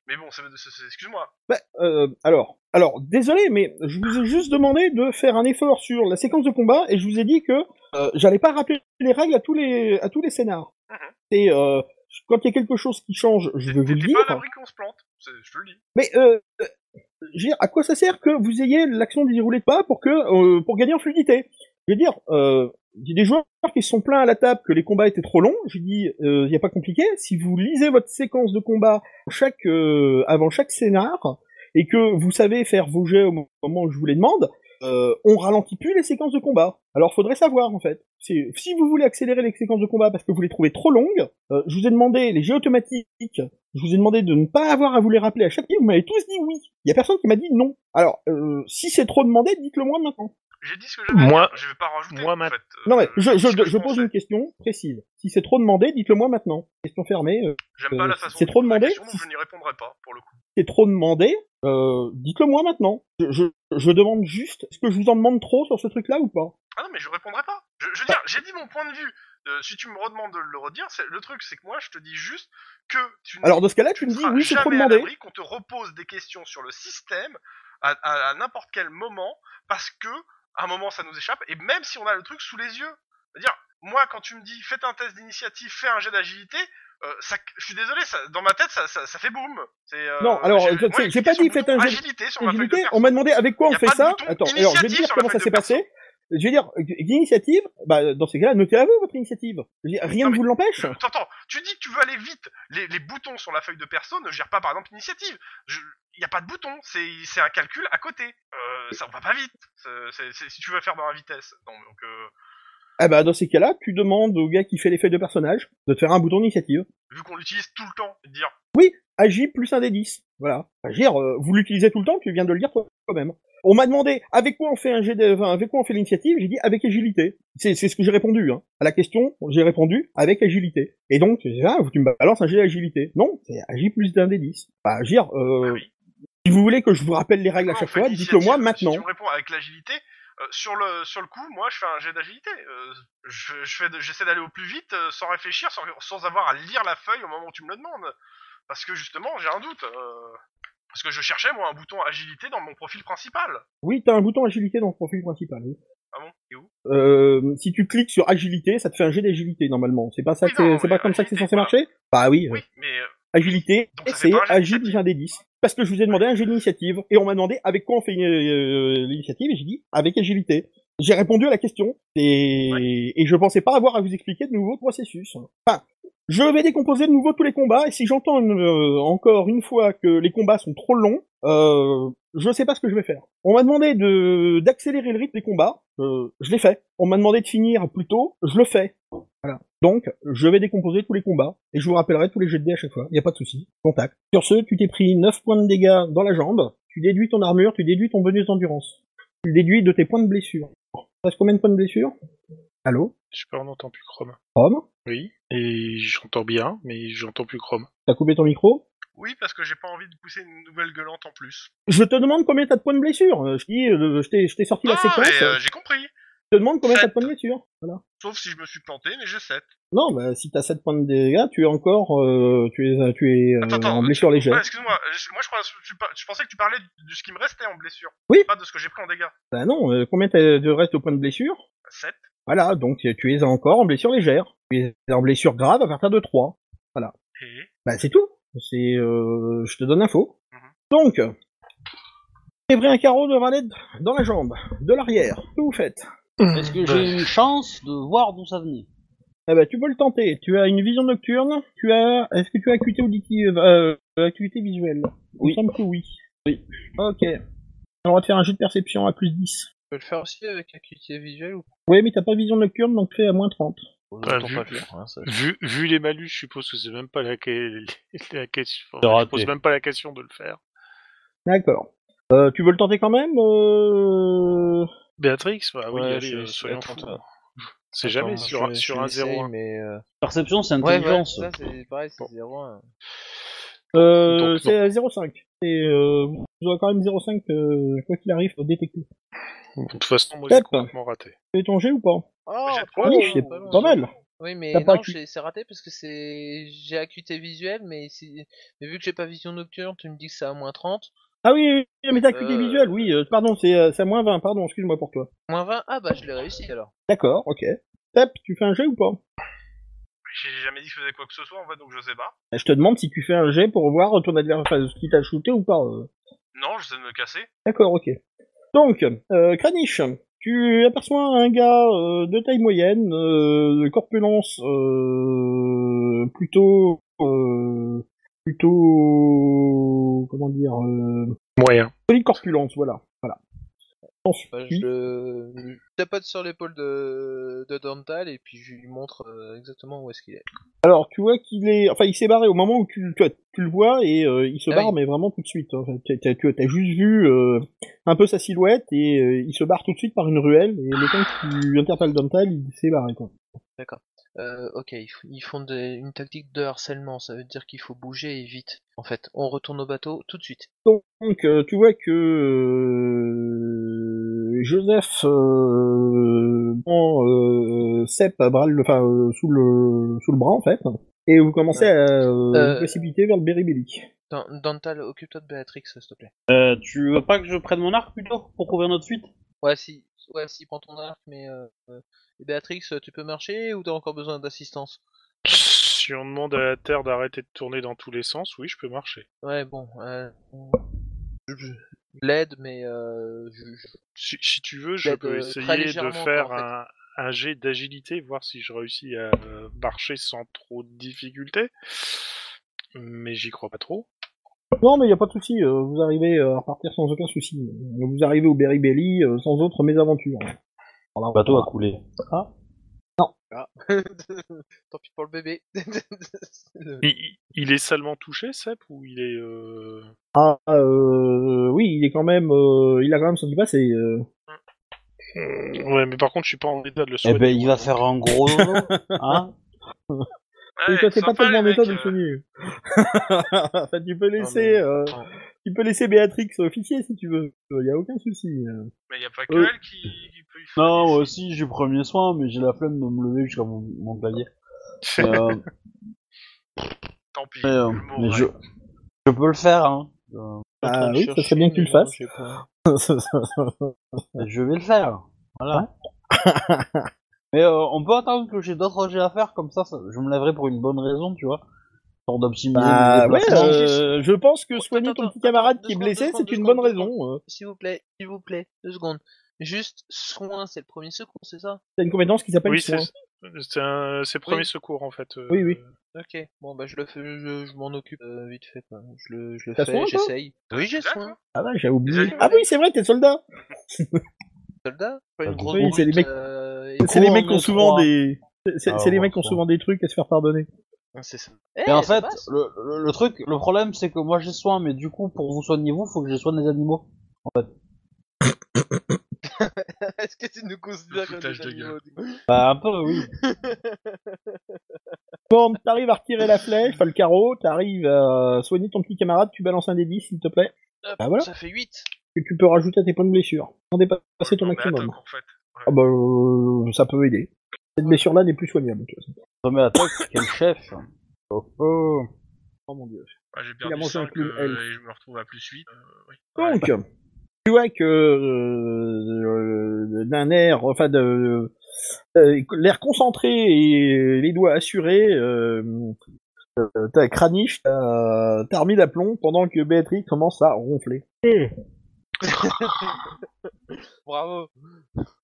Mais bon, c'est- c'est- c'est- excuse-moi. Bah, euh, alors, alors, désolé, mais je vous ai juste demandé de faire un effort sur la séquence de combat et je vous ai dit que euh, j'allais pas rappeler les règles à tous les à tous les scénars. Mhm. Et euh, quand il y a quelque chose qui change, je T'es vais vous le t'es pas à dire. l'abri qu'on se plante. C'est- Je te le dis. Mais euh, euh, je veux dire, à quoi ça sert que vous ayez l'action de dérouler de pas pour que euh, pour gagner en fluidité Je veux dire, euh, il y a des joueurs qui se sont plaints à la table que les combats étaient trop longs. Je dis, il n'y a pas compliqué. Si vous lisez votre séquence de combat chaque euh, avant chaque scénar et que vous savez faire vos jets au mo- moment où je vous les demande, euh, on ralentit plus les séquences de combat. Alors faudrait savoir en fait. C'est- Si vous voulez accélérer les séquences de combat parce que vous les trouvez trop longues, euh, je vous ai demandé les jeux automatiques je vous ai demandé de ne pas avoir à vous les rappeler à chaque fois, vous m'avez tous dit oui. Il y a personne qui m'a dit non. Alors, euh, si c'est trop demandé, dites-le moi maintenant. J'ai dit ce que j'avais. à Moi- dire, je vais pas rajouter. moi, en ma- fait. Euh, Non mais, je, dis je, ce que je pose pensais. une question précise. Si c'est trop demandé, dites-le moi maintenant. Question fermée. euh, J'aime pas euh, la façon. c'est dont trop tu poses la demandé question, donc Je n'y répondrai pas pour le coup. c'est trop demandé, euh, dites-le moi maintenant. Je, je, je demande juste, est-ce que je vous en demande trop sur ce truc-là ou pas Ah non, mais je répondrai pas. Je, je veux dire, j'ai dit mon point de vue. Euh, si tu me redemandes de le redire, c'est- le truc, c'est que moi, je te dis juste que tu ne Alors dans ce cas-là, tu me dis seras oui, c'est trop Ah, jamais à demandé. l'abri qu'on te repose des questions sur le système à, à- à n'importe quel moment parce que à un moment ça nous échappe et même si on a le truc sous les yeux. C'est-à-dire, moi quand tu me dis faites un test d'initiative, fais un jet d'agilité, euh, ça, je suis désolé, ça, dans ma tête ça, ça, ça fait boum. C'est, euh, Non, alors, j'ai- je- moi, c'est- j'ai j'ai cliqué pas sur dit le faites bouton un jet agilité sur ma feuille de Agilité, perso. on m'a demandé avec quoi Y on a fait pas de ça. bouton Attends, alors je vais te initiative dire sur la comment ça feuille de s'est perso. passé. je veux dire, euh, l'initiative, bah, dans ces cas-là, notez à vous votre initiative. Je veux dire, rien Non, ne mais- vous l'empêche. T'entends, tu dis que tu veux aller vite. Les, les boutons sur la feuille de perso ne gèrent pas, par exemple, l'initiative. Il n'y a pas de bouton, c'est c'est un calcul à côté. Euh, ça va pas vite, c'est- c'est- c'est- si tu veux faire dans la vitesse. Non, donc, euh, Ah bah, dans ces cas-là, tu demandes au gars qui fait les feuilles de personnage de te faire un bouton d'initiative. vu qu'on l'utilise tout le temps, et de dire Agis plus un des 10. Voilà. Agir, euh, vous l'utilisez tout le temps, tu viens de le lire toi-même. On m'a demandé avec quoi on fait un jet de- enfin, avec quoi on fait l'initiative, j'ai dit avec agilité. C'est c'est ce que j'ai répondu hein. À la question, j'ai répondu avec agilité. Et donc, tu dis, ah, tu me balances un jet d'agilité. Non, c'est agir plus d'un des 10. Bah, agir euh, Ah oui. Ah, si vous voulez que je vous rappelle les règles à Non, chaque on fait fois, l'initiative. dites-le moi Si maintenant. tu me réponds avec l'agilité, euh, sur le sur le coup, moi je fais un jet d'agilité. Euh, je, je fais de- j'essaie d'aller au plus vite, euh, sans réfléchir, sans, sans avoir à lire la feuille au moment où tu me le demandes. Parce que justement, j'ai un doute. euh, parce que je cherchais moi un bouton agilité dans mon profil principal. Oui, t'as un bouton agilité dans le profil principal. oui. Ah bon Et où Euh, si tu cliques sur agilité, ça te fait un jet d'agilité normalement. C'est pas ça Oui, que c'est- non, c'est mais pas comme ça que c'est censé agilité, voilà. marcher Bah oui. Oui, mais euh, Agilité, Donc ça fait c'est pas un jet agile d'initiative. plus un des 10. Parce que je vous ai demandé un jeu d'initiative, et on m'a demandé avec quoi on fait euh, l'initiative, et j'ai dit avec agilité. J'ai répondu à la question, et, et je pensais pas avoir à vous expliquer de nouveau le processus. Enfin, je vais décomposer de nouveau tous les combats, et si j'entends une- euh, encore une fois que les combats sont trop longs, euh, je sais pas ce que je vais faire. On m'a demandé de d'accélérer le rythme des combats, euh, je l'ai fait. On m'a demandé de finir plus tôt, je le fais. Voilà. Donc, je vais décomposer tous les combats, et je vous rappellerai tous les jets de dés à chaque fois, y a pas de souci. Contact. Sur ce, tu t'es pris 9 points de dégâts dans la jambe, tu déduis ton armure, tu déduis ton bonus d'endurance. Tu le déduis de tes points de blessure. Reste combien de points de blessure Allô Je sais pas, on n'entend plus Chrome. Rome Oui, et j'entends bien, mais j'entends plus Chrome. T'as coupé ton micro oui, parce que j'ai pas envie de pousser une nouvelle gueulante en plus. Je te demande combien t'as de points de blessure Euh, Je dis, euh, je t'ai- je t'ai sorti la Ah, séquence, mais, euh, euh, j'ai compris. je te demande combien t'as de sept. points de blessure. Voilà. Sauf si je me suis planté, mais j'ai 7. Non, bah, si t'as 7 points de dégâts, tu es encore, euh, tu es, tu es euh, Attends, attends, en blessure légère. Ouais, excuse-moi, euh, je- moi je, crois- tu par- je pensais que tu parlais du- de ce qui me restait en blessure. Oui. Pas de ce que j'ai pris en dégâts. Bah non, euh, combien t'as de reste au point de blessure 7. Voilà, donc euh, tu es encore en blessure légère. Tu es en blessure grave à partir de 3. Et... Bah c'est tout. C'est, euh, je te donne l'info. Mhm. Donc, j'ai pris un carreau de valette dans la jambe, de l'arrière. Que vous faites Est-ce que j'ai une chance de voir d'où ça venait Eh ben, tu peux le tenter. Tu as une vision nocturne. Tu as, est-ce que tu as acuité auditive, euh, acuité visuelle Il Oui. me semble que oui. Oui. Ok. On va te faire un jeu de perception à plus 10. Tu peux le faire aussi avec acuité visuelle ou Oui, mais t'as pas vision nocturne, donc fais à moins 30. On Pas l'entend Bah, vu. pas clair, hein, ça. Vu, vu les malus, je suppose que c'est même pas la, que- la question. T'as Je raté. pose même pas la question de le faire. D'accord. Euh, tu veux le tenter quand même euh... Béatrix, bah oui, Ouais, allez, je- euh, je- soyons attends, fous. attends. C'est jamais Attends, sur, je- sur je un l'essaye, 0 Mais euh... Perception, c'est ouais, ouais, intelligence. ça c'est pareil, c'est 0-1. Euh, Donc, c'est à 0,5. Et euh, vous aurez quand même 0,5 euh, quoi qu'il arrive pour détecter. De toute façon, moi j'ai Hop. complètement raté. Tu fais ton jet ou pas Oh, quand J'ai trop même, Ah Oui, c'est pas loin. oh, pas mal. Oui, mais T'as pas non, acu- j'ai- c'est raté parce que c'est j'ai acuité visuelle, mais, si- mais vu que j'ai pas vision nocturne, tu me dis que c'est à moins 30. Ah oui, oui, oui, mais t'as acuité Euh. visuelle, oui. euh, pardon, c'est euh, c'est à moins 20, pardon, excuse-moi pour toi. Moins 20, ah bah je l'ai réussi alors. D'accord, ok. Tap, tu fais un jet ou pas J'ai jamais dit que je faisais quoi que ce soit, en fait, donc je sais pas. Je te demande si tu fais un jet pour voir ton adversaire, enfin, si t'a shooté ou pas. euh. Non, j'essaie de me casser. D'accord, ok. Donc, euh, Kranich, tu aperçois un gars euh, de taille moyenne, euh, de corpulence euh, plutôt... euh, plutôt... comment dire... euh, Moyen. solide corpulence, voilà. voilà. Ensuite, Bah, je le je tapote sur l'épaule de, de Dantal et puis je lui montre euh, exactement où est-ce qu'il est. Alors, tu vois qu'il est... Enfin, il s'est barré au moment où tu, tu, vois, tu le vois, et euh, il se Ah barre, oui. mais vraiment tout de suite. hein. Enfin, t'as- t'as- tu as juste vu euh, un peu sa silhouette, et euh, il se barre tout de suite par une ruelle, et le temps que tu interpelles Dantal, il s'est barré, quoi. Euh, ok, ils, f- ils font des- une tactique de harcèlement, ça veut dire qu'il faut bouger et vite. En fait, on retourne au bateau tout de suite. Donc, euh, tu vois que euh, Joseph euh, prend euh, Sepp à bras, le- enfin, euh, sous, le, sous le bras, en fait, et vous commencez à euh, Euh, vous précipiter vers le Beribelic. Dan- Dantal, occupe-toi de Béatrix, s'il te plaît. Euh, tu veux pas que je prenne mon arc plutôt pour couvrir notre fuite Ouais, si, ouais, si, prends ton arc, mais euh, euh, Béatrix, tu peux marcher ou t'as encore besoin d'assistance Si on demande à la Terre d'arrêter de tourner dans tous les sens, oui, je peux marcher. Ouais, bon, euh, je- de l'aide, mais euh, je- je- Si, si tu veux, je Peut-être, peux euh, très essayer de légèrement, faire quoi, en fait. un, un jet d'agilité, voir si je réussis à euh, marcher sans trop de difficultés. Mais j'y crois pas trop. Non, mais il a pas de souci. euh, vous arrivez euh, à repartir sans aucun souci. Vous arrivez au Berry Belly euh, sans autre mésaventure. Oh, Le bateau a coulé. tant pis pour le bébé. Le- Il- Il, il est salement touché, Sep, ou il est... euh, Ah, euh, oui, il est quand même, euh, il a quand même senti passer. euh. Ouais, mais par contre, je suis pas en état de le Eh soigner. ben, il moi, va donc. faire un gros dodo, hein Et Eh, toi, t'es pas tellement en méthode méthode de soigner. Enfin, tu peux laisser, mais- euh, attends. tu peux laisser Béatrix officier si tu veux. Il y a aucun souci. euh. Mais y a pas que Euh. elle qui, qui peut y faire. Non, moi aussi, j'ai premier soin, mais j'ai la flemme de me lever jusqu'à mon, mon clavier. Mais, euh, Tant pis. mais, euh, je mourrai. mais je, je peux le faire, hein. Euh, en train Ah de oui, ça chercher, serait bien que tu mais le non, fasses. j'ai pas. je vais le faire. Voilà. mais euh, on peut attendre que j'ai d'autres jets à faire, comme ça, ça- je me lèverai pour une bonne raison, tu vois. Pour d'optimiser Ah, Bah, mes ouais, déplacements. euh, je pense que Attends, soigner ton attends, petit camarade attends, qui est deux blessé, secondes, c'est deux une secondes, bonne deux raison. euh. S'il vous plaît, s'il vous plaît, deux secondes. Juste soin, c'est le premier secours, c'est ça T'as une compétence qui s'appelle Oui, c'est soin. c'est un- c'est premier Oui. secours, en fait. euh, Oui, oui. Ok, bon bah je le fais, je, je m'en occupe euh, vite fait. quoi. Je le, je le T'as soin, fais, toi j'essaye. Oui, j'ai D'accord. soin. Ah bah, j'ai oublié. Les Ah oui, c'est vrai, t'es soldat. Soldat Pas une Bah, grosse oui, c'est les brute, mecs- euh, et- C'est les Cours, mecs qui ont mais souvent trois. des, c'est- c'est Ah, c'est les bon, mecs qui ont ça. souvent des trucs à se faire pardonner. Ah, C'est ça. Et en Eh, ça fait, passe. le, le, le truc, le problème, c'est que moi j'ai soin, mais du coup, pour vous soigner vous, faut que je soigne les animaux. Est-ce que tu nous considères comme des foutage de animaux du coup Bah, un peu, oui. Bon, t'arrives à retirer la flèche, enfin le carreau, t'arrives à soigner ton petit camarade, tu balances un des 10 s'il te plaît, Hop, Bah, voilà. Ça fait 8. que tu peux rajouter à tes points de blessure, sans dépasser ton Non, mais maximum. attends, en fait. Ah bah, euh, ça peut aider. Cette blessure-là n'est plus soignable. de toute façon. Tomé à toc, quel chef. Oh, oh. Oh mon dieu. Ah, j'ai Il a perdu mangé un 5 clown elf. et je me retrouve à plus euh, 8. Donc, tu vois que euh, euh, d'un air, enfin de euh, l'air concentré et les doigts assurés, euh, euh, t'as Kranich, t'as t'as remis d'aplomb pendant que Béatrix commence à ronfler. Bravo.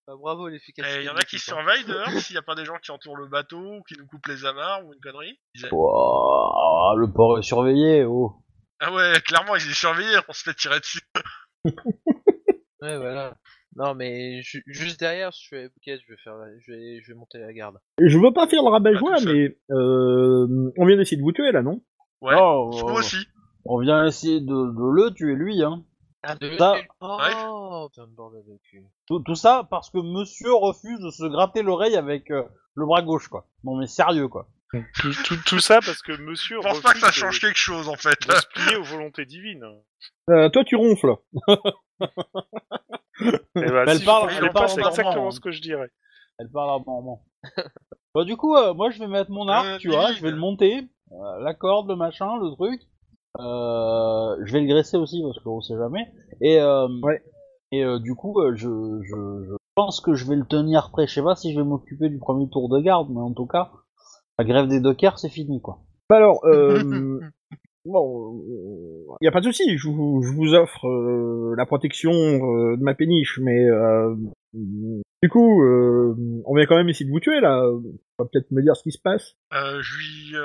Bah, bravo Eh, Il l'efficacité. y en de a qui l'équipe, hein. surveillent dehors, s'il n'y a pas des gens qui entourent le bateau, ou qui nous coupent les amarres, ou une connerie. Ils a- Ouah, le port est surveillé, oh. Ah ouais, clairement, ils est surveillé, on se fait tirer dessus. Ouais, voilà. hein. Non, mais ju- juste derrière, je suis à Bouquet, je vais faire, la- je vais, je vais monter la garde. Je veux pas faire le rabat-joie, Ah, tout seul. mais euh, on vient d'essayer de vous tuer là, non Ouais, Oh, nous oh. aussi. On vient essayer de, de le tuer, lui, hein. Ah, de Ça- Oh, putain de bordel de cul. Tout, tout ça parce que monsieur refuse de se gratter l'oreille avec euh, le bras gauche, quoi. Non, mais sérieux, quoi. Tout, tout- tout ça parce que monsieur... Je pense pas que ça refuse de- change quelque chose, en fait. de se plier aux volontés divines. Euh, Toi, tu ronfles. Eh ben, Elle si, parle- je elle voulais pas, parle c'est en exactement normand. hein. ce que je dirais. Elle parle en normand. bah, du coup, euh, moi, je vais mettre mon arc, Euh, tu vois, lui, je vais euh. le monter, euh, la corde, le machin, le truc. Euh, je vais le graisser aussi, parce qu'on sait jamais. Et, euh, Ouais. et euh, du coup, euh, je, je, je pense que je vais le tenir prêt. Je sais pas si je vais m'occuper du premier tour de garde, mais en tout cas, la grève des dockers, c'est fini, quoi. Bah alors, euh, bon, il y a pas de souci. Je, vous- je vous offre euh, la protection euh, de ma péniche, mais euh, du coup, euh, on vient quand même essayer de vous tuer là. On va peut-être me dire ce qui se passe. Euh, je lui... euh,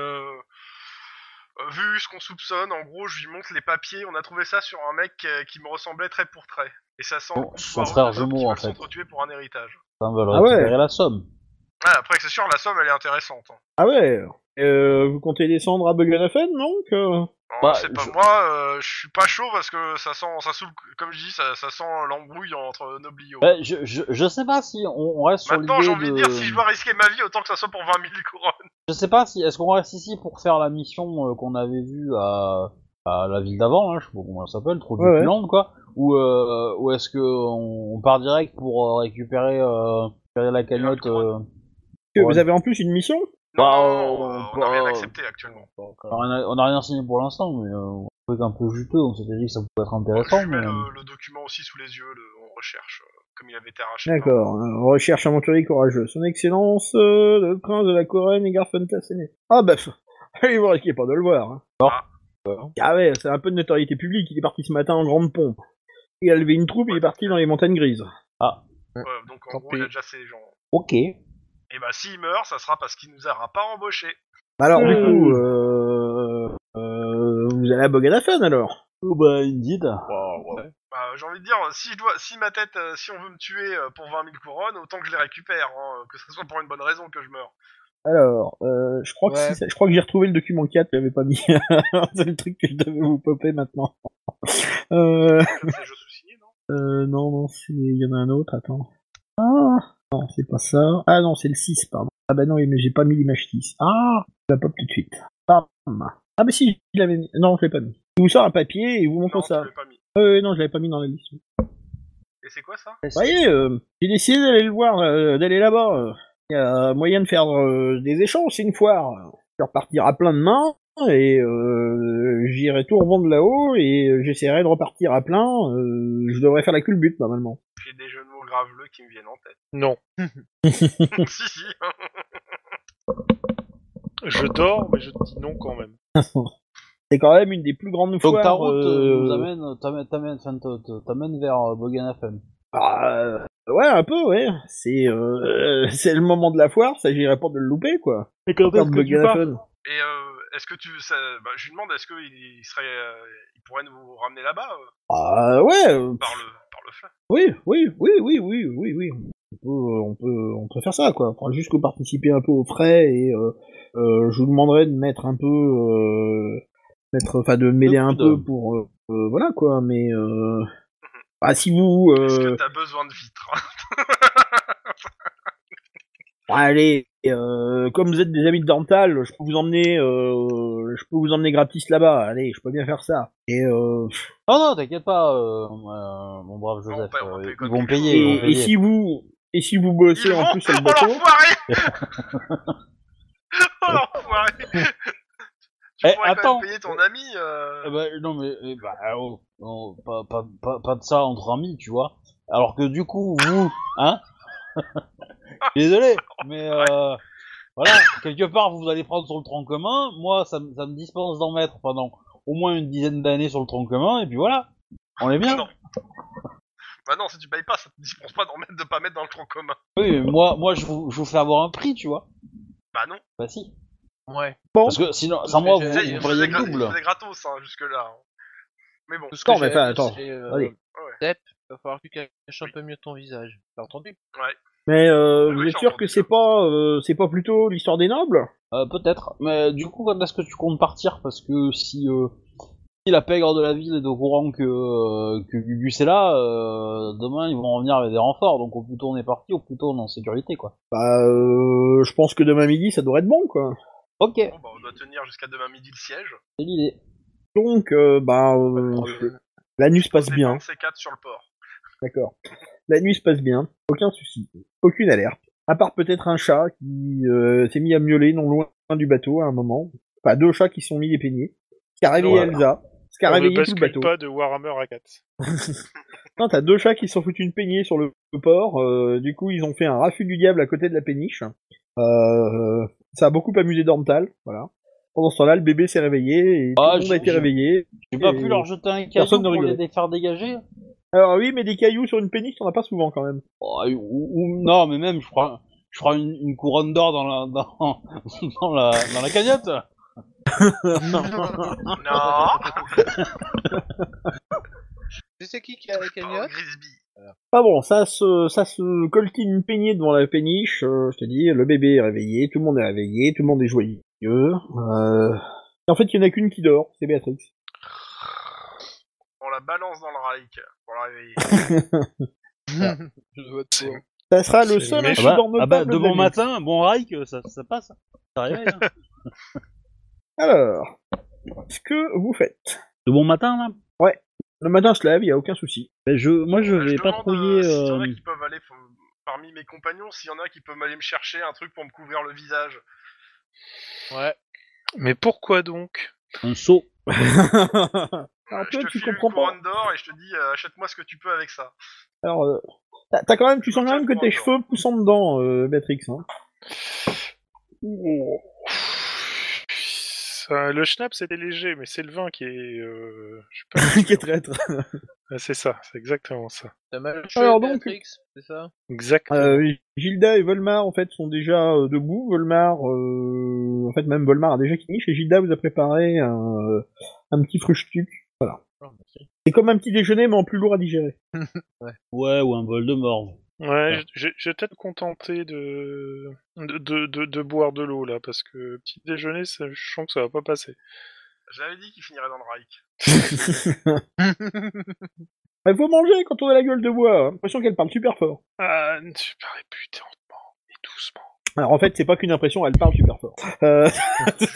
euh, Vu ce qu'on soupçonne, en gros, je lui montre les papiers. On a trouvé ça sur un mec euh, qui me ressemblait trait pour trait. Et ça sent... Bon, le son poireau frère d'un homme qui jumeau, veut en fait. s'entretuer pour un héritage. Ça veulent Ah ouais. récupérer la somme. Ah, après, c'est sûr, la somme, elle est intéressante. hein. Ah ouais. Euh, vous comptez descendre à Buganafen, donc euh Alors, Bah, c'est pas je- moi, euh, je suis pas chaud parce que ça sent, ça sous, comme je dis, ça, ça sent l'embrouille entre Noblio. Ouais, Euh, je, je, je sais pas si on, on reste sur l'idée Maintenant, j'ai envie de... de... dire, si je dois risquer ma vie, autant que ça soit pour 20 000 couronnes. Je sais pas si est-ce qu'on reste ici pour faire la mission euh, qu'on avait vue à, à la ville d'avant, hein, je sais pas comment elle s'appelle, trop Ouais, ouais. quoi, ou euh, ou est-ce que on, on part direct pour euh, récupérer, euh, récupérer la cagnotte euh, Que Ouais. Vous avez en plus une mission Non, Bah, non, euh, non, on n'a rien bah, accepté actuellement. on a rien- on a rien signé pour l'instant, mais euh, un truc un peu juteux, on s'était dit que ça pouvait être Je intéressant. mets Mais... euh, le, le document aussi sous les yeux, le- on recherche, euh, comme il avait été arraché. D'accord. euh, Recherche aventurier courageux. Son Excellence, euh, le prince de la Corène, Edgar Fantasene. Ah bah, pff, allez, vous risquez pas de le voir. hein. Bon. Ah ouais, c'est un peu de notoriété publique. Il est parti ce matin en grande pompe. Il a levé une troupe et il est parti dans les montagnes grises. Voilà, donc en Tant gros, il a pis. déjà ses gens. Ok. Et bah s'il meurt, ça sera parce qu'il nous aura pas embauché. Alors, du Euh. coup, euh, euh, vous allez à Bogadafan alors Oh, bah, indeed. Bah, j'ai envie de dire, si je dois, si ma tête, euh, si on veut me tuer euh, pour 20 000 couronnes, autant que je les récupère, hein, que ce soit pour une bonne raison que je meurs. Alors, euh, je crois que Ouais. si ça- je crois que j'ai retrouvé le document 4, j'avais pas mis. C'est le truc que je devais vous popper maintenant. Euh, C'est je souci, non euh, non, non, c'est- il y en a un autre, attends. Ah Non, c'est pas ça. Ah non, c'est le 6, pardon. Ah bah non, mais j'ai pas mis l'image 6. Ah Je la pop tout de suite. Bam. Ah bah si, je l'avais mis. Non, je l'ai pas mis. Je vous sors un papier et vous montre Non, ça. tu l'as pas mis. Euh, non, je l'avais pas mis dans la liste. Et c'est quoi ça Vous voyez, euh, j'ai décidé d'aller le voir, euh, d'aller là-bas. Il y a moyen de faire euh, des échanges, c'est une foire. Je repartirai plein de mains, et euh, j'irai tout revendre là-haut, et euh, j'essaierai de repartir à plein. euh, je devrais faire la culbute, normalement. J'ai des jeux de mots graveleux qui me viennent en tête. Non. si, si. hein. Je dors, mais je te dis non quand même. C'est quand même une des plus grandes Donc foires... ta route euh, euh, nous amène, t'amène, t'amène, enfin, te- te- t'amène vers euh, Boganafen. bah, euh, ouais, un peu, ouais. C'est euh, c'est le moment de la foire, s'agirait pas de le louper, quoi. Et quand Faire de Bugalafon. Et euh, est-ce que tu, ça, bah, je lui demande, est-ce qu'il il serait, euh, il pourrait nous ramener là-bas euh, Ah, ouais, euh, par le, par le flamme Oui, oui, oui, oui, oui, oui, oui. On peut, euh, on peut, on peut faire ça, quoi. Enfin, juste que participer un peu aux frais et euh, euh, je vous demanderai de mettre un peu, euh, mettre, enfin, de mêler un coude. peu pour, euh, euh, voilà, quoi. Mais Mhm. euh, bah, si vous, Est-ce euh, que t'as besoin de vitres allez, euh, comme vous êtes des amis de Dental, je peux vous emmener, euh, je peux vous emmener gratis là-bas. Allez, je peux bien faire ça. Et euh, Oh non, t'inquiète pas, euh, euh, mon brave on Joseph. paye- on euh, paye ils comme vont quelque payer, et, ils vont et payer. si vous, et si vous bossez Ils en vont- plus sur le Oh bateau. l'enfoiré Oh l'enfoiré Tu Eh, pourrais attends. quand même payer ton ami euh, Eh ben, non mais eh ben, oh, oh, pas, pas, pas, pas de ça entre amis, tu vois. Alors que du coup, vous, hein Désolé, mais euh, voilà, quelque part vous allez prendre sur le tronc commun. Moi, ça, me- ça me dispense d'en mettre pendant au moins une dizaine d'années sur le tronc commun, et puis voilà, on est bien. Ah, Non. Bah non, si tu payes pas, ça te dispense pas d'en mettre, de pas mettre dans le tronc commun. Oui, mais moi, moi, je vous, je vous fais avoir un prix, tu vois. Bah non, Bah si. Ouais. Parce que sinon, sans moi, vous, Tu Oh, sais, il vous faisait, payez le gra- il double. faisait gratos hein, jusque-là. hein. Mais bon, Tout ce Non, que mais j'ai enfin, à dire, attends, c'est, euh, allez. Ah Ouais. Depp, va falloir que tu caches un peu mieux ton visage. T'as entendu Mais euh, Oui, vous j'ai êtes sûr entendu que ça. c'est pas euh, c'est pas plutôt l'histoire des nobles Euh, Peut-être. Mais du coup, quand est-ce que tu comptes partir Parce que si, euh, si la pègre de la ville est au courant que, euh, que Gugus est là, euh, demain ils vont revenir avec des renforts. Donc au plus tôt on est parti, au plus tôt on est en sécurité, quoi. Bah euh, je pense que demain midi ça devrait être bon quoi. Ok, c'est bon, bah, on doit tenir jusqu'à demain midi le siège. l'idée. Donc euh, bah euh, la nuit se passe bien, C'est 4 sur le port. d'accord. La nuit se passe bien, aucun souci, aucune alerte. À part peut-être un chat qui euh, s'est mis à miauler non loin du bateau à un moment. Enfin deux chats qui se sont mis et peignés. Ce qui a réveillé Voilà. Elsa, ce qui a On ne réveillé tout le bascule bateau. pas de Warhammer à 4. Non, t'as deux chats qui se sont foutus une peignée sur le port. euh, du coup, ils ont fait un raffut du diable à côté de la péniche. Euh, ça a beaucoup amusé Dorntal, voilà. Pendant ce temps-là, le bébé s'est réveillé et Ah, tout le monde a j'ai- été j'ai- réveillé. J'ai pas Et- pu leur jeter un caillou Personne ne pour les rigolait. dé- faire dégager Alors oui, mais des cailloux sur une péniche, t'en as pas souvent quand même. Oh, ou- ou- Non, mais même, je prends, je prends une, une couronne d'or dans la, dans, dans la, dans la cagnotte. Non Je sais qui qui a la Oh, cagnotte Grisby. Ah bon, ça se, ça se coltine une peignée devant la péniche. euh, je te dis, le bébé est réveillé, tout le monde est réveillé, tout le monde est joyeux. Euh, En fait, il y en a qu'une qui dort, c'est Béatrix. On la balance dans le Reich pour la réveiller. Je dois te voir. Ça sera le C'est seul méchant. bah, incident notable de la demain nuit. matin, ah bon Reich, ça, ça passe. Ça réveille. hein. Alors, ce que vous faites De bon matin, hein. là. Le matin se lève, il y a aucun souci. Ben, je, moi, je Euh, vais demande, patrouiller. euh, S'il y en a euh, qui peuvent aller faut- parmi mes compagnons, s'il y en a qui peuvent aller me chercher un truc pour me couvrir le visage. Ouais. Mais pourquoi donc un saut. Alors Je toi, te tu file une comprends pas. couronne d'or et je te dis euh, achète-moi ce que tu peux avec ça. Alors, euh, t'as t'as quand même, tu sens quand même que tes Tiens, cheveux poussent en Oh. dedans, euh, Béatrix. Hein. Enfin, le schnapp, c'était léger, mais c'est le vin qui est. euh, je sais pas. qui est traître. Ah, c'est ça, c'est exactement ça. T'as mal tué Alors donc- Béatrix, c'est ça Exactement. Euh, oui, Gilda et Volmar en fait sont déjà euh, debout. Volmar, euh, en fait même Volmar a déjà fini. Et Gilda vous a préparé un, euh, un petit frustuc. Voilà. Ah, merci. C'est comme un petit déjeuner mais en plus lourd à digérer. Ouais, ou un bol de morve. Ouais, je- je je vais peut-être me contenter de... De, de, de, de boire de l'eau, là, parce que petit déjeuner, ça- je sens que ça va pas passer. J'avais dit qu'il finirait dans le Reich. Il faut manger quand on a la gueule de bois. hein. J'ai l'impression qu'elle parle super fort. Ah, super réputantement et doucement. Alors en fait c'est pas qu'une impression, elle parle super fort. Euh, Je,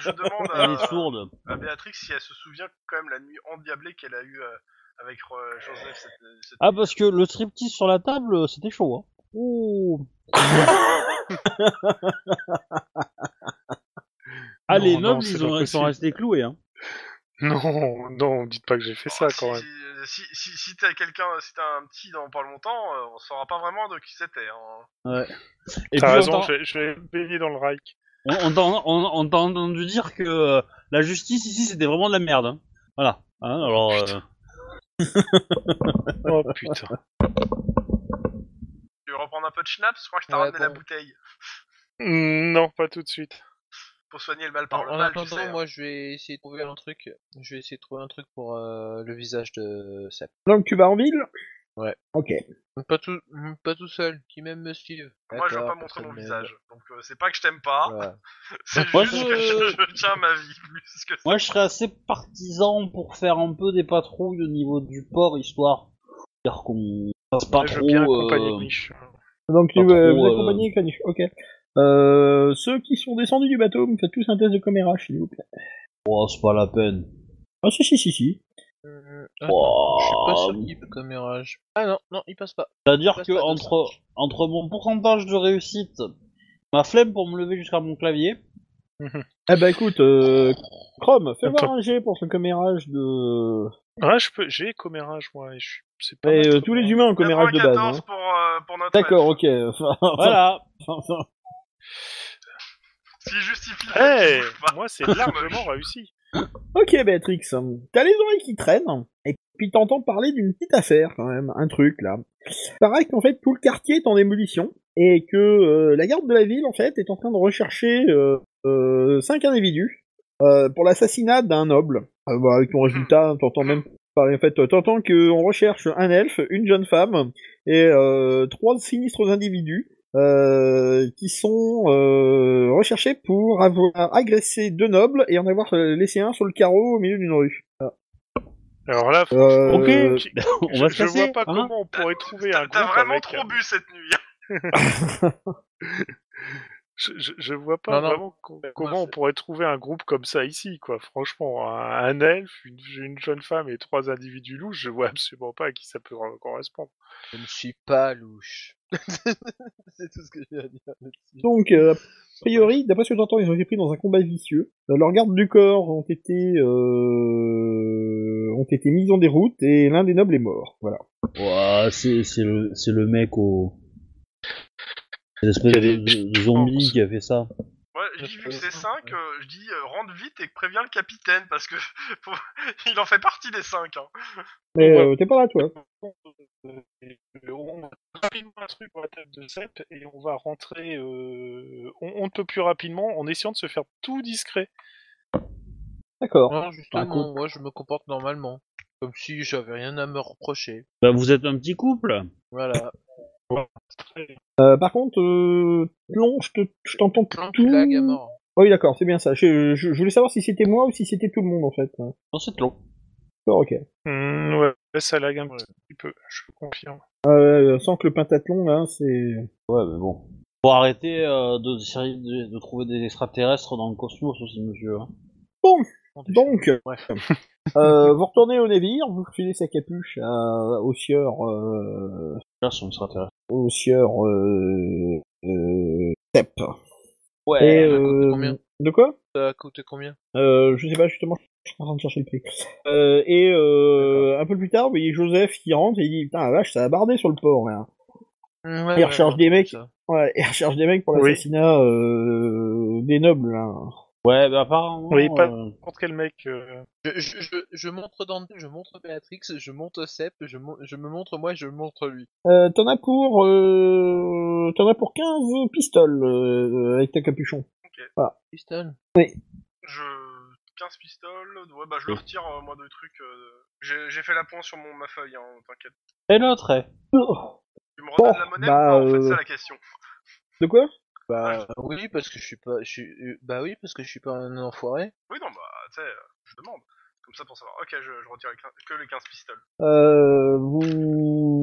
je demande Ah. Elle est à, sourde. à Béatrix si elle se souvient quand même la nuit endiablée qu'elle a eue euh, avec euh, Joseph cette, cette Ah, parce que le striptease sur la table, euh, c'était chaud, hein. Ouh. ah, Non, les non, nobles, c'est ils, pas ont, ils sont possible. restés cloués, hein. Non, non, dites pas que j'ai fait ça, Ah, si- quand même. Si, si, si, si t'as quelqu'un, si t'as un petit dans pas longtemps, euh, on saura pas vraiment de qui c'était. Hein. Et T'as puis, raison, on je vais, je vais me baigner dans le Reich. t'a- on- on t'a on- on t'a entendu dire que euh, la justice ici, c'était vraiment de la merde. hein. Voilà. Hein, alors, euh, Oh putain. Tu veux reprendre un peu de schnapps Je crois que t'as Ouais, ramené la bon. bouteille Non, pas tout de suite. pour soigner le mal En, par le en mal, tu attendant, sais. hein. moi je vais essayer de trouver un truc. Je vais essayer de trouver un truc pour euh, le visage de Sep. donc tu vas en ville Ouais. Ok. Pas tout, pas tout seul, qui même me suive. Moi, je veux D'accord, pas montrer personne mon m'aime. visage. Donc, euh, c'est pas que je t'aime pas, Voilà. c'est Moi, juste je- que je, je tiens ma vie plus que ça. moi, je serais assez partisan pour faire un peu des patrouilles au niveau du port, histoire. Dire qu'on passe pas je trop. veux bien euh, accompagner Mich. Donc tu Pas vas trop, vous euh, accompagner Caniche. Ok. Euh, ceux qui sont descendus du bateau, me faites tous un test de commérage s'il vous plaît. Oh, c'est pas la peine. Ah si si si si. Euh, attends, je suis pas sûr qu'il peut comme mirage. Ah non, non, il passe pas. C'est-à-dire Passe que pas de entre, entre mon pourcentage de réussite, ma flemme pour me lever jusqu'à mon clavier, Eh ben écoute, euh, Chrome, fais Attends. voir un jet pour ce commérage de. Ah, je peux, j'ai commérage, moi, et je suis, c'est pas Mais, mal, euh, ça, tous moi. les humains ont commérage de base. 94 hein. pour, euh, pour notre D'accord, elfe. ok. Enfin, voilà. enfin, Si justifie Eh, le fait qu'il bouge pas. moi, c'est largement réussi. ok, Béatrix, t'as les oreilles qui traînent, et puis t'entends parler d'une petite affaire quand même, un truc là. Pareil qu'en fait tout le quartier est en démolition, et que euh, la garde de la ville en fait est en train de rechercher euh, euh, cinq individus euh, pour l'assassinat d'un noble. Euh, bah, avec ton résultat, t'entends même pas. En fait, t'entends qu'on recherche un elfe, une jeune femme et euh, trois sinistres individus euh, qui sont euh, recherchés pour avoir agressé deux nobles et en avoir euh, laissé un sur le carreau au milieu d'une rue. Alors là, Euh, ok, qui- on va je, se je vois casser, pas hein. comment on pourrait trouver un T'as- T'as groupe hein. vraiment avec, trop bu cette nuit. hein. Je, je, je vois pas Non, non. vraiment co- comment on c'est- pourrait trouver un groupe comme ça ici, quoi. Franchement, un, un elfe, une, une jeune femme et trois individus louches, je vois absolument pas à qui ça peut re- correspondre. Je ne suis pas louche. c'est tout ce que j'ai à dire là-dessus. Donc, euh, a priori, d'après ce que j'entends, ils ont été pris dans un combat vicieux. Euh, Leurs gardes du corps ont été euh, ont été mis en déroute et l'un des nobles est mort. Voilà. Ouah, c'est c'est le, c'est le mec au. L'espèce de, de- de zombie qui a fait ça. Moi, je dis, vu que c'est 5, je dis euh, rentre vite et préviens le capitaine parce que faut- il en fait partie des 5. Hein. Mais Ouais. euh, t'es pas là, toi. Euh, On va rapidement un truc pour la table de Sepp et on va rentrer euh, on, on ne peut plus rapidement en essayant de se faire tout discret. D'accord. Non, Bah, écoute. justement, moi je me comporte normalement. Comme si j'avais rien à me reprocher. Bah, vous êtes un petit couple. Voilà. Euh, par contre, euh, Plon, je te- je t'entends Plein de tout. blagues à mort. Oh, oui, d'accord, c'est bien ça. Je, je- je voulais savoir si c'était moi ou si c'était tout le monde en fait. Oh, Non, c'est long. D'accord, ok. Hmm, ouais, ça lag un petit peu, je confirme. Euh, sans que le pentathlon là, c'est. Ouais, mais bon. Faut arrêter euh, de, d'essayer de, de trouver des extraterrestres dans le cosmos aussi, monsieur. hein. Donc, Ouais. euh, vous retournez au navire, vous filez sa capuche à- au sieur euh, Là, sont extraterrestres. au sieur euh, euh, Sepp. Ouais, Et, ça coûte euh, combien de quoi Ça a coûté combien euh, Je sais pas justement. Je suis en train de chercher le prix. Euh, et euh, un peu plus tard, vous voyez Joseph qui rentre et il dit putain la vache, ça a bardé sur le port. Là. Mmh, Ouais, recherche ouais, des ouais, mecs. ça. Ouais, et recherche des mecs pour l'assassinat euh, des nobles. Là. Ouais, bah apparemment. Oui, pas- euh, N'importe quel mec. euh, Je, je, je, je montre Dante, je montre Béatrix, je montre Sep, je, mon- je me montre moi, je montre lui. Euh, t'en as pour euh, t'en as pour 15 pistoles euh, avec ta capuchon. Houston. Je... 15 pistoles, ouais, bah je le retire, euh, moi, de trucs. euh, J'ai j'ai fait la pointe sur mon, ma feuille, hein, t'inquiète. Et l'autre, eh Oh. Tu me redonnes Bon, la monnaie bah, ou pas, en fait, euh, c'est la question. De quoi Bah oui, parce que je suis pas, je suis, euh, bah oui, parce que je suis pas un enfoiré. Oui, non, bah, tu sais, euh, je demande. Comme ça pour savoir. Ok, je, je retire les quin- que les 15 pistoles. euh,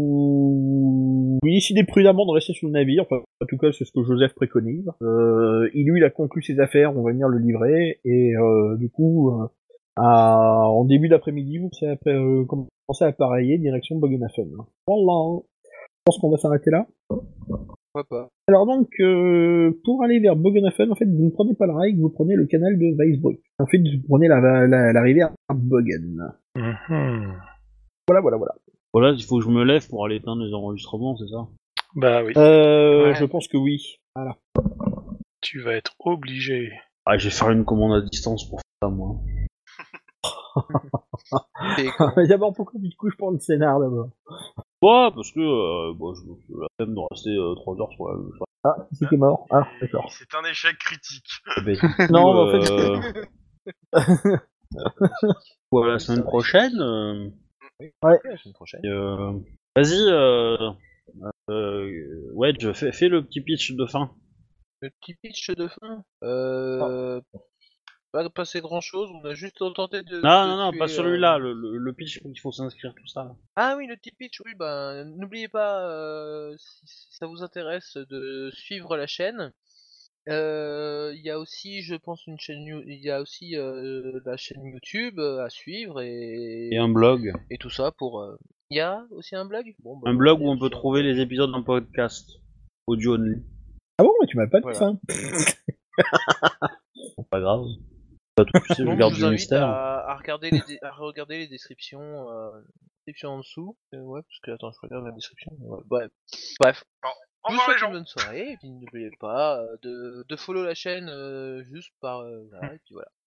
Vous vous décidez prudemment de rester sous le navire. Enfin, en tout cas, c'est ce que Joseph préconise. Euh, il lui, il a conclu ses affaires. On va venir le livrer et euh, du coup, euh, à- en début d'après-midi, vous commencez à, euh, commencez à appareiller direction Bogenhafen. Voilà. Je pense qu'on va s'arrêter là. Pourquoi pas Alors donc, euh, pour aller vers Bogenhafen, en fait, vous ne prenez pas le rail, vous prenez le canal de Weisbrück. Ensuite, vous prenez la, la- la rivière Bogen. Mhm. Voilà, voilà, voilà. Voilà, il faut que je me lève pour aller éteindre les enregistrements, c'est ça Bah oui, Euh, Ouais. Je pense que oui. Voilà. tu vas être obligé. Ah, je vais faire une commande à distance pour ça, moi. T'es Mais d'abord, pourquoi tu te couches pour le scénar, d'abord Ouais, parce que euh, bah, je je- la peine de rester 3 heures sur la même chose. Ah, si t'es mort. Ah, Et d'accord. C'est un échec critique. Non, mais mais en fait, euh, ouais, la semaine prochaine. euh, Ouais. la semaine prochaine. et, euh, Vas-y, euh... euh, Wedge, fais, fais le petit pitch de fin. Le petit pitch de fin. Euh, Ah. pas passé grand chose. On a juste tenté de. Non, de non, non, tuer, pas euh, celui-là, le, le, le pitch il faut s'inscrire, tout ça. Ah oui, le petit pitch, oui, ben n'oubliez pas, euh, si, si ça vous intéresse, de suivre la chaîne. Euh, Il y a aussi, je pense, une chaîne, You- il y a aussi euh, la chaîne YouTube euh, à suivre et, Et un blog. et tout ça pour. euh, Il y a aussi un blog bon, bah, Un blog il y où a on peut aussi un- trouver les épisodes en podcast. Audio only. Ah bon, mais tu m'as pas dit Voilà. ça. Pas grave. Pas tout, c'est Donc, le garde je du vous invite mystère. à, à regarder les, dé- à regarder les descriptions, euh, descriptions en dessous. Euh, ouais, parce que attends, je regarde la description. Ouais, bref. Bref. Au Je vous revoir, les souhaite une gens. bonne soirée et puis n'oubliez pas euh, de, de follow la chaîne euh, juste par euh, là, et puis voilà.